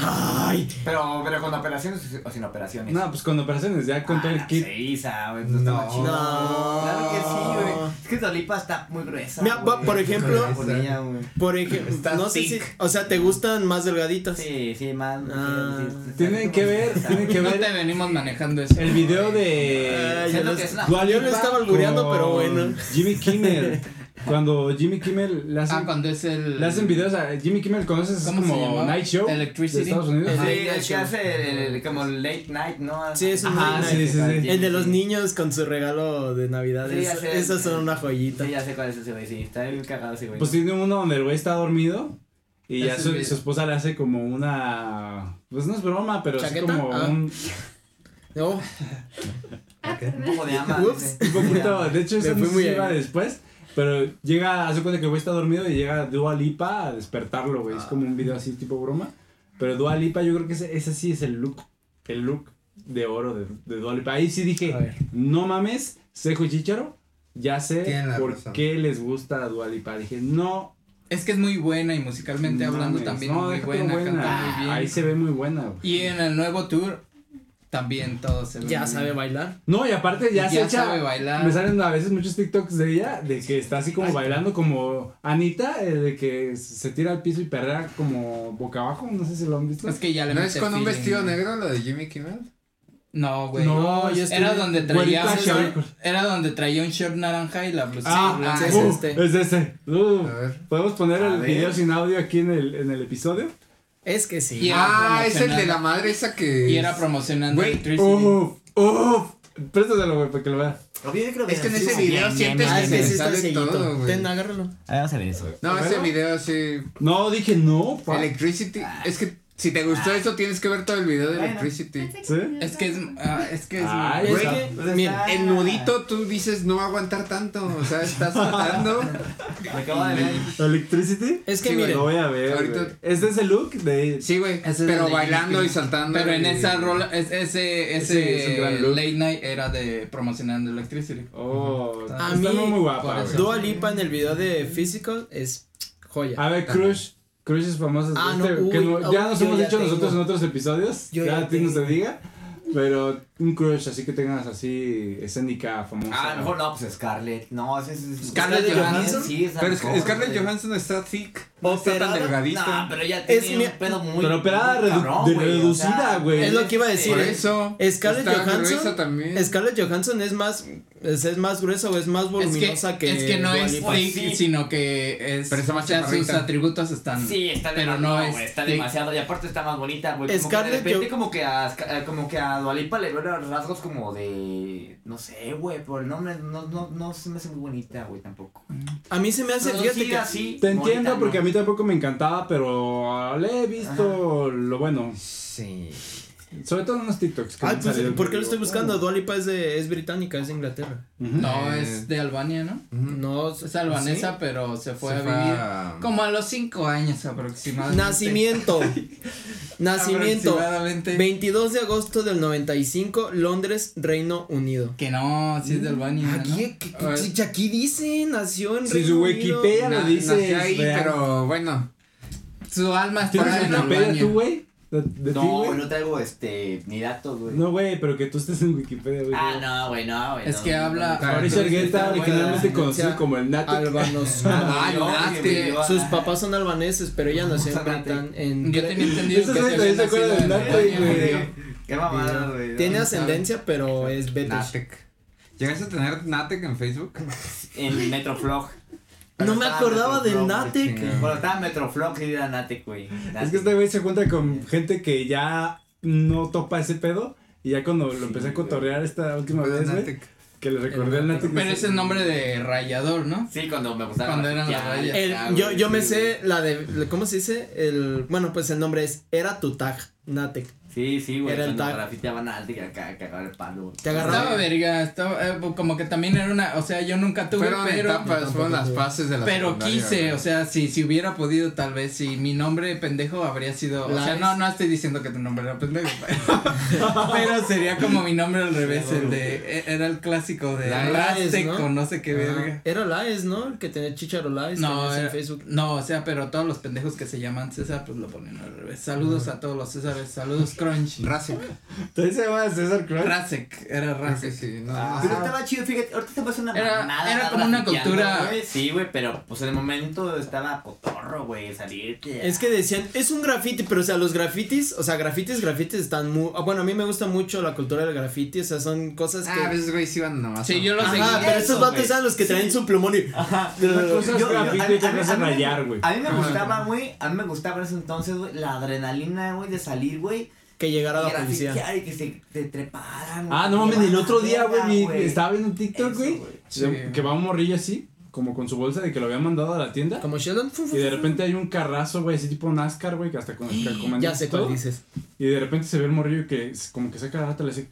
Speaker 1: Ay,
Speaker 5: Pero, pero con operaciones o sin operaciones.
Speaker 2: No, pues con operaciones, ya con todo el
Speaker 5: Ah,
Speaker 2: kit.
Speaker 5: Se hizo, güey. pues,
Speaker 4: No.
Speaker 5: estaba chido.
Speaker 1: No.
Speaker 5: Claro que sí, güey. Es que Dolipa está muy gruesa.
Speaker 1: Mira, va,
Speaker 5: güey.
Speaker 1: por ejemplo-
Speaker 5: Con ella, güey.
Speaker 1: por ejemplo,
Speaker 5: Está
Speaker 1: no sé si,
Speaker 5: thick.
Speaker 1: o sea, te gustan más delgaditas.
Speaker 5: Sí, sí, más.
Speaker 1: Ah.
Speaker 5: sí, sí, sí,
Speaker 2: Tienen
Speaker 5: sí,
Speaker 2: que
Speaker 5: sí,
Speaker 2: ver,
Speaker 5: sí, sí,
Speaker 2: tienen que
Speaker 3: No
Speaker 2: ver
Speaker 3: te venimos manejando eso.
Speaker 2: el video de.
Speaker 1: Ay,
Speaker 5: Siento
Speaker 1: yo no
Speaker 5: que es
Speaker 1: sé.
Speaker 5: una-
Speaker 2: Dua
Speaker 1: yo lo
Speaker 2: Lipa
Speaker 1: estaba albureando,
Speaker 2: con
Speaker 1: pero bueno.
Speaker 2: Jimmy Kimmel. Cuando Jimmy Kimmel le
Speaker 3: Ah,
Speaker 2: hacen
Speaker 3: cuando es el...
Speaker 2: Le hacen videos a Jimmy Kimmel, ¿conoces? Es
Speaker 3: ¿Cómo se
Speaker 2: como
Speaker 3: llamaba?
Speaker 2: Night Show
Speaker 3: Electricity.
Speaker 2: de Estados Unidos.
Speaker 1: El-
Speaker 5: Sí,
Speaker 1: Late Night
Speaker 5: el que
Speaker 1: Show.
Speaker 5: hace el, el- como late night, ¿no?
Speaker 1: Sí, es un
Speaker 2: Ajá,
Speaker 1: late
Speaker 2: sí,
Speaker 1: night.
Speaker 2: sí, sí.
Speaker 1: El de los niños con su regalo de Navidad.
Speaker 5: Sí, ya
Speaker 1: es-
Speaker 5: sé.
Speaker 1: esas son una joyita.
Speaker 5: Sí, ya sé cuál es ese güey, sí, está bien cagado ese güey.
Speaker 2: Pues tiene uno donde el güey está dormido y ya
Speaker 3: Ese
Speaker 2: su,
Speaker 3: video.
Speaker 2: su esposa le hace como una... Pues no es broma, pero así
Speaker 1: ¿Chaqueta?
Speaker 2: como
Speaker 1: Ah.
Speaker 2: un,
Speaker 1: No,
Speaker 6: Ah,
Speaker 5: un
Speaker 6: perdón.
Speaker 5: poco de ama.
Speaker 1: Ups,
Speaker 5: dice.
Speaker 2: un poquito... De hecho,
Speaker 1: Me
Speaker 2: eso
Speaker 1: fui
Speaker 2: no sé
Speaker 1: muy
Speaker 2: si iba
Speaker 1: ahí.
Speaker 2: después, pero llega, hace cuenta que el güey está dormido y llega Dua Lipa a despertarlo, güey. Es como un video así tipo broma. Pero Dua Lipa yo creo que ese, ese sí es el look, el look de oro de, de Dua Lipa. Ahí sí dije,
Speaker 1: A ver.
Speaker 2: no mames, Sejo y Chicharo, ya sé
Speaker 4: Tienen la
Speaker 2: por
Speaker 4: razón.
Speaker 2: qué les gusta a Dua Lipa. Dije, no.
Speaker 3: Es que es muy buena y musicalmente
Speaker 2: no
Speaker 3: hablando
Speaker 2: mames,
Speaker 3: también
Speaker 2: no,
Speaker 3: muy
Speaker 2: deja tú
Speaker 3: buena, Ah, canta muy bien.
Speaker 2: Ahí se ve muy buena, güey.
Speaker 3: Y en el nuevo tour también todo se ve
Speaker 1: ya
Speaker 3: muy
Speaker 1: sabe
Speaker 3: bien.
Speaker 1: bailar.
Speaker 2: No, y aparte ya, se
Speaker 3: Ya
Speaker 2: echa.
Speaker 3: sabe bailar.
Speaker 2: Me salen a veces muchos TikToks de ella, de que está así como bailando como Anita, eh, de que se tira al piso y perrea como boca abajo. No sé si lo han visto.
Speaker 3: Es que ya le
Speaker 4: ¿No es
Speaker 3: mete
Speaker 4: con un
Speaker 3: feeling,
Speaker 4: vestido
Speaker 3: güey.
Speaker 4: negro lo de Jimmy Kimmel?
Speaker 3: No, güey.
Speaker 1: No, yo estoy-
Speaker 3: Era donde traía.
Speaker 2: Güerita Shakur.
Speaker 3: Era donde traía un short naranja y la blusita
Speaker 2: Ah,
Speaker 3: blanca.
Speaker 1: sí,
Speaker 2: uh,
Speaker 1: es este.
Speaker 2: es este. Uh,
Speaker 4: A ver.
Speaker 2: ¿Podemos poner
Speaker 4: A
Speaker 2: el
Speaker 4: ver.
Speaker 2: video sin audio aquí en el, en el episodio?
Speaker 1: Es que sí.
Speaker 3: Y era
Speaker 4: Ah, es el
Speaker 3: promocionando-
Speaker 4: de la madre esa que.
Speaker 3: Y era promocionando
Speaker 4: Güey,
Speaker 3: Electricity.
Speaker 2: Uf, uf. Préstaselo, güey, para que lo veas.
Speaker 5: Yo creo
Speaker 4: Es que en
Speaker 5: sí,
Speaker 4: ese
Speaker 5: sí.
Speaker 4: video
Speaker 5: Bien,
Speaker 4: sientes
Speaker 5: bien,
Speaker 1: Ah,
Speaker 4: que
Speaker 1: es
Speaker 5: bien.
Speaker 1: que
Speaker 4: se
Speaker 1: sí está
Speaker 4: sale
Speaker 1: cieguito.
Speaker 4: todo, güey.
Speaker 1: Ten, agárralo.
Speaker 5: A ver, vamos a ver eso.
Speaker 4: No, ese
Speaker 2: ¿Pero?
Speaker 4: video sí.
Speaker 2: No, dije no, pa.
Speaker 4: Electricity. Es que si te gustó eso, tienes que ver todo el video de
Speaker 5: Bueno.
Speaker 4: Electricity.
Speaker 2: ¿Sí?
Speaker 3: Es que es. ah, es que es.
Speaker 2: Ah,
Speaker 1: Es
Speaker 2: Güey,
Speaker 1: que,
Speaker 5: pues
Speaker 1: mira,
Speaker 5: está-
Speaker 4: El nudito, tú dices no aguantar tanto. O sea, estás saltando.
Speaker 5: Me acabo de ver.
Speaker 2: ¿Electricity?
Speaker 1: es que
Speaker 4: Sí,
Speaker 1: miren,
Speaker 2: Lo voy a ver.
Speaker 4: Ahorita-
Speaker 2: güey. ¿Este es el look de
Speaker 4: Sí, güey.
Speaker 3: Ese es el
Speaker 4: Pero
Speaker 3: de
Speaker 4: bailando
Speaker 3: Jimmy
Speaker 4: y saltando.
Speaker 3: Pero en
Speaker 4: y-
Speaker 3: esa rola, es- ese,
Speaker 2: Ese es un
Speaker 3: ese
Speaker 2: gran look.
Speaker 3: late night era de promocionando Electricity.
Speaker 2: Oh,
Speaker 1: Ah, A
Speaker 2: está
Speaker 1: mí-
Speaker 2: muy guapa,
Speaker 3: por
Speaker 2: güey.
Speaker 3: eso.
Speaker 1: Dua Lipa en el video de Physical es joya.
Speaker 2: A ver, Crush. Crush es famosa.
Speaker 1: Ah,
Speaker 2: este,
Speaker 1: no,
Speaker 2: que
Speaker 1: uy,
Speaker 2: no- ya
Speaker 1: uy,
Speaker 2: nos
Speaker 1: yo
Speaker 2: hemos
Speaker 1: ya
Speaker 2: dicho
Speaker 1: tengo.
Speaker 2: nosotros en otros episodios.
Speaker 1: Yo ya
Speaker 2: ya a ti no se
Speaker 1: tengo.
Speaker 2: diga. Pero un crush así que tengas así escénica famosa.
Speaker 5: Ah, a lo mejor no, pues Scarlett. No, ese es.
Speaker 4: ¿Scarlett Johansson?
Speaker 5: Sí, es
Speaker 4: Pero es que
Speaker 5: alcohol,
Speaker 4: Scarlett
Speaker 5: güey.
Speaker 4: Johansson está thick. No está tan
Speaker 5: ¿Operada?
Speaker 4: delgadita.
Speaker 5: No, pero ya
Speaker 1: Es
Speaker 5: tiene
Speaker 1: mi-
Speaker 5: un pedo muy.
Speaker 2: Pero operada
Speaker 5: muy
Speaker 2: redu- de
Speaker 5: güey, o
Speaker 2: reducida,
Speaker 5: sea,
Speaker 2: güey.
Speaker 1: Es lo que iba a decir,
Speaker 4: Por
Speaker 1: eh.
Speaker 4: eso.
Speaker 1: Scarlett
Speaker 4: está
Speaker 1: Johansson
Speaker 4: gruesa también.
Speaker 1: Scarlett Johansson es más es, es más gruesa o es más voluminosa
Speaker 3: es que, es que no
Speaker 1: Dua
Speaker 3: es
Speaker 1: Lipa.
Speaker 3: fake,
Speaker 5: Sí.
Speaker 3: sino que es.
Speaker 4: Pero está más
Speaker 3: o sea, sus
Speaker 4: chaparrita.
Speaker 3: atributos están.
Speaker 5: Sí, está
Speaker 3: Pero
Speaker 5: demasiado,
Speaker 3: no es
Speaker 5: güey, está
Speaker 3: fake.
Speaker 5: demasiado y aparte está más bonita, güey. Como que de
Speaker 1: Scarlett
Speaker 5: repente
Speaker 1: Joh-
Speaker 5: como que a Sca- eh, como que a Dualipa le veo los rasgos como de no sé, güey, por el nombre no no no se me hace muy bonita, güey, tampoco.
Speaker 1: A mí se me hace fíjate que
Speaker 5: Reducida, sí,
Speaker 2: Te
Speaker 5: bonita,
Speaker 2: entiendo porque
Speaker 5: no.
Speaker 2: a mí tampoco me encantaba, pero le he visto lo bueno.
Speaker 4: Sí.
Speaker 2: Sobre todo en los TikToks. que
Speaker 1: Ay,
Speaker 2: han
Speaker 1: pues,
Speaker 2: salido.
Speaker 1: ¿por qué lo estoy buscando? Dua Lipa es de es británica, es de Inglaterra.
Speaker 2: Ujú.
Speaker 3: No,
Speaker 4: Eh.
Speaker 3: es de Albania, ¿no?
Speaker 1: No,
Speaker 3: Es albanesa, pero se fue
Speaker 4: Se
Speaker 3: a
Speaker 4: fue
Speaker 3: vivir.
Speaker 4: a-
Speaker 3: Como a los 5 años aproximadamente.
Speaker 1: Nacimiento. Nacimiento.
Speaker 3: Aproximadamente.
Speaker 1: 22 de agosto del 95, Londres, Reino Unido.
Speaker 3: Que no, sí es de Albania. ¿no?
Speaker 1: Aquí, que-
Speaker 4: A ver.
Speaker 1: si- aquí dice, nació en
Speaker 2: Si
Speaker 1: Reino
Speaker 2: su
Speaker 1: Unido.
Speaker 2: Wikipedia lo
Speaker 4: Na-
Speaker 2: dice.
Speaker 4: nací ahí,
Speaker 2: real.
Speaker 4: pero bueno.
Speaker 3: Su alma está
Speaker 2: ¿Tienes
Speaker 3: en
Speaker 2: Wikipedia
Speaker 3: Albania.
Speaker 2: tú, güey? ¿De, de ti,
Speaker 5: No,
Speaker 2: güey?
Speaker 5: no traigo este ni datos, güey.
Speaker 2: No, güey, pero que tú estés en Wikipedia, güey.
Speaker 5: Ah, no, güey, no, güey.
Speaker 3: Es
Speaker 5: no,
Speaker 3: que
Speaker 5: no,
Speaker 3: habla-
Speaker 5: no, no.
Speaker 2: Mauricio Argueta,
Speaker 1: Buena
Speaker 2: originalmente conocido
Speaker 1: tendencia.
Speaker 2: como el Nato.
Speaker 1: Albanos.
Speaker 4: Ah,
Speaker 5: Yo,
Speaker 4: nace.
Speaker 5: que vivió a-
Speaker 1: Sus papás son albaneses, pero ella nació en
Speaker 5: Sanate.
Speaker 1: Britán. En
Speaker 3: Yo tenía entendido
Speaker 2: Eso
Speaker 3: que
Speaker 2: es
Speaker 3: se
Speaker 2: también
Speaker 3: había
Speaker 2: se acuerda
Speaker 3: nacido en
Speaker 2: del Dante,
Speaker 3: Albania,
Speaker 2: güey.
Speaker 3: pero-
Speaker 5: Qué mamada, güey. no.
Speaker 1: Tiene ascendencia, pero es Betis.
Speaker 4: Natec. ¿Llegaste a tener Natec en Facebook?
Speaker 5: en Metroflog.
Speaker 1: No me
Speaker 5: estaba
Speaker 1: acordaba del
Speaker 5: Metroflog, güey.
Speaker 1: Natec.
Speaker 4: chingada.
Speaker 5: Bueno, estaba Metroflog y era Natec, güey.
Speaker 2: Es que este güey se cuenta con gente que ya no topa ese pedo. Y ya cuando lo empecé a cotorrear esta última vez, güey,
Speaker 4: Natec.
Speaker 2: que le recordé al Nato.
Speaker 3: Pero es el nombre de rayador, ¿no?
Speaker 5: Sí, cuando me gustaba.
Speaker 3: Cuando eran
Speaker 5: Ya,
Speaker 3: las rayas.
Speaker 5: ya,
Speaker 1: El-
Speaker 5: ya,
Speaker 1: yo,
Speaker 5: güey,
Speaker 1: yo me
Speaker 5: sí,
Speaker 1: sé la de. ¿Cómo se dice? El, bueno, pues el nombre es Era tu tag, Natec.
Speaker 5: Sí, sí, güey.
Speaker 1: Era el
Speaker 5: cuando
Speaker 1: tag.
Speaker 5: grafiteaban a alguien acá, cagaba el palo. güey.
Speaker 1: Te agarraba.
Speaker 3: Estaba verga, estaba, eh, como que también era una, o sea, yo nunca tuve,
Speaker 4: Fueron
Speaker 3: pero,
Speaker 4: etapas, fueron las fases de la
Speaker 3: pero
Speaker 4: secundaria,
Speaker 3: quise,
Speaker 4: güey.
Speaker 3: o sea, si, si hubiera podido, tal vez, si mi nombre pendejo habría sido, o sea,
Speaker 1: Lars.
Speaker 3: no, no estoy diciendo que tu nombre era pendejo, pero, pero sería como mi nombre al revés, el de, eh, era el clásico de
Speaker 1: Lars,
Speaker 3: Raste
Speaker 1: ¿no?
Speaker 3: con no sé qué verga.
Speaker 1: Era Laes, ¿no? El que tenía Chicharo Laes.
Speaker 3: No,
Speaker 1: tenías en
Speaker 3: era-
Speaker 1: Facebook.
Speaker 3: no, o sea, pero todos los pendejos que se llaman César, pues lo ponen al revés. Saludos a todos los Césares, saludos Crunch.
Speaker 4: Rasek.
Speaker 2: Entonces se llama César Crush.
Speaker 3: Rasek, era
Speaker 4: Creo que
Speaker 3: Rasek.
Speaker 4: sí, no,
Speaker 2: Ah.
Speaker 5: Pero estaba chido, fíjate, ahorita te pasa una
Speaker 3: Era-
Speaker 5: mamada.
Speaker 3: era
Speaker 5: andar
Speaker 3: como una
Speaker 5: grafiteando,
Speaker 3: cultura-
Speaker 5: güey. Sí, güey, pero pues en el momento estaba cotorro, güey, salirte.
Speaker 1: Es que decían, es un graffiti, pero o sea, los grafitis, o sea, grafitis, grafitis están muy. ah, Bueno, a mí me gusta mucho la cultura del graffiti, o sea, son cosas que.
Speaker 4: Ah, a veces, güey, sí iban nomás.
Speaker 3: Sí, yo lo
Speaker 1: Ajá,
Speaker 3: pues, seguía.
Speaker 1: pero
Speaker 5: eso,
Speaker 1: estos vatos
Speaker 5: güey.
Speaker 1: eran los que traen su plumón y.
Speaker 2: Una cosa es
Speaker 5: Yo- yo-
Speaker 2: grafiti
Speaker 5: a mí-
Speaker 2: y otra
Speaker 5: a mí-
Speaker 2: cosa es
Speaker 5: a mí me-
Speaker 2: rayar, güey.
Speaker 5: A mí me gustaba, güey, a mí me gustaba en ese entonces, güey, la adrenalina, güey, de salir, güey.
Speaker 1: que llegara
Speaker 5: Y
Speaker 1: la policía.
Speaker 5: grafitear y que se te treparan.
Speaker 2: Ah, no mames, el otro día, güey, vi- estaba viendo un TikTok,
Speaker 5: Eso,
Speaker 2: güey.
Speaker 5: güey.
Speaker 2: se- Que va un morrillo así, como con su bolsa de que lo había mandado a la tienda.
Speaker 1: Como Sheldon. fu, fu,
Speaker 2: Y de
Speaker 1: fu.
Speaker 2: repente hay un carrazo, güey, así tipo NASCAR, güey, que hasta con el calcomanía
Speaker 1: Ya sé
Speaker 2: y todo.
Speaker 1: cuál dices.
Speaker 2: Y de repente se ve el morrillo que es- como que saca la rata, le, hace-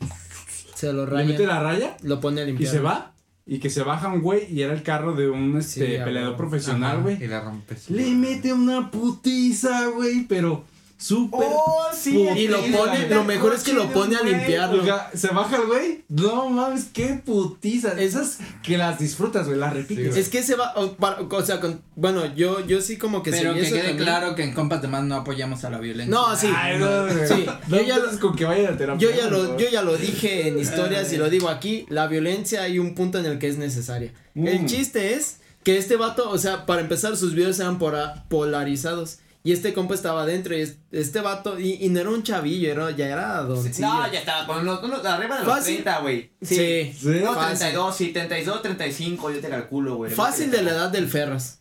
Speaker 1: Se lo
Speaker 2: le mete
Speaker 1: raya.
Speaker 2: la raya
Speaker 1: Lo pone a
Speaker 2: y
Speaker 1: limpiar.
Speaker 2: se va. Y que se baja un güey y era el carro de un
Speaker 1: Sí,
Speaker 2: este,
Speaker 1: a
Speaker 2: peleador
Speaker 1: huevo.
Speaker 2: profesional, güey.
Speaker 4: Y la rompes.
Speaker 2: Le mete una putiza, güey, pero súper.
Speaker 5: Oh, sí.
Speaker 1: Y lo pone, lo mejor es que lo pone a limpiarlo.
Speaker 2: Oiga, se baja el güey. No mames, qué putiza. Esas que las disfrutas, güey, las repites.
Speaker 1: Es que se va, o, para- o sea, con- bueno, yo, yo sí como que
Speaker 3: Pero
Speaker 1: seguí
Speaker 3: que
Speaker 1: eso
Speaker 3: quede
Speaker 1: también.
Speaker 3: claro que en Compas de Más no apoyamos a la violencia.
Speaker 1: No, sí.
Speaker 2: Ay, no, güey.
Speaker 1: Sí,
Speaker 2: No
Speaker 1: yo ya lo-
Speaker 2: empeces con que vaya a terapia.
Speaker 1: Yo ya
Speaker 2: por
Speaker 1: lo,
Speaker 2: favor.
Speaker 1: yo ya lo dije en historias y lo digo aquí, la violencia hay un punto en el que es necesaria.
Speaker 2: Mm.
Speaker 1: El chiste es que este vato, o sea, para empezar sus videos eran pora- polarizados Y este compa estaba adentro y es- este vato, y, y no era un chavillo, era, ya era doncillo.
Speaker 5: No, ya estaba con unos, unos- arriba de los
Speaker 1: Fácil.
Speaker 5: 30, güey.
Speaker 1: Sí.
Speaker 2: Sí.
Speaker 5: No,
Speaker 1: Fácil.
Speaker 5: 32, sí, 32, 35, yo te calculo, güey.
Speaker 1: Fácil de la edad del Ferras.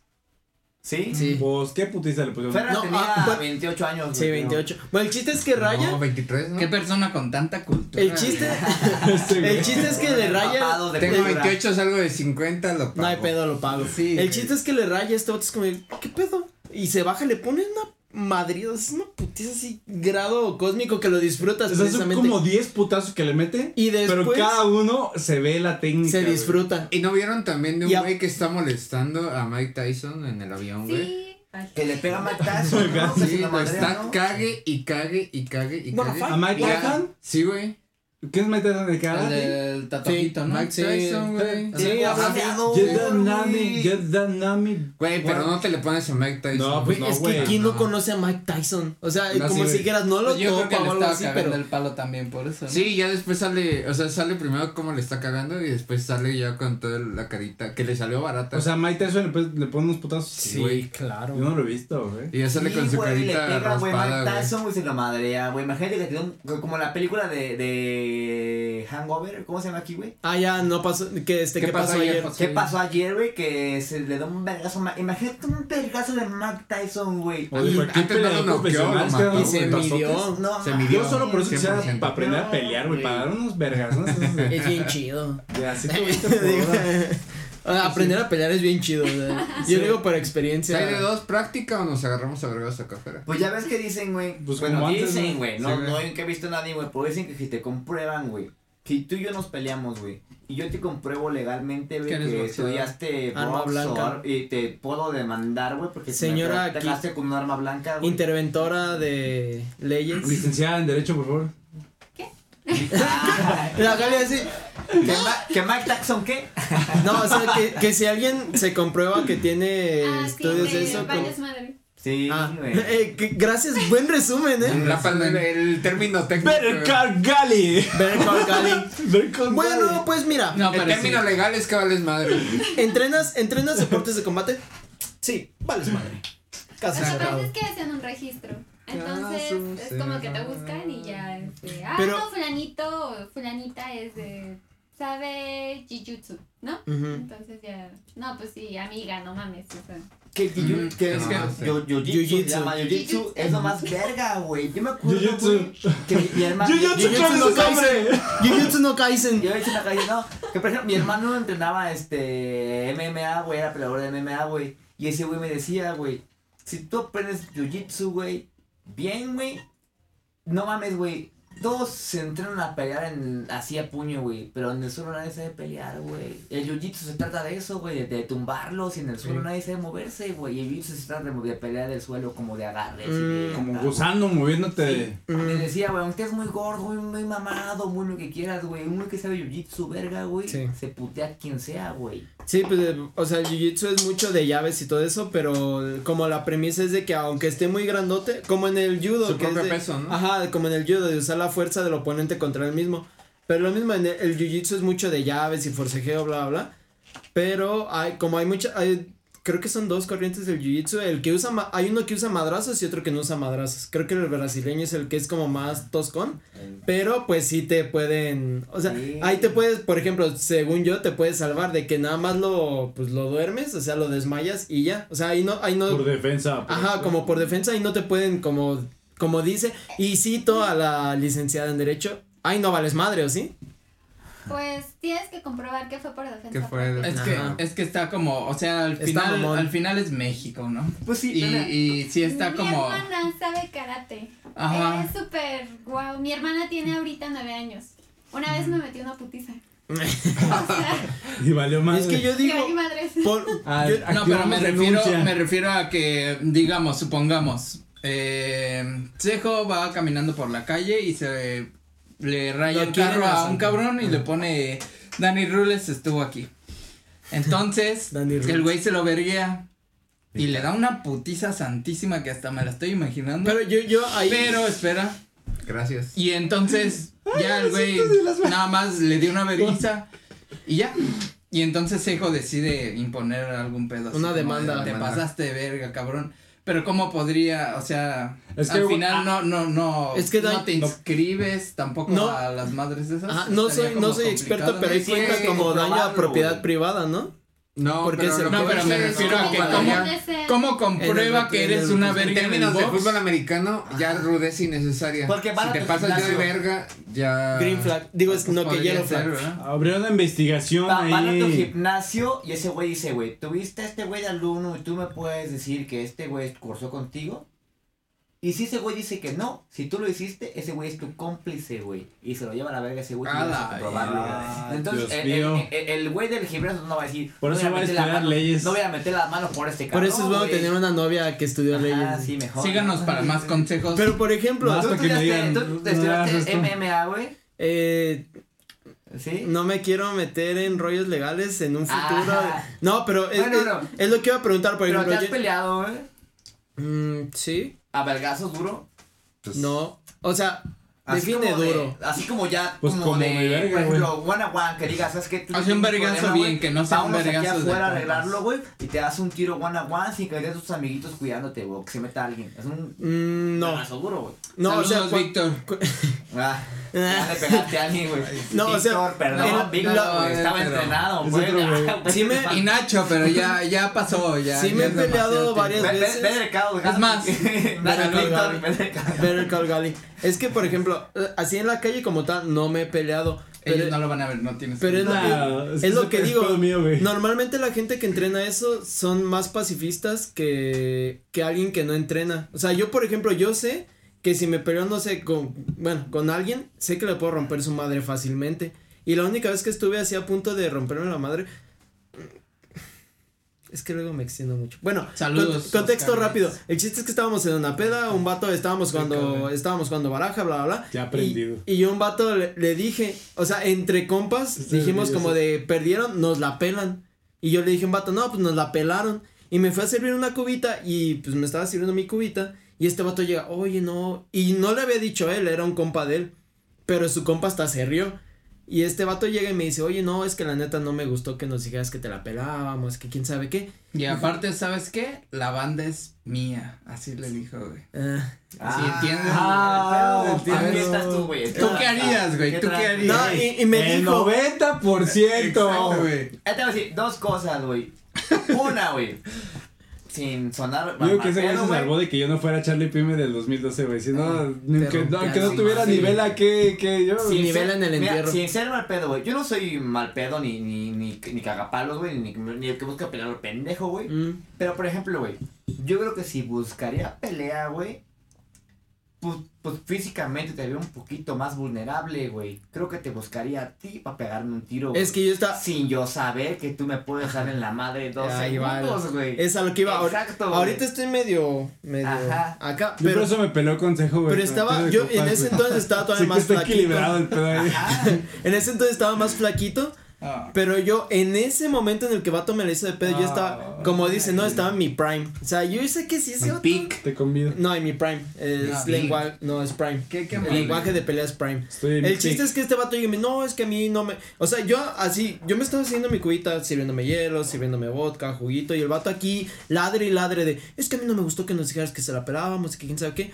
Speaker 5: ¿Sí?
Speaker 1: Sí.
Speaker 2: Pues, ¿qué putiza le pusieron?
Speaker 5: Ferra
Speaker 1: No,
Speaker 5: tenía
Speaker 1: ah, bueno.
Speaker 5: 28 años, güey.
Speaker 1: Sí,
Speaker 5: creo.
Speaker 1: 28. Bueno, el chiste es que Raya.
Speaker 4: No, 23, ¿no?
Speaker 3: ¿Qué persona con tanta cultura?
Speaker 1: el chiste.
Speaker 2: Este, güey.
Speaker 1: el chiste es que le Raya.
Speaker 5: Empapado de
Speaker 4: Tengo
Speaker 5: cultura.
Speaker 4: 28, salgo de 50, lo pago.
Speaker 1: No hay pedo, lo pago.
Speaker 3: Sí.
Speaker 1: el chiste es que le raya este vato, es como, ¿qué pedo? Y se baja, le pone una madrida, es una putiza así, grado cósmico que lo disfrutas
Speaker 2: O sea, son
Speaker 1: precisamente.
Speaker 2: como 10 putazos que le mete.
Speaker 1: Y después
Speaker 2: Pero cada uno se ve la técnica.
Speaker 1: se
Speaker 2: güey.
Speaker 1: disfruta.
Speaker 4: ¿Y no vieron también de un
Speaker 1: Y a-
Speaker 4: güey que está molestando a Mike Tyson en el avión, güey?
Speaker 6: Sí. Ah,
Speaker 5: Que le pega matazo, ¿no? Que
Speaker 4: Sí,
Speaker 5: se la
Speaker 4: lo
Speaker 5: madrea,
Speaker 4: está
Speaker 5: ¿no?
Speaker 4: cague y cague y cague y cague.
Speaker 2: ¿A Mike
Speaker 4: Ya-
Speaker 2: Tyson?
Speaker 4: Sí, güey.
Speaker 2: ¿Qué Ah, es Mike Tyson de
Speaker 3: El
Speaker 2: cara?
Speaker 3: del tatuajito, ¿no?
Speaker 4: Mike
Speaker 1: Sí.
Speaker 4: Tyson,
Speaker 1: Sí,
Speaker 4: güey.
Speaker 5: Sí,
Speaker 1: ajá.
Speaker 5: abusador,
Speaker 2: Jet Dynamic,
Speaker 5: güey.
Speaker 2: Jet Dynamic.
Speaker 4: Güey, pero no te le pones a Mike Tyson.
Speaker 2: No, pues
Speaker 1: Güey,
Speaker 2: no,
Speaker 1: es que
Speaker 2: güey,
Speaker 1: ¿quién no
Speaker 4: no.
Speaker 1: conoce a Mike Tyson? O sea,
Speaker 4: No, sí,
Speaker 1: como si
Speaker 4: güey.
Speaker 1: dijeras, no lo
Speaker 3: Pues yo creo que
Speaker 1: topa
Speaker 3: le
Speaker 1: o algo
Speaker 3: estaba
Speaker 1: así,
Speaker 3: cagando
Speaker 1: pero.
Speaker 3: el palo también por eso. ¿no?
Speaker 4: Sí, ya después sale, o sea, sale primero como le está cagando y después sale ya con toda la carita que le salió barata.
Speaker 2: O sea, Mike Tyson le, pe- le pone unos putazos.
Speaker 1: Sí,
Speaker 2: güey.
Speaker 1: claro.
Speaker 2: Yo no lo he visto, güey.
Speaker 4: y ya sale
Speaker 5: Sí,
Speaker 4: con su
Speaker 5: güey, le
Speaker 4: carita
Speaker 5: pega, güey, Mike
Speaker 4: raspada, güey.
Speaker 5: Tyson, güey, se lo madrea, güey. Imagínate que tiene un, como la película de, de Hangover, ¿cómo se llama aquí, güey?
Speaker 1: Ah, ya, no pasó, que este, ¿qué, pasó ayer?
Speaker 5: ¿Qué pasó ayer, güey? Que se le da un vergazo, ma- imagínate un vergazo de Mike Tyson, güey.
Speaker 2: O de
Speaker 4: Antes
Speaker 2: cualquier
Speaker 4: no lo
Speaker 2: peleador
Speaker 4: noqueó,
Speaker 2: profesional. es que
Speaker 4: lo mató.
Speaker 2: dan
Speaker 1: Y se
Speaker 2: unos putazotes.
Speaker 1: midió.
Speaker 5: No,
Speaker 4: Se
Speaker 5: ma-
Speaker 4: midió.
Speaker 2: Yo solo por eso quisiera
Speaker 4: 100%.
Speaker 2: para aprender a pelear, güey,
Speaker 5: No,
Speaker 2: para dar unos vergas, ¿no?
Speaker 1: Es bien chido.
Speaker 2: Ya, así tuviste por
Speaker 1: O sea, Aprender a pelear es bien chido. o sea, Yo digo por experiencia.
Speaker 4: ¿Hay de dos práctica o nos agarramos a vergas acá afuera?
Speaker 5: Pues ya ves que dicen, güey.
Speaker 2: Pues
Speaker 5: bueno,
Speaker 2: como antes,
Speaker 5: dicen,
Speaker 2: ¿no?
Speaker 5: güey.
Speaker 4: Sí,
Speaker 5: No,
Speaker 4: güey.
Speaker 5: no hay que he visto a nadie, güey. Pero dicen que si te comprueban, güey. Si tú y yo nos peleamos, güey. Y yo te compruebo legalmente, güey,
Speaker 3: Que eres
Speaker 5: que
Speaker 3: boxeador.
Speaker 5: estudiaste
Speaker 1: Arma
Speaker 5: box o
Speaker 1: blanca.
Speaker 5: ar- y te puedo demandar, güey, porque si me
Speaker 1: Señora,
Speaker 5: te
Speaker 1: aquí-
Speaker 5: dejaste con un arma blanca, güey.
Speaker 1: Interventora de leyes.
Speaker 2: Licenciada en Derecho, por favor.
Speaker 5: Ah,
Speaker 1: La Galia así.
Speaker 5: ¿Que, Ma- que Mike Jackson qué?
Speaker 1: No, o sea, que, que si alguien se comprueba que tiene
Speaker 6: Ah, sí,
Speaker 1: estudios de
Speaker 6: de
Speaker 1: eso. como-
Speaker 6: varias madres.
Speaker 5: Sí,
Speaker 1: Ah,
Speaker 5: güey.
Speaker 1: eh, que- gracias, buen resumen, ¿eh?
Speaker 4: La pal- el, el término técnico.
Speaker 2: Better
Speaker 4: güey.
Speaker 2: Call Gali.
Speaker 1: Better Call Gali.
Speaker 2: Better Call
Speaker 1: Bueno,
Speaker 2: Gali.
Speaker 1: pues mira,
Speaker 3: No,
Speaker 4: El
Speaker 3: pero sí.
Speaker 4: término legal es que vales madre.
Speaker 1: ¿entrenas, ¿entrenas deportes de combate? Sí, vales madre.
Speaker 6: Lo que
Speaker 1: Caso
Speaker 6: pasa
Speaker 1: cerrado.
Speaker 6: es que hacen un registro. Entonces
Speaker 4: Caso
Speaker 6: es como que te
Speaker 4: cerrado.
Speaker 6: buscan y ya. Este, ah,
Speaker 1: Pero-
Speaker 6: no, fulanito o fulanita es de. Sabe Jujutsu, ¿no?
Speaker 1: Ujú.
Speaker 6: Entonces ya. No, pues sí, amiga, no mames. o sea.
Speaker 5: Que jiu- que-
Speaker 4: es que-
Speaker 5: yo- yo- jiu-jitsu
Speaker 1: Jiu-jitsu.
Speaker 5: se llama jiu-jitsu, es lo más verga, güey. Yo me acuerdo,
Speaker 2: Jiu-jitsu.
Speaker 5: güey, que mi- mi hermano...
Speaker 2: Jujutsu
Speaker 1: Jujutsu
Speaker 2: Kaisen,
Speaker 1: no Kaisen.
Speaker 2: hombre.
Speaker 1: Jujutsu no Kaisen.
Speaker 5: Yo he hecho en la calle, no. Que por ejemplo, mi hermano entrenaba este MMA, güey, era peleador de MMA, güey. Y ese güey me decía, güey, si tú aprendes jiu-jitsu, güey, bien, güey, no mames, güey. Todos se entrenan a pelear en, así a puño, güey. Pero en el suelo nadie sabe pelear, güey. El jiu-jitsu se trata de eso, güey. De, de tumbarlos y en el suelo nadie sabe moverse, güey. Y el jiu-jitsu se trata de, mover- de pelear del suelo como de agarres. y de-
Speaker 2: Mm, Como
Speaker 5: ah,
Speaker 2: gusano moviéndote.
Speaker 5: me decía, güey, aunque es muy gordo, muy, muy mamado, muy lo que quieras, güey. Uno que sabe jiu-jitsu, verga, güey.
Speaker 1: Sí.
Speaker 5: Se putea a quien sea, güey.
Speaker 1: Sí, pues, eh, o sea, el jiu-jitsu es mucho de llaves y todo eso, pero como la premisa es de que aunque esté muy grandote, como en el judo,
Speaker 4: Su
Speaker 1: que es
Speaker 4: propio
Speaker 1: de-
Speaker 4: peso, ¿no?
Speaker 1: Ajá, como en el judo, de usar la fuerza del oponente contra el mismo. Pero lo mismo, en el, el jiu-jitsu es mucho de llaves y forcejeo, bla, bla, bla. Pero hay, como hay mucha, hay- creo que son dos corrientes del jiu-jitsu, el que usa, ma- hay uno que usa madrazos y otro que no usa madrazos. Creo que el brasileño es el que es como más toscón, pero pues sí te pueden, o sea,
Speaker 5: Sí.
Speaker 1: ahí te puedes, por ejemplo, según yo, te puedes salvar de que nada más lo, pues lo duermes, o sea, lo desmayas y ya. O sea, ahí no, ahí no.
Speaker 2: Por defensa. por-
Speaker 1: Ajá, como por defensa y no te pueden, como, como dice, y cito a la licenciada en Derecho, ay, no vales madre, ¿o sí?
Speaker 6: Pues tienes que comprobar que fue por defensa.
Speaker 4: Que fue
Speaker 6: propia.
Speaker 4: el-
Speaker 3: Es que,
Speaker 1: Ajá.
Speaker 3: es que está como, o sea, al
Speaker 1: Está
Speaker 3: final,
Speaker 1: mamón.
Speaker 3: al final es México, ¿no?
Speaker 5: Pues sí,
Speaker 3: Y,
Speaker 5: nena.
Speaker 3: y sí está
Speaker 6: pues mi
Speaker 3: como,
Speaker 6: hermana sabe karate.
Speaker 3: ajá,
Speaker 6: Es súper guau. Mi hermana tiene ahorita nueve años. Una vez me metió una putiza. O sea,
Speaker 2: Y valió más.
Speaker 1: es que yo digo,
Speaker 6: que madres.
Speaker 1: por,
Speaker 2: Ah,
Speaker 1: yo-
Speaker 3: No, pero me
Speaker 2: activamos
Speaker 3: refiero,
Speaker 2: denuncia.
Speaker 3: me refiero a que, digamos, supongamos, eh, Sejo va caminando por la calle y se le
Speaker 1: Lo Ah.
Speaker 3: raya el
Speaker 1: quieren
Speaker 3: carro a un
Speaker 1: asaltar.
Speaker 3: cabrón y le pone, Danny Rules estuvo aquí. Entonces,
Speaker 1: Danny Rules.
Speaker 3: el güey se lo verguea y le da una putiza santísima que hasta me la estoy imaginando.
Speaker 1: pero yo, yo ahí,
Speaker 3: pero espera,
Speaker 4: Gracias.
Speaker 3: y entonces ya el güey nada más le dio una vergüenza y ya. Y entonces Sejo decide imponer algún pedo. así
Speaker 1: Una
Speaker 3: como de,
Speaker 1: demanda.
Speaker 3: Te
Speaker 4: Demanda.
Speaker 3: pasaste de verga, cabrón. Pero cómo podría, o sea,
Speaker 2: Es que,
Speaker 3: al
Speaker 2: güey,
Speaker 3: final no, no, no,
Speaker 1: Es que da-
Speaker 3: no te
Speaker 1: no.
Speaker 3: inscribes tampoco
Speaker 1: No.
Speaker 3: a las madres esas.
Speaker 1: Ajá, no
Speaker 3: Estaría
Speaker 1: soy,
Speaker 3: como
Speaker 1: no soy experto,
Speaker 3: complicado.
Speaker 1: pero ahí
Speaker 5: Sí,
Speaker 1: cuenta
Speaker 5: sí,
Speaker 1: como daño a
Speaker 5: comprobarlo,
Speaker 1: propiedad
Speaker 5: güey.
Speaker 1: privada, ¿no?
Speaker 4: No,
Speaker 1: Porque
Speaker 4: pero
Speaker 1: se-
Speaker 4: lo
Speaker 1: No,
Speaker 4: que
Speaker 1: pero
Speaker 4: voy
Speaker 1: me
Speaker 4: es
Speaker 3: refiero a
Speaker 4: como
Speaker 3: que
Speaker 4: cuando
Speaker 3: cómo-
Speaker 4: ya-
Speaker 3: ¿Cómo comprueba
Speaker 1: En el-
Speaker 3: que
Speaker 1: en
Speaker 3: eres
Speaker 1: el-
Speaker 3: una
Speaker 1: en
Speaker 3: verga
Speaker 4: En
Speaker 3: el
Speaker 4: términos de
Speaker 3: box?
Speaker 4: fútbol americano, ya rudeza innecesaria.
Speaker 5: Porque van a
Speaker 4: si te
Speaker 5: tu
Speaker 4: pasas ya de
Speaker 5: gimnasio.
Speaker 4: verga, ya.
Speaker 1: Green flag. Digo, es
Speaker 3: Pues
Speaker 1: no que
Speaker 3: podría
Speaker 1: yellow
Speaker 3: ser,
Speaker 1: flag.
Speaker 3: ¿verdad?
Speaker 2: Abrió una investigación
Speaker 5: Va- van a tu
Speaker 2: ahí.
Speaker 5: gimnasio y ese güey dice, güey, tuviste a este güey de alumno y tú me puedes decir que este güey cursó contigo. Y si ese güey dice que no, si tú lo hiciste, ese güey es tu cómplice, güey. Y se lo lleva a la verga ese güey. tú
Speaker 3: A
Speaker 5: no vas
Speaker 3: la-
Speaker 5: a comprobarlo, güey.
Speaker 2: ah,
Speaker 5: Entonces,
Speaker 2: Dios
Speaker 5: el- el-
Speaker 2: mío.
Speaker 5: el el güey del gimnasio no va a decir.
Speaker 2: Por
Speaker 5: no
Speaker 2: eso
Speaker 5: voy
Speaker 2: va a
Speaker 5: meter la
Speaker 2: estudiar
Speaker 5: mano-
Speaker 2: leyes.
Speaker 5: No voy a meter las manos por este
Speaker 1: Por
Speaker 5: cabrón.
Speaker 1: eso es bueno
Speaker 5: güey.
Speaker 1: tener una novia que estudió
Speaker 5: Ajá,
Speaker 1: leyes.
Speaker 5: sí, mejor.
Speaker 3: Síganos para más consejos.
Speaker 1: Pero por ejemplo,
Speaker 2: No,
Speaker 5: ¿Tú
Speaker 2: Hasta que me
Speaker 5: estudiaste,
Speaker 2: digan,
Speaker 5: tú
Speaker 2: no hagas
Speaker 5: estudiaste
Speaker 2: esto.
Speaker 5: MMA, güey?
Speaker 1: eh,
Speaker 5: ¿Sí?
Speaker 1: no me quiero meter en rollos legales en un futuro.
Speaker 5: Ajá.
Speaker 1: No, pero es,
Speaker 5: Ah. Bueno,
Speaker 1: es-
Speaker 5: no.
Speaker 1: es lo que iba a preguntar, por
Speaker 5: Pero te
Speaker 1: ejemplo.
Speaker 5: has
Speaker 1: yo-
Speaker 5: peleado, güey.
Speaker 1: Mm, sí,
Speaker 5: A vergazos duro.
Speaker 4: Pues,
Speaker 1: no. O sea,
Speaker 5: Así
Speaker 1: define
Speaker 5: como de-
Speaker 1: duro.
Speaker 5: así como ya,
Speaker 2: Pues
Speaker 5: como,
Speaker 2: como
Speaker 5: de,
Speaker 2: mi verga,
Speaker 5: por ejemplo, one on one, que digas, ¿sabes qué? Tú
Speaker 3: Haz
Speaker 5: tienes
Speaker 3: un vergazo
Speaker 5: problema,
Speaker 3: bien,
Speaker 5: güey,
Speaker 3: que no sea un
Speaker 5: vámonos aquí
Speaker 3: vergazo de
Speaker 5: afuera a
Speaker 3: compas.
Speaker 5: arreglarlo, güey, y te das un tiro one on one sin que haya tus amiguitos cuidándote, güey, que se meta alguien. Es un
Speaker 1: Mm, no,
Speaker 5: vergazo duro, güey.
Speaker 1: no,
Speaker 3: Saludos,
Speaker 1: o sea, cua-
Speaker 3: Víctor.
Speaker 5: Ah, ya le pegaste a alguien, güey.
Speaker 1: No, o sea,
Speaker 5: Víctor,
Speaker 1: era-
Speaker 5: perdón, Víctor,
Speaker 1: no,
Speaker 5: güey, estaba
Speaker 3: pero-
Speaker 5: entrenado,
Speaker 2: es
Speaker 5: güey.
Speaker 2: otro güey.
Speaker 5: Ah, güey,
Speaker 1: Sí me-
Speaker 3: Y Nacho, pero ya, ya pasó, ya.
Speaker 1: Sí
Speaker 3: ya
Speaker 1: me he
Speaker 3: es
Speaker 1: peleado
Speaker 3: demasiado
Speaker 1: varias
Speaker 5: Ve-
Speaker 3: tiempo.
Speaker 5: ve-
Speaker 1: veces.
Speaker 5: ve de Cabo,
Speaker 3: Es más,
Speaker 5: Dale,
Speaker 1: Better Call
Speaker 5: Víctor,
Speaker 1: Saul.
Speaker 5: ve de Cabo.
Speaker 1: Better Call Gali. Es que, por ejemplo, eh, así en la calle como tal, no me he peleado. Pero,
Speaker 3: Ellos no lo van a ver, no tienes.
Speaker 1: pero es, lo
Speaker 2: Nah,
Speaker 1: que,
Speaker 2: es
Speaker 1: es
Speaker 2: que
Speaker 1: lo
Speaker 2: eso
Speaker 1: que
Speaker 2: es
Speaker 1: digo.
Speaker 2: pedo mío, güey.
Speaker 1: Normalmente la gente que entrena eso son más pacifistas que, que alguien que no entrena. O sea, yo, por ejemplo, yo sé que si me peleo, no sé, con, bueno, con alguien, sé que le puedo romper su madre fácilmente. Y la única vez que estuve así a punto de romperme la madre... Es que luego me extiendo mucho. Bueno,
Speaker 3: Saludos,
Speaker 1: Cont- contexto
Speaker 3: Oscar
Speaker 1: rápido.
Speaker 3: Ruiz.
Speaker 1: El chiste es que estábamos en una peda, un vato, estábamos cuando,
Speaker 3: cabrón.
Speaker 1: estábamos cuando baraja, bla, bla, bla.
Speaker 2: Ya aprendido.
Speaker 1: Y, y yo a un vato le, le dije, o sea, entre compas
Speaker 2: Estoy
Speaker 1: dijimos
Speaker 2: orgulloso.
Speaker 1: como de, perdieron, nos la pelan. Y yo le dije a un vato, no, pues nos la pelaron. Y me fue a servir una cubita y pues me estaba sirviendo mi cubita. Y este vato llega, oye, no. Y no le había dicho él, era un compa de él. Pero su compa hasta se rió. Y este vato llega y me dice, oye, no, es que la neta no me gustó que nos dijeras que te la pelábamos, que quién sabe qué.
Speaker 3: Y aparte, ¿sabes qué? La banda es mía. Así le dijo, güey.
Speaker 1: Ah.
Speaker 3: Sí, entiendo.
Speaker 5: Ah,
Speaker 2: Ah,
Speaker 5: pero, ¿Quién
Speaker 2: entiendo.
Speaker 5: estás tú, güey?
Speaker 3: ¿Tú qué harías, güey? ¿Tú qué harías?
Speaker 1: No, y, y me
Speaker 2: el
Speaker 1: dijo.
Speaker 2: 90%.
Speaker 3: Exacto, güey.
Speaker 5: Ahí te voy a decir dos cosas, güey. Una, güey. Sin sonar.
Speaker 2: Yo Digo que ese güey
Speaker 5: mamadero,
Speaker 2: se
Speaker 5: güey.
Speaker 2: salvó de que yo no fuera Charlie Pyme del 2012, güey. Si no, ni
Speaker 3: te
Speaker 2: que, no
Speaker 3: rompías
Speaker 2: que no
Speaker 3: la
Speaker 2: tuviera
Speaker 3: madre.
Speaker 2: nivel a que, que yo.
Speaker 1: Sí. nivel en el
Speaker 5: mira,
Speaker 1: entierro.
Speaker 5: sin ser mal pedo, güey. Yo no soy mal pedo ni, ni, ni, ni cagapalos, güey. Ni, ni el que busca pelear al pendejo, güey.
Speaker 1: Mm,
Speaker 5: Pero, por ejemplo, güey. Yo creo que si buscaría pelea, güey. Pues, pues físicamente te veo un poquito más vulnerable, güey. Creo que te buscaría a ti para pegarme un tiro.
Speaker 1: es
Speaker 5: güey.
Speaker 1: que yo estaba.
Speaker 5: Sin yo saber que tú me puedes dar en la madre dos
Speaker 1: Ahí va,
Speaker 5: segundos, güey.
Speaker 1: Es a lo que iba. ahor-
Speaker 5: Exacto, güey.
Speaker 1: Ahorita estoy medio. medio
Speaker 5: Ajá.
Speaker 1: acá.
Speaker 2: Yo
Speaker 1: Pero,
Speaker 2: por eso me peleó consejo, güey.
Speaker 1: pero estaba. Yo en ese entonces estaba todavía
Speaker 2: sí que
Speaker 1: más
Speaker 2: está
Speaker 1: flaquito.
Speaker 2: equilibrado el pedo ahí.
Speaker 1: En ese entonces estaba más flaquito.
Speaker 3: Ah.
Speaker 1: Pero yo, en ese momento en el que Vato me la hizo de pedo, yo estaba. Como dice, no, estaba en mi prime. O sea, yo sé que sí ese vato-
Speaker 2: Te convido.
Speaker 1: No, en mi prime. Es
Speaker 3: Ah,
Speaker 1: lenguaje. No, es prime.
Speaker 3: ¿Qué, qué
Speaker 1: El
Speaker 3: mal,
Speaker 1: lenguaje
Speaker 3: güey.
Speaker 1: de pelea es prime.
Speaker 2: Estoy en
Speaker 1: El chiste es que este vato llega y me no, es que a mí no me. O sea, yo así, yo me estaba haciendo mi cubita, sirviéndome hielo, sirviéndome vodka, juguito, y el vato aquí ladre y ladre de, es que a mí no me gustó que nos dijeras que se la pelábamos, que quién sabe qué.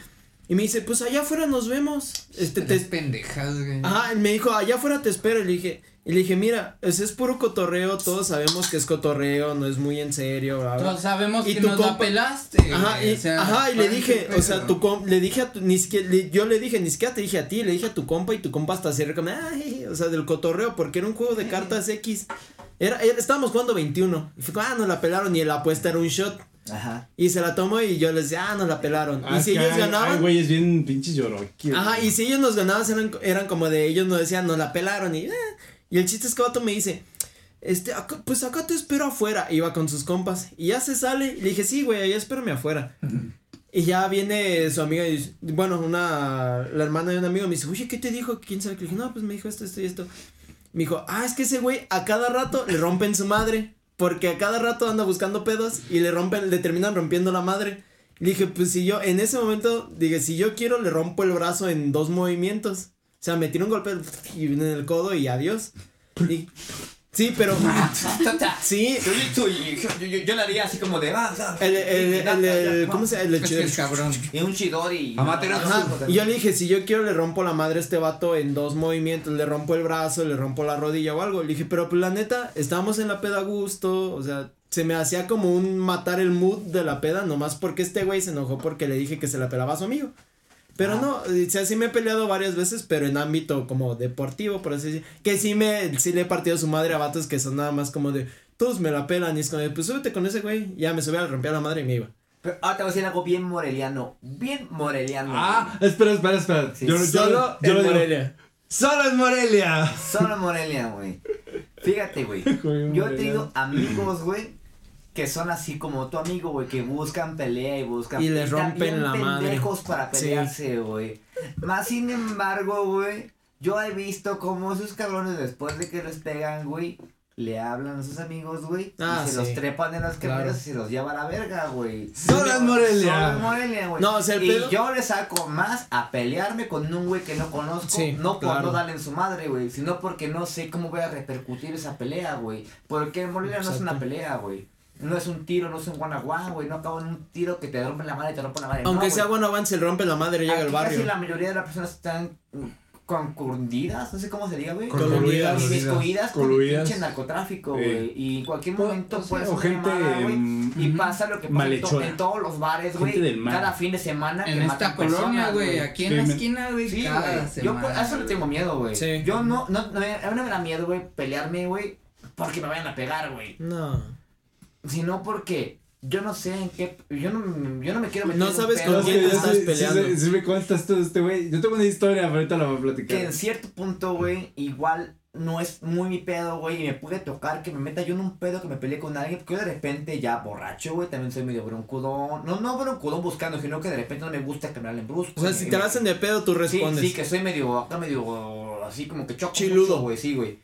Speaker 1: Y me dice, pues allá afuera nos vemos. Este, te...
Speaker 4: Tres pendejas, güey.
Speaker 1: Ajá, y me dijo, allá afuera te espero. Y le dije, y le dije, mira, ese es puro cotorreo, todos sabemos que es cotorreo, no es muy en serio, bla, bla".
Speaker 3: Todos sabemos
Speaker 1: Y
Speaker 3: que
Speaker 1: tu
Speaker 3: nos la
Speaker 1: compa-
Speaker 3: pelaste.
Speaker 1: Ajá,
Speaker 3: güey,
Speaker 1: y,
Speaker 3: o sea,
Speaker 1: ajá, y le
Speaker 3: ¿cuál es
Speaker 1: dije,
Speaker 3: el
Speaker 1: o sea,
Speaker 3: pedo?
Speaker 1: tu com- le dije a tu, ni siquiera, le- yo le dije, ni siquiera te dije a ti, le dije a tu compa y tu compa hasta se como, ay, o sea, del cotorreo, porque era un juego de cartas X. Era, era- estábamos jugando 21. Y fue como, ah, nos la pelaron y la apuesta era un shot.
Speaker 5: Ajá.
Speaker 1: Y se la tomó y yo les decía, ah, nos la pelaron. y si ellos
Speaker 2: Ay,
Speaker 1: ganaban,
Speaker 2: güey, es bien pinches lloroqui.
Speaker 1: ajá, y si ellos nos ganaban, eran, eran como de ellos nos decían, nos la pelaron y, "Eh". y el chiste es que vato me dice, este, acá- pues acá te espero afuera. Iba con sus compas y ya se sale. Y le dije, sí, güey, allá espérame afuera. Y ya viene su amiga y dice- bueno, una, la hermana de un amigo me dice, oye, ¿qué te dijo? ¿Quién sabe? qué?". Le dije, no, pues me dijo esto, esto y esto. Me dijo, ah, es que ese güey a cada rato le rompen su madre. Porque a cada rato anda buscando pedos y le rompen, le terminan rompiendo la madre. Le dije, pues si yo, en ese momento, dije, si yo quiero, le rompo el brazo en dos movimientos. O sea, me tiro un golpe y en el codo y adiós. Y, Sí, pero. Sí,
Speaker 5: Yo, yo, yo, yo, yo la haría así como de. Ah, ah,
Speaker 1: el, el, el, el- ¿Cómo se llama? El
Speaker 3: Es que el
Speaker 1: chidori.
Speaker 3: cabrón.
Speaker 5: Y un chidori.
Speaker 4: Amaterasu.
Speaker 5: Ajá.
Speaker 1: Y yo le dije, si yo quiero le rompo la madre a este vato en dos movimientos, le rompo el brazo, le rompo la rodilla o algo. Le dije, pero pues, la neta, estábamos en la peda a gusto, o sea, se me hacía como un matar el mood de la peda, nomás porque este güey se enojó porque le dije que se la pelaba a su amigo. Pero no, eh, o sea, sí me he peleado varias veces, pero en ámbito como deportivo, por así decir. Que sí me, sí le he partido su madre a vatos que son nada más como de, todos me la pelan y es como de, pues súbete con ese güey. Ya me subí a romper la madre y me iba.
Speaker 5: Pero ahora te voy a decir algo bien moreliano. Bien moreliano.
Speaker 2: Ah, espera, espera, espera.
Speaker 5: Sí,
Speaker 2: yo, yo-
Speaker 1: Solo
Speaker 2: yo
Speaker 1: en
Speaker 2: lo digo.
Speaker 1: Morelia.
Speaker 2: Solo en Morelia.
Speaker 5: Solo en Morelia, güey. Fíjate, güey.
Speaker 2: Güey,
Speaker 5: Yo he
Speaker 2: Morelia.
Speaker 5: tenido amigos, güey, que son así como tu amigo, güey, que buscan pelea y buscan.
Speaker 1: Y les
Speaker 5: están
Speaker 1: rompen
Speaker 5: bien
Speaker 1: la madre.
Speaker 5: pendejos para
Speaker 1: Sí.
Speaker 5: pelearse, güey. Más sin embargo, güey, yo he visto cómo esos cabrones, después de que les pegan, güey, le hablan a sus amigos, güey,
Speaker 1: Ah,
Speaker 5: y se
Speaker 1: sí.
Speaker 5: los trepan en las
Speaker 1: Claro.
Speaker 5: carreras y se los lleva a la verga, güey.
Speaker 2: Solo en Morelia.
Speaker 5: Solo en Morelia, güey.
Speaker 1: No, o sea, el
Speaker 5: y
Speaker 1: pedo-
Speaker 5: yo le saco más a pelearme con un güey que no conozco,
Speaker 1: Sí,
Speaker 5: no por
Speaker 1: claro.
Speaker 5: no darle en su madre, güey, sino porque no sé cómo voy a repercutir esa pelea, güey. Porque Morelia no es
Speaker 1: Exacto.
Speaker 5: una pelea, güey. No es un tiro, no es un guanaguá, güey. No acabo en un tiro que te rompe la madre y te rompe la madre.
Speaker 1: Aunque
Speaker 5: no,
Speaker 1: sea
Speaker 5: güey. Ah,
Speaker 1: bueno avance, le rompe la madre, llega
Speaker 5: Aquí
Speaker 1: al barrio.
Speaker 5: Casi la mayoría de las personas están mm, concurridas, no sé cómo se diga, güey.
Speaker 1: Coludidas.
Speaker 5: Inmiscuidas con el
Speaker 2: Coludidas.
Speaker 5: pinche narcotráfico,
Speaker 2: Sí.
Speaker 5: güey. Y en cualquier
Speaker 2: O-
Speaker 5: momento
Speaker 2: o sea,
Speaker 5: puede
Speaker 2: o
Speaker 5: ser una
Speaker 2: gente,
Speaker 5: llamada, güey,
Speaker 2: mm,
Speaker 5: Y pasa lo que pasa en, to-
Speaker 2: malhechora.
Speaker 5: en todos los bares, güey.
Speaker 2: Gente del mal.
Speaker 5: Cada fin de semana Ah, que
Speaker 3: En esta
Speaker 5: matan
Speaker 3: colonia,
Speaker 5: personas,
Speaker 3: güey, aquí en
Speaker 2: Sí,
Speaker 3: la
Speaker 2: me-
Speaker 3: esquina, güey,
Speaker 5: Sí,
Speaker 3: cada
Speaker 5: güey. Yo por-
Speaker 3: semana,
Speaker 5: a eso le
Speaker 3: güey.
Speaker 5: tengo miedo, güey.
Speaker 1: Sí.
Speaker 5: Yo no, no, no, me- a mí no me da miedo, güey, pelearme, güey, porque me vayan a pegar, güey.
Speaker 1: No.
Speaker 5: Sino porque yo no sé en qué, yo no, yo no me quiero meter
Speaker 1: No
Speaker 5: en un
Speaker 1: sabes
Speaker 5: pedo,
Speaker 1: con quién
Speaker 5: güey,
Speaker 1: te estás
Speaker 2: sí- sí-
Speaker 1: peleando.
Speaker 2: Sí, sí me cuenta esto de este güey. Yo tengo una historia, pero ahorita la voy a
Speaker 5: Que en
Speaker 2: platicar.
Speaker 5: cierto punto, güey, igual no es muy mi pedo, güey, y me puede tocar que me meta yo en un pedo que me peleé con alguien, porque yo de repente ya borracho, güey, también soy medio broncudón. No, no broncudón buscando, sino que de repente no me gusta que me hablen brusco.
Speaker 1: O sea,
Speaker 5: ni-
Speaker 1: si
Speaker 5: ni-
Speaker 1: te la hacen de pedo, tú
Speaker 5: Sí,
Speaker 1: respondes.
Speaker 5: sí, que soy medio, acá medio, así como que choco
Speaker 1: Chiludo.
Speaker 5: mucho, güey, sí, güey.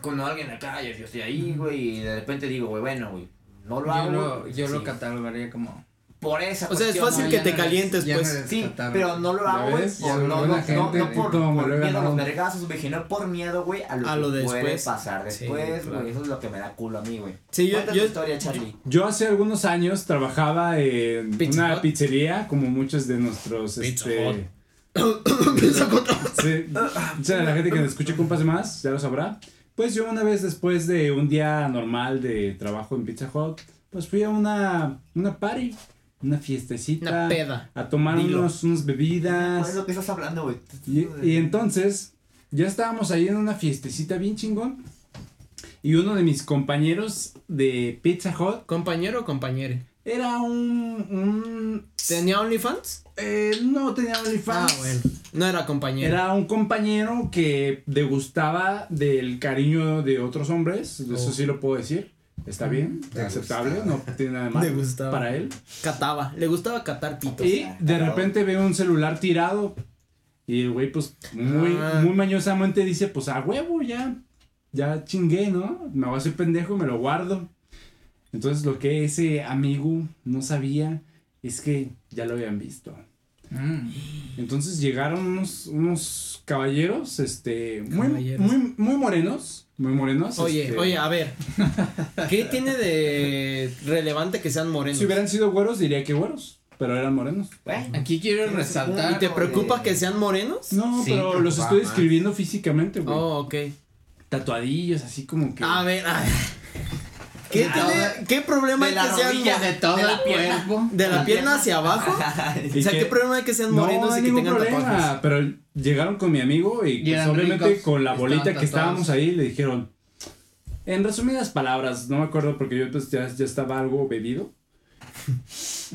Speaker 5: Cuando alguien acá, yo, yo estoy ahí, güey, y de repente digo, güey, bueno, güey, no lo
Speaker 3: Yo
Speaker 5: hago.
Speaker 3: lo, yo lo
Speaker 5: sí.
Speaker 3: catalogaría como.
Speaker 5: Por esa
Speaker 1: O sea, es
Speaker 5: cuestión,
Speaker 1: fácil
Speaker 5: ¿no?
Speaker 1: que
Speaker 3: ya
Speaker 1: te
Speaker 3: no eres-
Speaker 1: calientes,
Speaker 3: ya no
Speaker 1: pues.
Speaker 3: eres
Speaker 5: Sí,
Speaker 3: catalogo.
Speaker 5: pero no lo
Speaker 2: ¿Ya
Speaker 5: hago, güey,
Speaker 2: ves?
Speaker 5: por,
Speaker 2: Ya
Speaker 5: no,
Speaker 2: lo
Speaker 5: no,
Speaker 2: veo la
Speaker 5: no,
Speaker 2: gente,
Speaker 5: no por,
Speaker 2: cómo me
Speaker 5: por
Speaker 2: lo he
Speaker 5: miedo a los
Speaker 2: ganado.
Speaker 5: vergazos, güey, sino por miedo, güey, a lo
Speaker 1: A
Speaker 5: que
Speaker 1: lo
Speaker 5: puede
Speaker 1: después.
Speaker 5: pasar
Speaker 1: Sí,
Speaker 5: después, güey.
Speaker 1: claro.
Speaker 5: Eso es lo que me da culo a mí, güey.
Speaker 1: Sí, yo-
Speaker 5: Cuenta tu
Speaker 1: yo-
Speaker 5: historia, Charlie.
Speaker 2: Yo hace algunos años trabajaba en
Speaker 1: Pizza
Speaker 2: una
Speaker 1: Hut.
Speaker 2: pizzería, como muchos de nuestros.
Speaker 1: Pizza
Speaker 2: este, Sí, mucha de la gente que me escuche compas de más, ya lo sabrá. Pues yo una vez después de un día normal de trabajo en Pizza Hut, pues fui a una, una party, una fiestecita.
Speaker 1: Una peda.
Speaker 2: A tomar
Speaker 1: Dilo.
Speaker 2: unos, unas
Speaker 5: ¿Cuál es
Speaker 2: bebidas.
Speaker 5: lo que estás hablando, güey?
Speaker 2: Y, y entonces, ya estábamos ahí en una fiestecita bien chingón. Y uno de mis compañeros de Pizza Hut
Speaker 1: ¿Compañero o compañere?
Speaker 2: era un... un
Speaker 1: ¿Tenía OnlyFans?
Speaker 2: eh, no tenía OnlyFans.
Speaker 1: Ah, bueno. No era compañero.
Speaker 2: Era un compañero que degustaba del cariño de otros hombres, eso
Speaker 1: Oh. Mm.
Speaker 2: sí lo puedo decir. Está bien,
Speaker 4: Degustaba.
Speaker 2: aceptable, no tiene nada de malo
Speaker 1: Degustaba.
Speaker 2: para él.
Speaker 1: Cataba. Le gustaba catar pitos.
Speaker 2: Y de repente ve un celular tirado y el güey pues muy,
Speaker 1: Ah.
Speaker 2: muy mañosamente dice, pues a huevo ya, ya chingué, ¿no? Me voy a hacer pendejo y me lo guardo. Entonces lo que ese amigo no sabía es que ya lo habían visto.
Speaker 3: Mm.
Speaker 2: Entonces llegaron unos, unos caballeros, este, muy,
Speaker 1: Caballeros.
Speaker 2: muy, muy morenos, muy morenos.
Speaker 1: Oye,
Speaker 2: este,
Speaker 1: oye, a ver. ¿Qué tiene de relevante que sean morenos?
Speaker 2: Si hubieran sido güeros diría que güeros, pero eran morenos.
Speaker 5: Güey,
Speaker 3: Aquí quiero
Speaker 5: Tienes un
Speaker 3: resaltar.
Speaker 1: ¿Y te preocupa que sean morenos?
Speaker 2: No,
Speaker 4: Sí,
Speaker 2: pero los
Speaker 4: preocupaba
Speaker 2: estoy
Speaker 4: más.
Speaker 2: describiendo físicamente, güey.
Speaker 1: Oh, ok.
Speaker 2: Tatuadillos, así como que.
Speaker 1: A ver, a ver. ¿Qué,
Speaker 5: De
Speaker 1: tiene, ¿qué problema
Speaker 5: de
Speaker 1: hay
Speaker 5: la
Speaker 1: que sean
Speaker 5: rodilla,
Speaker 1: mo-
Speaker 3: de todo
Speaker 5: de la
Speaker 3: el
Speaker 5: pierna.
Speaker 3: cuerpo.
Speaker 1: de la pierna hacia abajo?
Speaker 2: Y
Speaker 1: O sea,
Speaker 2: que-
Speaker 1: ¿qué problema hay que sean
Speaker 2: no,
Speaker 1: morenos y
Speaker 2: hay
Speaker 1: que
Speaker 2: ningún
Speaker 1: tengan
Speaker 2: problema.
Speaker 1: tatuajes?
Speaker 2: Pero llegaron con mi amigo y,
Speaker 3: Y
Speaker 2: pues,
Speaker 3: eran
Speaker 2: obviamente
Speaker 3: ricos,
Speaker 2: con la
Speaker 3: estaban
Speaker 2: bolita que
Speaker 3: tatuados.
Speaker 2: estábamos ahí le dijeron. En resumidas palabras, no me acuerdo porque yo pues ya, ya estaba algo bebido.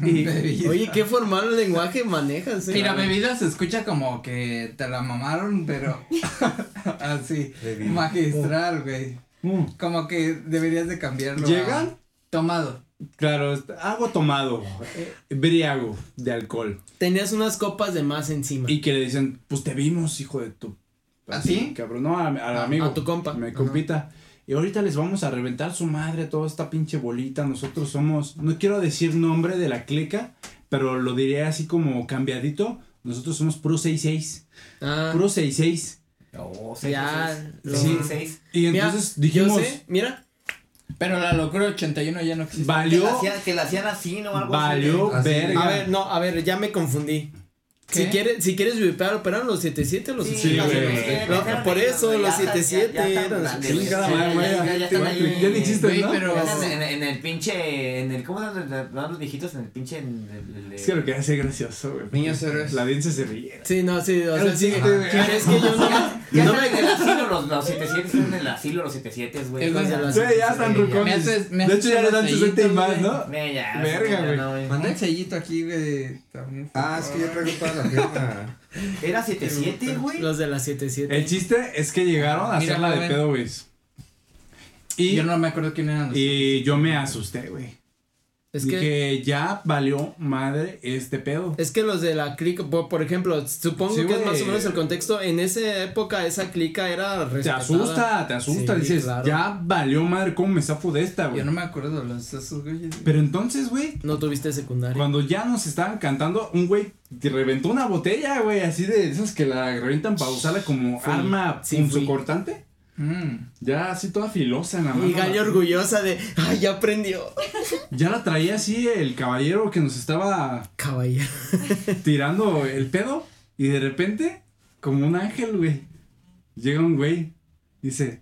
Speaker 2: Y-
Speaker 3: Bebida.
Speaker 1: Oye, qué formal lenguaje manejas, eh.
Speaker 3: Mira, bebida se escucha como que te la mamaron, pero así,
Speaker 4: Bebida.
Speaker 3: magistral, güey.
Speaker 2: Mm.
Speaker 3: Como que deberías de cambiarlo. a
Speaker 2: Llegan
Speaker 3: Tomado.
Speaker 2: Claro, est- agua tomado, eh, briago de alcohol.
Speaker 1: Tenías unas copas de más encima.
Speaker 2: Y que le dicen, pues te vimos, hijo de tu.
Speaker 3: ¿Ah, sí?
Speaker 2: Cabrón, no, a- al
Speaker 1: A-
Speaker 2: amigo.
Speaker 1: a tu compa.
Speaker 2: Me
Speaker 1: Ajá.
Speaker 2: compita. Y ahorita les vamos a reventar su madre, toda esta pinche bolita. Nosotros somos, no quiero decir nombre de la clica, pero lo diré así como cambiadito. Nosotros somos Pro 66.
Speaker 1: Ah,
Speaker 2: Puro 66.
Speaker 5: Oh,
Speaker 1: Ya. lo-
Speaker 5: Sí, seis.
Speaker 2: Y
Speaker 1: Mira,
Speaker 2: entonces
Speaker 1: yo
Speaker 2: dijimos,
Speaker 1: sé, mira.
Speaker 7: Pero la locura 81 ya no existe.
Speaker 5: Que la
Speaker 2: valió,
Speaker 5: hacían, que la hacían así, ¿no? Algo
Speaker 1: ¿eh?
Speaker 2: valió
Speaker 4: Así.
Speaker 2: verga.
Speaker 1: A ver, no, a ver, ya me confundí.
Speaker 7: ¿Qué?
Speaker 1: Si quieres, si quieres vipear, operaron los 77 o los
Speaker 5: así.
Speaker 2: Sí,
Speaker 1: 80.
Speaker 2: güey.
Speaker 1: No, por eso, los 77 eran los
Speaker 2: chingada madre,
Speaker 5: Ya
Speaker 2: güey.
Speaker 5: ya están ahí.
Speaker 2: Ya ni existe,
Speaker 5: güey,
Speaker 2: ¿no?
Speaker 7: Ya
Speaker 5: pero- ya están
Speaker 7: están
Speaker 5: En en el pinche. en el ¿Cómo eran los- los los viejitos? En el pinche. en el- el-
Speaker 2: Es que lo que hace es gracioso, güey.
Speaker 4: Niños héroes.
Speaker 2: La audiencia se ríe.
Speaker 1: Sí, no, sí, o
Speaker 2: Era
Speaker 1: sea,
Speaker 2: un
Speaker 1: sí.
Speaker 2: chiste, güey.
Speaker 1: Ah, Es que yo no.
Speaker 5: Ya
Speaker 1: no
Speaker 5: están en
Speaker 1: me-
Speaker 5: el asilo, los, los 77 están en el asilo, los 77, güey.
Speaker 7: Es
Speaker 5: Entonces,
Speaker 1: donde
Speaker 5: ya
Speaker 1: las-
Speaker 2: Güey, ya están
Speaker 4: Sí, ya.
Speaker 7: Me
Speaker 2: rucones.
Speaker 7: haces- me
Speaker 2: De
Speaker 7: haces
Speaker 2: hecho, ya le dan
Speaker 7: unos
Speaker 2: 60 y
Speaker 7: sellitos,
Speaker 2: más,
Speaker 7: güey.
Speaker 2: ¿no?
Speaker 5: Ve, ya,
Speaker 2: Verga,
Speaker 5: ya
Speaker 2: güey.
Speaker 5: no, güey.
Speaker 7: Manda el sellito aquí, güey. también.
Speaker 4: Ah, es que yo traigo toda la pierna.
Speaker 5: Era 77, güey.
Speaker 1: Los de las 77.
Speaker 2: El chiste es que llegaron a
Speaker 7: Mira,
Speaker 2: hacerla de
Speaker 7: joven.
Speaker 2: pedo, güey. Y
Speaker 7: Yo no me acuerdo quién eran los.
Speaker 2: Y yo me asusté, güey.
Speaker 1: Es
Speaker 2: Dije,
Speaker 1: que,
Speaker 2: ya valió madre este pedo.
Speaker 1: es que los de la clica, por, por ejemplo, supongo
Speaker 2: Sí,
Speaker 1: que es más
Speaker 2: güey.
Speaker 1: o menos el contexto. En esa época, esa clica era
Speaker 2: Te
Speaker 1: respetada.
Speaker 2: asusta, te asusta.
Speaker 1: Sí,
Speaker 2: dices,
Speaker 1: claro.
Speaker 2: ya valió madre, ¿cómo me zafo de esta, güey?
Speaker 7: Yo no me acuerdo de los esos güeyes. güey.
Speaker 2: Pero entonces, güey,
Speaker 1: No tuviste secundaria.
Speaker 2: cuando ya nos estaban cantando, un güey te reventó una botella, güey, así de esas que la reventan para usarla como
Speaker 1: Fui.
Speaker 2: arma
Speaker 1: Sí,
Speaker 2: punzocortante.
Speaker 1: fui.
Speaker 2: cortante.
Speaker 7: Mm.
Speaker 2: Ya así toda filosa en la mano.
Speaker 1: Y Gali orgullosa de, ay, ya aprendió.
Speaker 2: Ya la traía así el caballero que nos estaba
Speaker 1: Caballero.
Speaker 2: tirando el pedo y de repente, como un ángel, güey, llega un güey, dice,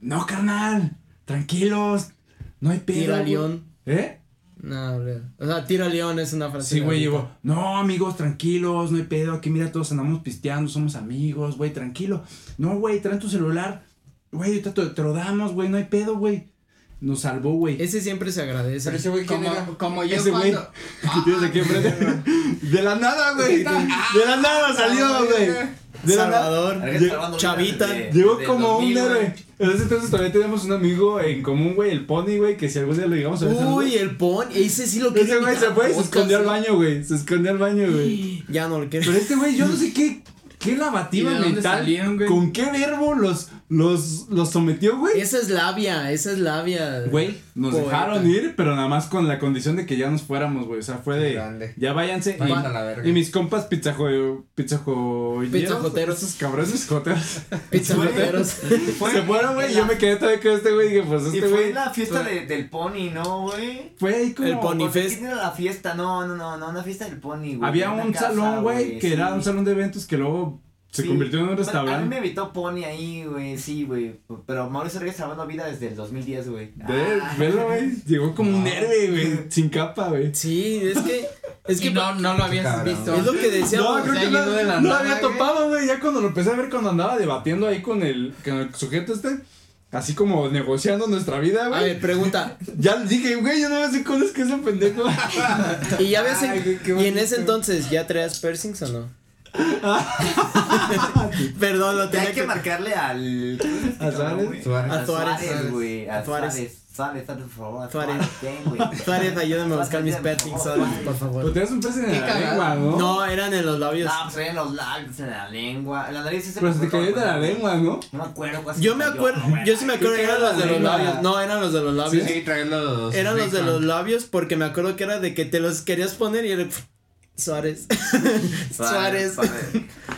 Speaker 2: no, carnal, tranquilos, no hay pedo.
Speaker 1: Tira a
Speaker 2: güey".
Speaker 1: León.
Speaker 2: ¿Eh?
Speaker 1: No, güey. O sea, tira a León es una frase.
Speaker 2: Sí, güey,
Speaker 1: de-
Speaker 2: llegó, no, amigos, tranquilos, no hay pedo, aquí mira, todos andamos pisteando, somos amigos, güey, tranquilo. No, güey, traen tu celular, güey, ahorita te, te lo damos, güey, no hay pedo, güey. Nos salvó, güey.
Speaker 1: Ese siempre se agradece.
Speaker 4: Pero ese güey, ¿quién era?
Speaker 7: Como, como yo
Speaker 2: Ese güey
Speaker 7: cuando.
Speaker 2: que tienes aquí enfrente. De la nada, güey. De la nada salió, güey. De la nada.
Speaker 1: Salvador.
Speaker 5: Alguien
Speaker 2: Lle-
Speaker 5: salvando vidas
Speaker 1: Chavita.
Speaker 5: desde-
Speaker 2: Llegó
Speaker 5: desde
Speaker 2: como
Speaker 5: 2000,
Speaker 2: un
Speaker 5: güey.
Speaker 2: héroe. En ese entonces todavía tenemos un amigo en común, güey, el Pony, güey, que si algún día lo llegamos a ver.
Speaker 1: Uy, el pon. Ese sí lo quiere
Speaker 2: ese güey
Speaker 1: invitar
Speaker 2: se
Speaker 1: a
Speaker 2: fue y se
Speaker 1: podcast,
Speaker 2: escondió al
Speaker 1: ¿no?
Speaker 2: baño, güey. Se escondió al baño, güey.
Speaker 1: Ya no lo quiere.
Speaker 2: Pero este güey, yo no sé qué, qué
Speaker 7: ¿Y
Speaker 2: lavativa
Speaker 7: de dónde
Speaker 2: mental.
Speaker 7: salieron, güey?
Speaker 2: ¿Con qué verbo los, los, los sometió, güey?
Speaker 1: Esa es labia, esa es labia.
Speaker 2: Güey, nos
Speaker 1: Poeta.
Speaker 2: dejaron ir, pero nada más con la condición de que ya nos fuéramos, güey. O sea, fue de.
Speaker 4: Grande.
Speaker 2: Ya váyanse. y-
Speaker 4: Váyanse a la verga.
Speaker 2: Y mis compas pizzajo, pizzajo,
Speaker 1: Pizzajoteros.
Speaker 2: Esos cabrones joteros.
Speaker 1: Pizzajoteros.
Speaker 2: se fueron, güey. Yo me quedé todavía con este güey. Dije, pues
Speaker 5: Y
Speaker 2: este
Speaker 5: fue
Speaker 2: güey.
Speaker 5: la fiesta de- del pony, ¿no, güey?
Speaker 2: Fue ahí como.
Speaker 1: El pony.
Speaker 5: O sea,
Speaker 1: Fest.
Speaker 5: ¿Quién era la fiesta? No, no, no, no, una fiesta del pony, güey.
Speaker 2: Había
Speaker 5: Una
Speaker 2: un
Speaker 5: casa,
Speaker 2: salón, güey, que
Speaker 5: sí.
Speaker 2: era un salón de eventos que luego se
Speaker 5: Sí.
Speaker 2: convirtió en un
Speaker 5: Bueno, A mí me
Speaker 2: restaurante.
Speaker 5: invitó Pony ahí, güey, sí, güey. Pero Mauricio Reyes salvando vida desde el 2010, güey.
Speaker 2: Ve-
Speaker 5: Ah.
Speaker 2: Velo, güey. Llegó como un héroe, güey. Sin capa, güey.
Speaker 1: Sí, es que. Es
Speaker 7: Y
Speaker 1: que
Speaker 7: no, no lo habías
Speaker 4: Cabrón.
Speaker 7: visto.
Speaker 1: es lo que
Speaker 2: No,
Speaker 1: decíamos.
Speaker 2: creo
Speaker 7: sea,
Speaker 2: que
Speaker 7: llegó
Speaker 2: no,
Speaker 7: de la
Speaker 2: no lo
Speaker 7: nada,
Speaker 2: había
Speaker 7: güey.
Speaker 2: topado, güey. Ya cuando lo empecé a ver, cuando andaba debatiendo ahí con el, con el sujeto este, así como negociando nuestra vida,
Speaker 1: A
Speaker 2: güey.
Speaker 1: ver, pregunta.
Speaker 2: Ya le dije, güey, yo no sé cómo es que ese pendejo.
Speaker 1: ¿Y ya ves
Speaker 2: Ay, qué- qué
Speaker 1: y en
Speaker 2: bonito.
Speaker 1: ese entonces ya traías piercings o no? Perdón, lo
Speaker 5: Ya
Speaker 1: tenía
Speaker 5: hay que
Speaker 1: que.
Speaker 5: marcarle al.
Speaker 2: ¿A Suárez?
Speaker 4: Suárez.
Speaker 1: A Suárez.
Speaker 5: Suárez, güey. A
Speaker 1: Suárez.
Speaker 5: Suárez. Suárez, Suárez, por favor. a
Speaker 1: Suárez.
Speaker 5: ven, güey.
Speaker 1: Suárez, ayúdame a buscar mis
Speaker 5: Suárez,
Speaker 1: piercings,
Speaker 5: por
Speaker 1: Suárez,
Speaker 5: favor.
Speaker 1: por
Speaker 2: Pues
Speaker 1: favor.
Speaker 2: tenías un precio en la
Speaker 7: cagada.
Speaker 2: lengua, ¿no?
Speaker 1: No, eran en los labios.
Speaker 5: No, pues traían los labios en la lengua. En la nariz sí
Speaker 2: Pero se te
Speaker 5: puso
Speaker 2: cayó Pues, de
Speaker 5: todo,
Speaker 2: la
Speaker 5: güey.
Speaker 2: lengua, ¿no?
Speaker 5: No me acuerdo. cuál se
Speaker 1: Yo me
Speaker 5: cayó,
Speaker 1: acuerdo,
Speaker 5: pues, güey.
Speaker 1: yo sí me acuerdo, eran los de los
Speaker 2: Lengua.
Speaker 1: labios. No, eran los de los labios.
Speaker 4: Sí, trae los.
Speaker 1: Eran los de
Speaker 4: Big Mac.
Speaker 1: los labios porque me acuerdo que era de que te los querías poner y era pf, Suárez. Suárez.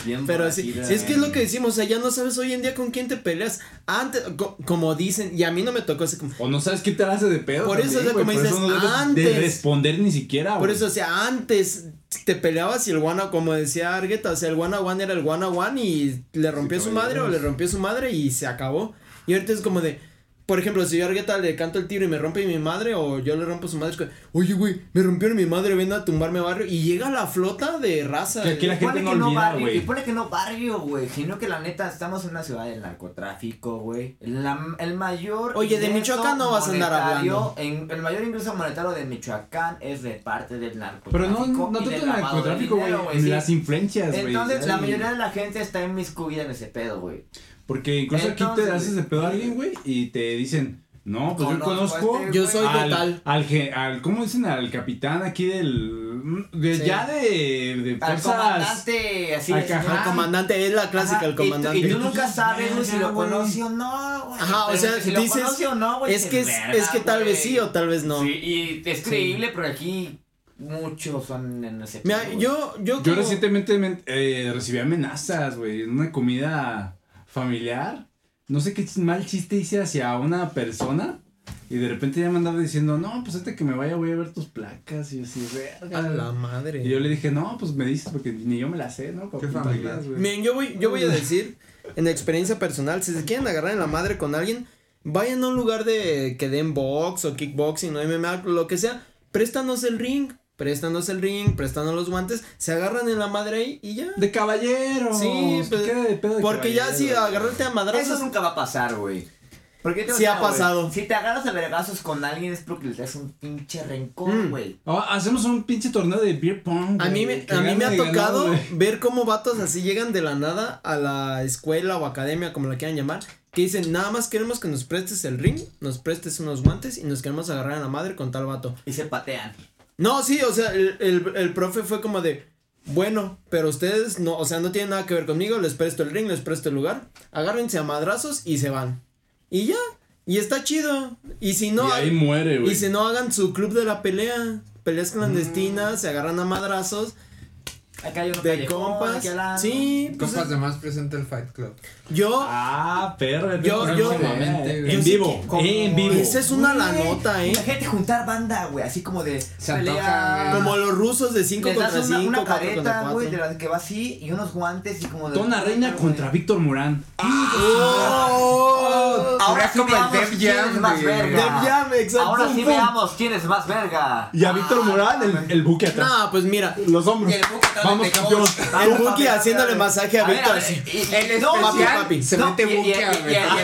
Speaker 5: Bien
Speaker 1: Pero sí,
Speaker 5: borrachita,
Speaker 1: sí es que es
Speaker 5: güey.
Speaker 1: lo que decimos, o sea, ya no sabes hoy en día con quién te peleas. Antes, co- como dicen, y a mí no me tocó ese como.
Speaker 2: O no sabes qué te la hace de pedo.
Speaker 1: Por eso, o
Speaker 2: también,
Speaker 1: sea,
Speaker 2: güey,
Speaker 1: como dices,
Speaker 2: no debes
Speaker 1: antes.
Speaker 2: de responder ni siquiera,
Speaker 5: Ah,
Speaker 1: Por
Speaker 2: güey.
Speaker 1: eso, o sea, antes te peleabas y el one, como decía Argueta, o sea, el one a one era el one a one y le rompió su madre o le rompió su madre y se acabó. Y ahorita es como de, por ejemplo, si yo a Argueta le canto el tiro y me rompe mi madre o yo le rompo su madre, es que, oye, güey, me rompieron mi madre, ven a tumbarme barrio. Y llega la flota de raza.
Speaker 2: Que aquí la-
Speaker 5: Ponle
Speaker 2: gente
Speaker 5: que
Speaker 2: no
Speaker 5: no
Speaker 2: olvida,
Speaker 5: barrio,
Speaker 2: güey.
Speaker 5: y ponle que no barrio, güey, sino que la neta estamos en una ciudad del narcotráfico, güey. La- El mayor
Speaker 1: Oye, de
Speaker 5: ingreso
Speaker 1: Michoacán no vas a andar
Speaker 5: monetario
Speaker 1: hablando.
Speaker 5: en- el mayor ingreso monetario de Michoacán es de parte del
Speaker 2: Pero
Speaker 5: narcotráfico.
Speaker 2: no, no
Speaker 5: y
Speaker 2: tanto
Speaker 5: del
Speaker 2: el
Speaker 5: lavado de
Speaker 2: narcotráfico,
Speaker 5: dinero,
Speaker 2: güey. en
Speaker 5: sí.
Speaker 2: Las influencias, güey.
Speaker 5: Entonces, la
Speaker 2: Ay,
Speaker 5: mayoría de la gente está inmiscuida en ese pedo, güey.
Speaker 2: Porque incluso aquí
Speaker 5: Entonces,
Speaker 2: te haces de pedo a alguien, güey, y te dicen, no, pues yo
Speaker 5: Conozco a
Speaker 2: conozco.
Speaker 5: este
Speaker 1: Yo soy
Speaker 2: al,
Speaker 1: total.
Speaker 2: al, ge- al- ¿cómo dicen? Al capitán aquí del, de-
Speaker 1: Sí.
Speaker 2: ya de, de
Speaker 5: Al
Speaker 2: fuerzas,
Speaker 5: comandante, así
Speaker 2: Al
Speaker 5: es.
Speaker 2: cajá.
Speaker 1: El comandante es la clásica,
Speaker 5: Ajá,
Speaker 1: el
Speaker 5: y tú-
Speaker 1: comandante.
Speaker 5: Y tú, nunca sabes güey, si
Speaker 2: Verga,
Speaker 5: lo
Speaker 2: güey.
Speaker 5: conoce o no, güey.
Speaker 1: Ajá, o
Speaker 5: Pero
Speaker 1: sea,
Speaker 5: si lo
Speaker 1: dices,
Speaker 5: conoce o no, güey,
Speaker 1: es que es,
Speaker 5: verga,
Speaker 1: es que tal vez
Speaker 5: güey.
Speaker 1: sí o tal vez no.
Speaker 5: Sí, y es creíble, pero aquí Muchos son en ese
Speaker 1: Mira,
Speaker 5: tipo,
Speaker 1: yo, yo.
Speaker 2: Yo
Speaker 1: como-
Speaker 2: recientemente men- eh, recibí amenazas, güey, en una comida familiar. No sé qué chis- mal chiste hice hacia una persona. Y de repente ya me andaba diciendo, no, pues este que me vaya voy a ver tus placas. Y yo así,
Speaker 1: A la
Speaker 2: verga.
Speaker 1: madre.
Speaker 2: Y yo le dije, no, pues me dices, porque ni yo me la sé, ¿no? Pa'
Speaker 4: Qué
Speaker 2: apuntarlas,
Speaker 4: familiar.
Speaker 2: güey".
Speaker 1: Miren, yo voy, yo voy a decir, en experiencia personal, si se quieren agarrar en la madre con alguien, vayan a un lugar de que den box o kickboxing o MMA, lo que sea, préstanos el ring, préstanos el ring, préstanos los guantes, se agarran en la madre ahí y ya.
Speaker 2: De caballero.
Speaker 1: Sí, pues, Porque ya si agarrarte a
Speaker 5: Eso
Speaker 1: madrazos,
Speaker 5: nunca va a pasar, güey. Porque te
Speaker 1: Sí
Speaker 5: digo,
Speaker 1: ha
Speaker 5: güey,
Speaker 1: pasado.
Speaker 5: Si te agarras a vergazos con alguien es porque le das un pinche rencor,
Speaker 1: Mm.
Speaker 5: güey.
Speaker 2: Ah, hacemos un pinche torneo de beer pong.
Speaker 1: a mí
Speaker 2: güey,
Speaker 1: me,
Speaker 2: que
Speaker 1: a mí me
Speaker 2: gana
Speaker 1: ha
Speaker 2: y ganó,
Speaker 1: tocado
Speaker 2: güey.
Speaker 1: ver cómo vatos así llegan de la nada a la escuela o academia, como la quieran llamar, que dicen, nada más queremos que nos prestes el ring, nos prestes unos guantes y nos queremos agarrar en la madre con tal vato.
Speaker 5: Y se patean.
Speaker 1: No, sí, o sea, el, el, el profe fue como de, bueno, pero ustedes no, o sea, no tienen nada que ver conmigo, les presto el ring, les presto el lugar, agárrense a madrazos y se van. Y ya, y está chido. Y si no,
Speaker 2: y ahí muere, güey.
Speaker 1: y si no hagan su club de la pelea, peleas clandestinas,
Speaker 2: Mm.
Speaker 1: se agarran a madrazos
Speaker 5: Acá hay uno
Speaker 1: de
Speaker 5: callejón,
Speaker 1: compas.
Speaker 5: aquí al lado.
Speaker 1: Sí, pues
Speaker 4: Compas de más presenta el Fight Club.
Speaker 1: yo
Speaker 2: Ah, perro.
Speaker 1: Yo- yo-
Speaker 2: próximamente,
Speaker 1: yo
Speaker 2: en
Speaker 1: sí
Speaker 2: vivo,
Speaker 5: que- como-
Speaker 2: en vivo.
Speaker 1: esa es una
Speaker 5: Güey,
Speaker 1: lanota, ¿eh?
Speaker 5: Imagínate juntar banda, güey, así como de
Speaker 4: Se
Speaker 5: pelea.
Speaker 4: antoja, güey.
Speaker 1: como los rusos de 5
Speaker 5: les das
Speaker 1: contra 5,
Speaker 5: una, una
Speaker 1: 4 contra
Speaker 5: careta, güey, de
Speaker 1: 4.
Speaker 5: la que va así y unos guantes y como de.
Speaker 2: Tona Reina
Speaker 1: Ah,
Speaker 5: güey.
Speaker 2: contra Víctor Morán.
Speaker 5: Ahora
Speaker 1: ¡Oh!
Speaker 4: Era
Speaker 5: sí
Speaker 4: como el
Speaker 5: veamos
Speaker 4: Def
Speaker 5: quién
Speaker 4: Jam,
Speaker 5: es más
Speaker 4: güey.
Speaker 5: verga.
Speaker 1: Def Jam, exacto.
Speaker 5: Ahora
Speaker 1: Pum,
Speaker 5: sí
Speaker 1: pum.
Speaker 5: veamos quién es más verga.
Speaker 2: Y a Víctor Morán, el, el buque atrás.
Speaker 1: Ah, No, pues mira,
Speaker 2: Los hombros.
Speaker 3: Y el buque atrás
Speaker 2: Vamos,
Speaker 3: de
Speaker 2: campeón.
Speaker 1: El Buki haciéndole masaje a
Speaker 5: ver,
Speaker 1: Víctor.
Speaker 5: ver,
Speaker 1: así.
Speaker 5: y- y-
Speaker 4: El
Speaker 5: no,
Speaker 1: papi,
Speaker 4: especial
Speaker 1: papi.
Speaker 4: se
Speaker 5: no,
Speaker 4: mete
Speaker 5: y- y-
Speaker 4: buque
Speaker 5: y-
Speaker 4: a
Speaker 5: y- y- y- y- y el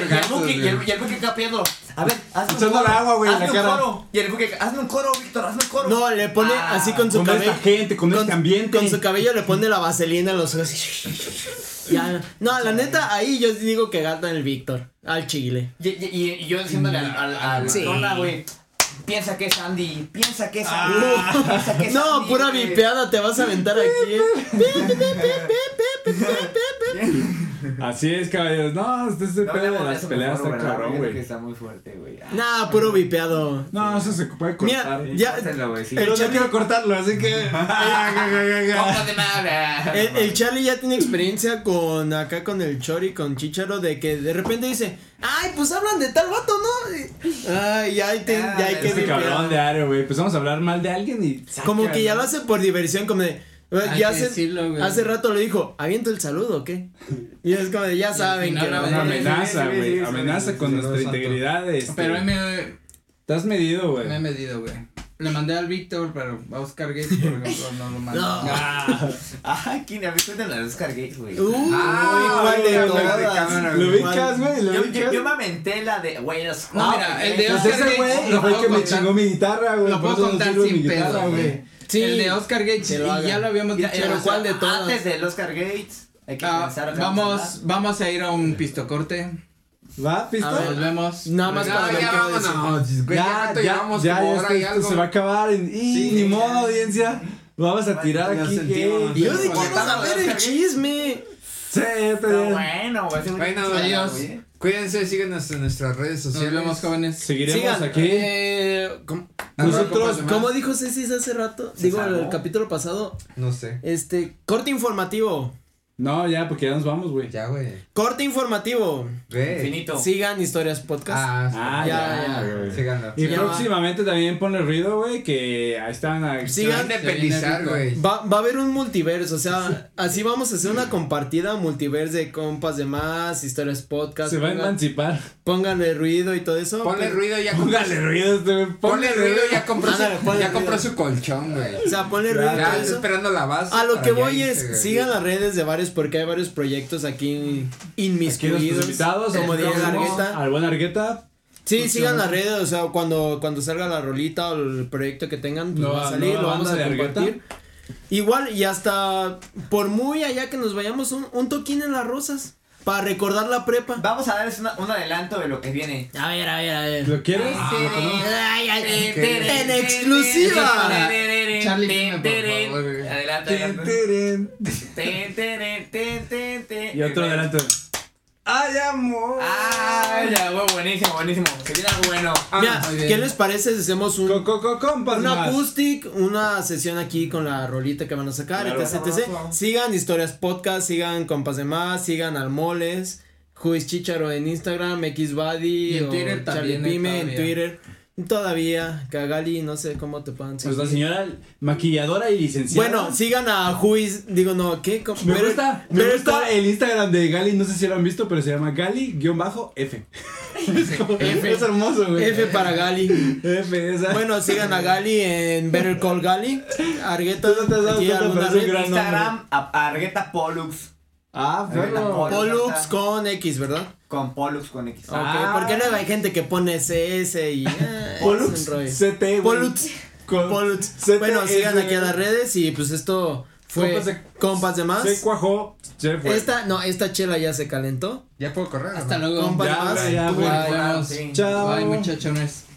Speaker 4: vergazos,
Speaker 5: buque, y el-
Speaker 4: güey.
Speaker 5: y el buque capeando. A ver, hazme un
Speaker 2: Echándole
Speaker 5: coro.
Speaker 2: agua, güey, en
Speaker 5: hazme
Speaker 2: la
Speaker 5: un
Speaker 2: cara.
Speaker 5: coro. Y el buque, hazme un coro, Víctor, hazme un coro.
Speaker 1: No, le pone
Speaker 5: Ah,
Speaker 1: así con su
Speaker 2: Con
Speaker 1: cabello.
Speaker 2: esta gente, con, este ambiente.
Speaker 1: con su cabello le pone la vaselina en los ojos. ya. No, la neta, ahí yo sí digo que gana el Víctor. Al chile.
Speaker 5: Y, y- y- y yo diciéndole al, al, al
Speaker 1: Sí.
Speaker 5: Tona, güey. Piensa que es Andy, piensa que es
Speaker 2: Ah.
Speaker 5: Andy, piensa que es
Speaker 1: No,
Speaker 5: Andy,
Speaker 1: pura
Speaker 5: güey.
Speaker 1: vipeada te vas a aventar aquí. ¿eh?
Speaker 2: Así es, caballeros. No, este es el
Speaker 5: No,
Speaker 2: pedo de
Speaker 5: no,
Speaker 2: las
Speaker 5: eso
Speaker 2: peleas
Speaker 5: mejor,
Speaker 2: está
Speaker 5: güey,
Speaker 2: cabrón,
Speaker 5: porque
Speaker 2: güey.
Speaker 5: Está muy fuerte, güey. Ah,
Speaker 1: nah, puro vipeado.
Speaker 2: No, eso se puede
Speaker 1: Mira,
Speaker 2: cortar. eh.
Speaker 1: ya.
Speaker 5: pásenlo, güey, sí.
Speaker 2: Pero
Speaker 1: El
Speaker 2: no
Speaker 1: Charlie,
Speaker 2: quiero cortarlo, así
Speaker 1: eh,
Speaker 2: que.
Speaker 3: Compas de madre.
Speaker 1: el, el Charlie ya tiene experiencia con acá con el Chori, con Chicharo, de que de repente dice, ay, pues hablan de tal vato, ¿no? Ay, ya hay, te-
Speaker 5: Ah,
Speaker 1: ya hay que
Speaker 2: Este cabrón
Speaker 1: vipear.
Speaker 2: de Ario, güey. Pues vamos a hablar mal de alguien y.
Speaker 1: Como que ya lo hace por diversión, como de.
Speaker 7: Hay
Speaker 1: ya
Speaker 7: que
Speaker 1: hace,
Speaker 7: decirlo, güey.
Speaker 1: hace rato le dijo, ¿aviento el saludo o qué? Y es como de, ya saben
Speaker 7: final
Speaker 1: que.
Speaker 7: la
Speaker 1: no.
Speaker 7: verdad.
Speaker 2: Una amenaza,
Speaker 4: sí, sí, sí,
Speaker 2: güey.
Speaker 4: sí,
Speaker 2: Amenaza
Speaker 4: sí,
Speaker 2: con
Speaker 4: sí,
Speaker 2: nuestra
Speaker 4: exacto.
Speaker 2: integridad. este.
Speaker 7: Pero ahí me,
Speaker 2: Estás medido,
Speaker 7: me he
Speaker 2: güey.
Speaker 7: medido, güey. Le mandé al Víctor, pero a Oscar Gates, por ejemplo, no lo mandé.
Speaker 1: No.
Speaker 2: Ah.
Speaker 5: Ah, ¿quién habitó en la Oscar Gates, güey?
Speaker 1: Uy,
Speaker 4: Ah,
Speaker 1: ¿cuál de
Speaker 4: güey,
Speaker 1: todas?
Speaker 4: de cámara,
Speaker 2: ¿Lo
Speaker 4: güey.
Speaker 2: ubicas, güey? ¿Lo
Speaker 5: Yo, yo,
Speaker 2: ubicas?
Speaker 5: yo me aventé la de, güey, los-
Speaker 7: No, mira, el de
Speaker 5: güey,
Speaker 2: Pues
Speaker 7: Oscar
Speaker 2: ese
Speaker 7: Gates,
Speaker 2: güey
Speaker 7: lo
Speaker 2: fue el
Speaker 7: puedo
Speaker 2: que me
Speaker 7: contar.
Speaker 2: chingó mi guitarra, güey.
Speaker 7: Lo
Speaker 2: por
Speaker 7: puedo
Speaker 2: eso no
Speaker 7: contar
Speaker 2: sirve
Speaker 7: sin
Speaker 2: mi guitarra,
Speaker 7: pedo,
Speaker 2: güey.
Speaker 7: güey.
Speaker 1: Sí.
Speaker 7: El de Oscar Gates,
Speaker 1: Que
Speaker 7: y
Speaker 1: lo haga.
Speaker 7: ya lo habíamos
Speaker 5: Mira,
Speaker 7: dicho.
Speaker 5: el-
Speaker 1: pero
Speaker 7: o sea,
Speaker 1: ¿cuál de todas?
Speaker 5: Antes del Oscar Gates. Hay que
Speaker 7: ah,
Speaker 5: pensar otra cosa.
Speaker 7: vamos, vamos a ir a un pistocorte.
Speaker 2: ¿Va,
Speaker 1: A ver.
Speaker 2: pisto?
Speaker 7: Nos vemos.
Speaker 1: Nada más
Speaker 4: No,
Speaker 1: para ver
Speaker 4: ya
Speaker 1: qué va a decir.
Speaker 4: vámonos, güey, ya rato llevamos
Speaker 2: ya,
Speaker 4: como
Speaker 2: ya,
Speaker 4: hora
Speaker 2: esto-
Speaker 4: y
Speaker 2: esto
Speaker 4: algo.
Speaker 2: se va a acabar. en- Y
Speaker 4: Sí,
Speaker 2: ni
Speaker 4: ya.
Speaker 2: modo, audiencia. Vamos a tirar
Speaker 4: nos
Speaker 2: aquí.
Speaker 4: sentimos.
Speaker 2: que-
Speaker 1: Y yo de
Speaker 4: Pero
Speaker 1: quiero
Speaker 4: cuando
Speaker 1: saber
Speaker 4: estamos
Speaker 1: el chisme.
Speaker 2: Sí, ya te-
Speaker 1: Eh.
Speaker 5: Pero bueno, güey. ese güey-
Speaker 4: Bueno,
Speaker 7: Adiós.
Speaker 4: güey. Cuídense, síguenos en nuestras redes
Speaker 7: Nos
Speaker 4: sociales.
Speaker 7: vemos, jóvenes.
Speaker 2: Seguiremos
Speaker 1: Sigan,
Speaker 2: aquí.
Speaker 1: eh, ¿cómo,
Speaker 2: Nosotros,
Speaker 4: Arroba,
Speaker 1: cómo dijo Ceci hace rato?
Speaker 5: Se
Speaker 1: Digo,
Speaker 5: salvó.
Speaker 1: el capítulo pasado.
Speaker 4: No sé.
Speaker 1: Este, corte informativo.
Speaker 2: No, ya, porque ya nos vamos, güey.
Speaker 4: Ya, güey.
Speaker 1: Corte informativo.
Speaker 4: Ve.
Speaker 5: Infinito.
Speaker 1: Sigan historias podcast.
Speaker 4: Ah,
Speaker 2: Ah,
Speaker 1: Ya,
Speaker 2: ya,
Speaker 1: ya.
Speaker 2: güey.
Speaker 4: Síganlo.
Speaker 2: Y
Speaker 1: Ya va.
Speaker 2: próximamente también ponle ruido, güey, que ahí están. a-
Speaker 1: Sí. Sigan.
Speaker 4: Se van a independizar, güey.
Speaker 1: Va, va a haber un multiverso, o sea, así vamos a hacer una compartida multiverso de compas de más, historias podcast.
Speaker 2: Se va a
Speaker 1: pongan-
Speaker 2: emancipar.
Speaker 1: Pónganle ruido y todo eso.
Speaker 4: Ponle
Speaker 1: pero-
Speaker 4: ruido ya compró.
Speaker 2: Póngale ruido, este güey.
Speaker 4: Ponle ruido ya compró
Speaker 1: Ándale,
Speaker 4: su,
Speaker 1: ponle
Speaker 4: ya compró
Speaker 1: ruido.
Speaker 4: su colchón, güey.
Speaker 1: O sea, ponle ruido y
Speaker 4: Ya
Speaker 1: todo
Speaker 4: está
Speaker 1: eso.
Speaker 4: esperando la base.
Speaker 1: A lo
Speaker 4: para
Speaker 1: que
Speaker 4: ya
Speaker 1: voy
Speaker 4: irse, güey.
Speaker 1: es, sigan las redes de varios porque hay varios proyectos aquí
Speaker 2: Aquí nuestros
Speaker 1: inmiscuidos.
Speaker 2: invitados, eh,
Speaker 1: como
Speaker 2: al
Speaker 1: diría
Speaker 2: próximo,
Speaker 1: Largueta.
Speaker 2: Al buen Argueta.
Speaker 1: Sí, sigan las redes, o sea, cuando, cuando salga la rolita o el proyecto que tengan, pues
Speaker 2: No,
Speaker 1: va a salir,
Speaker 2: no,
Speaker 1: lo
Speaker 2: banda
Speaker 1: vamos a
Speaker 2: de Argueta.
Speaker 1: compartir. Igual, y hasta por muy allá que nos vayamos, un, un toquín en las rosas para recordar la prepa.
Speaker 5: Vamos a darles una- un adelanto de lo que viene.
Speaker 1: A ver, a ver, a ver.
Speaker 2: ¿Lo quieres?
Speaker 5: Ay, ay,
Speaker 4: Ok.
Speaker 1: En exclusiva.
Speaker 7: Charlie, dime, por favor, güey.
Speaker 5: Adelante,
Speaker 2: Tin,
Speaker 5: adelante.
Speaker 2: tirin.
Speaker 5: Ten, ten, ten, ten, ten.
Speaker 2: Y otro adelante.
Speaker 4: ¡Ay, amor!
Speaker 5: Ah, ya, güey, buenísimo, buenísimo. Se viene algo bueno.
Speaker 1: Mira,
Speaker 3: muy bien.
Speaker 1: ¿qué les parece si hacemos un,
Speaker 2: Co- co- co- compas
Speaker 1: un
Speaker 2: más.
Speaker 1: acoustic, una sesión aquí con la rolita que van a sacar,
Speaker 2: Claro.
Speaker 1: etc, etc. Sigan Historias Podcast, sigan Compas de Más, sigan al Moles, Juiz Chicharo en Instagram,
Speaker 3: Y
Speaker 1: Xbody,
Speaker 3: en
Speaker 1: o
Speaker 3: Twitter
Speaker 1: Charlie
Speaker 3: también, eh,
Speaker 1: Pime en
Speaker 3: todavía.
Speaker 1: Twitter. Todavía, Cagali, no sé cómo te puedan
Speaker 2: Nuestra
Speaker 1: seguir.
Speaker 2: Pues señora maquilladora y licenciada.
Speaker 1: Bueno, sigan a Juiz, digo, no, ¿qué? ¿Cómo?
Speaker 2: Me
Speaker 1: Pero-
Speaker 2: gusta, me
Speaker 1: pero
Speaker 2: gusta
Speaker 1: está-
Speaker 2: el Instagram de Gali, no sé si lo han visto, pero se llama Gali-F.
Speaker 3: F.
Speaker 2: Es hermoso, güey.
Speaker 1: F para Gali.
Speaker 2: F, esa.
Speaker 1: Bueno, sigan a Gali en Better Call Gali. Argueta,
Speaker 2: Tú no te has dado
Speaker 1: aquí
Speaker 2: cuenta,
Speaker 1: alguna
Speaker 2: pero es un
Speaker 1: red.
Speaker 2: gran
Speaker 5: Instagram, a- Argueta Pollux.
Speaker 2: Ah,
Speaker 5: Argueta
Speaker 2: perro.
Speaker 5: Pollux,
Speaker 1: Pollux
Speaker 5: ajá.
Speaker 1: con X, ¿verdad?
Speaker 5: Con Pollux con X. Ah,
Speaker 1: Ok, porque luego hay gente que pone CS y. ah,
Speaker 2: Pollux
Speaker 1: es un rollo.
Speaker 2: CT, güey.
Speaker 1: Pollux.
Speaker 2: Con-
Speaker 1: Pollux.
Speaker 2: CT,
Speaker 1: Bueno, sigan
Speaker 2: ese-
Speaker 1: aquí a las redes y pues esto fue
Speaker 2: Compas
Speaker 1: compas
Speaker 2: de-
Speaker 1: de, más.
Speaker 2: Se cuajó, se fue.
Speaker 1: Esta, no, esta chela ya se calentó.
Speaker 4: Ya puedo correr.
Speaker 3: Hasta
Speaker 4: ¿no?
Speaker 3: luego.
Speaker 1: Compas
Speaker 2: Ya,
Speaker 1: de más.
Speaker 2: ya,
Speaker 1: tú,
Speaker 2: güey.
Speaker 1: ah,
Speaker 3: Nos vemos.
Speaker 5: Sí.
Speaker 2: Chao.
Speaker 3: Bye, muchachones.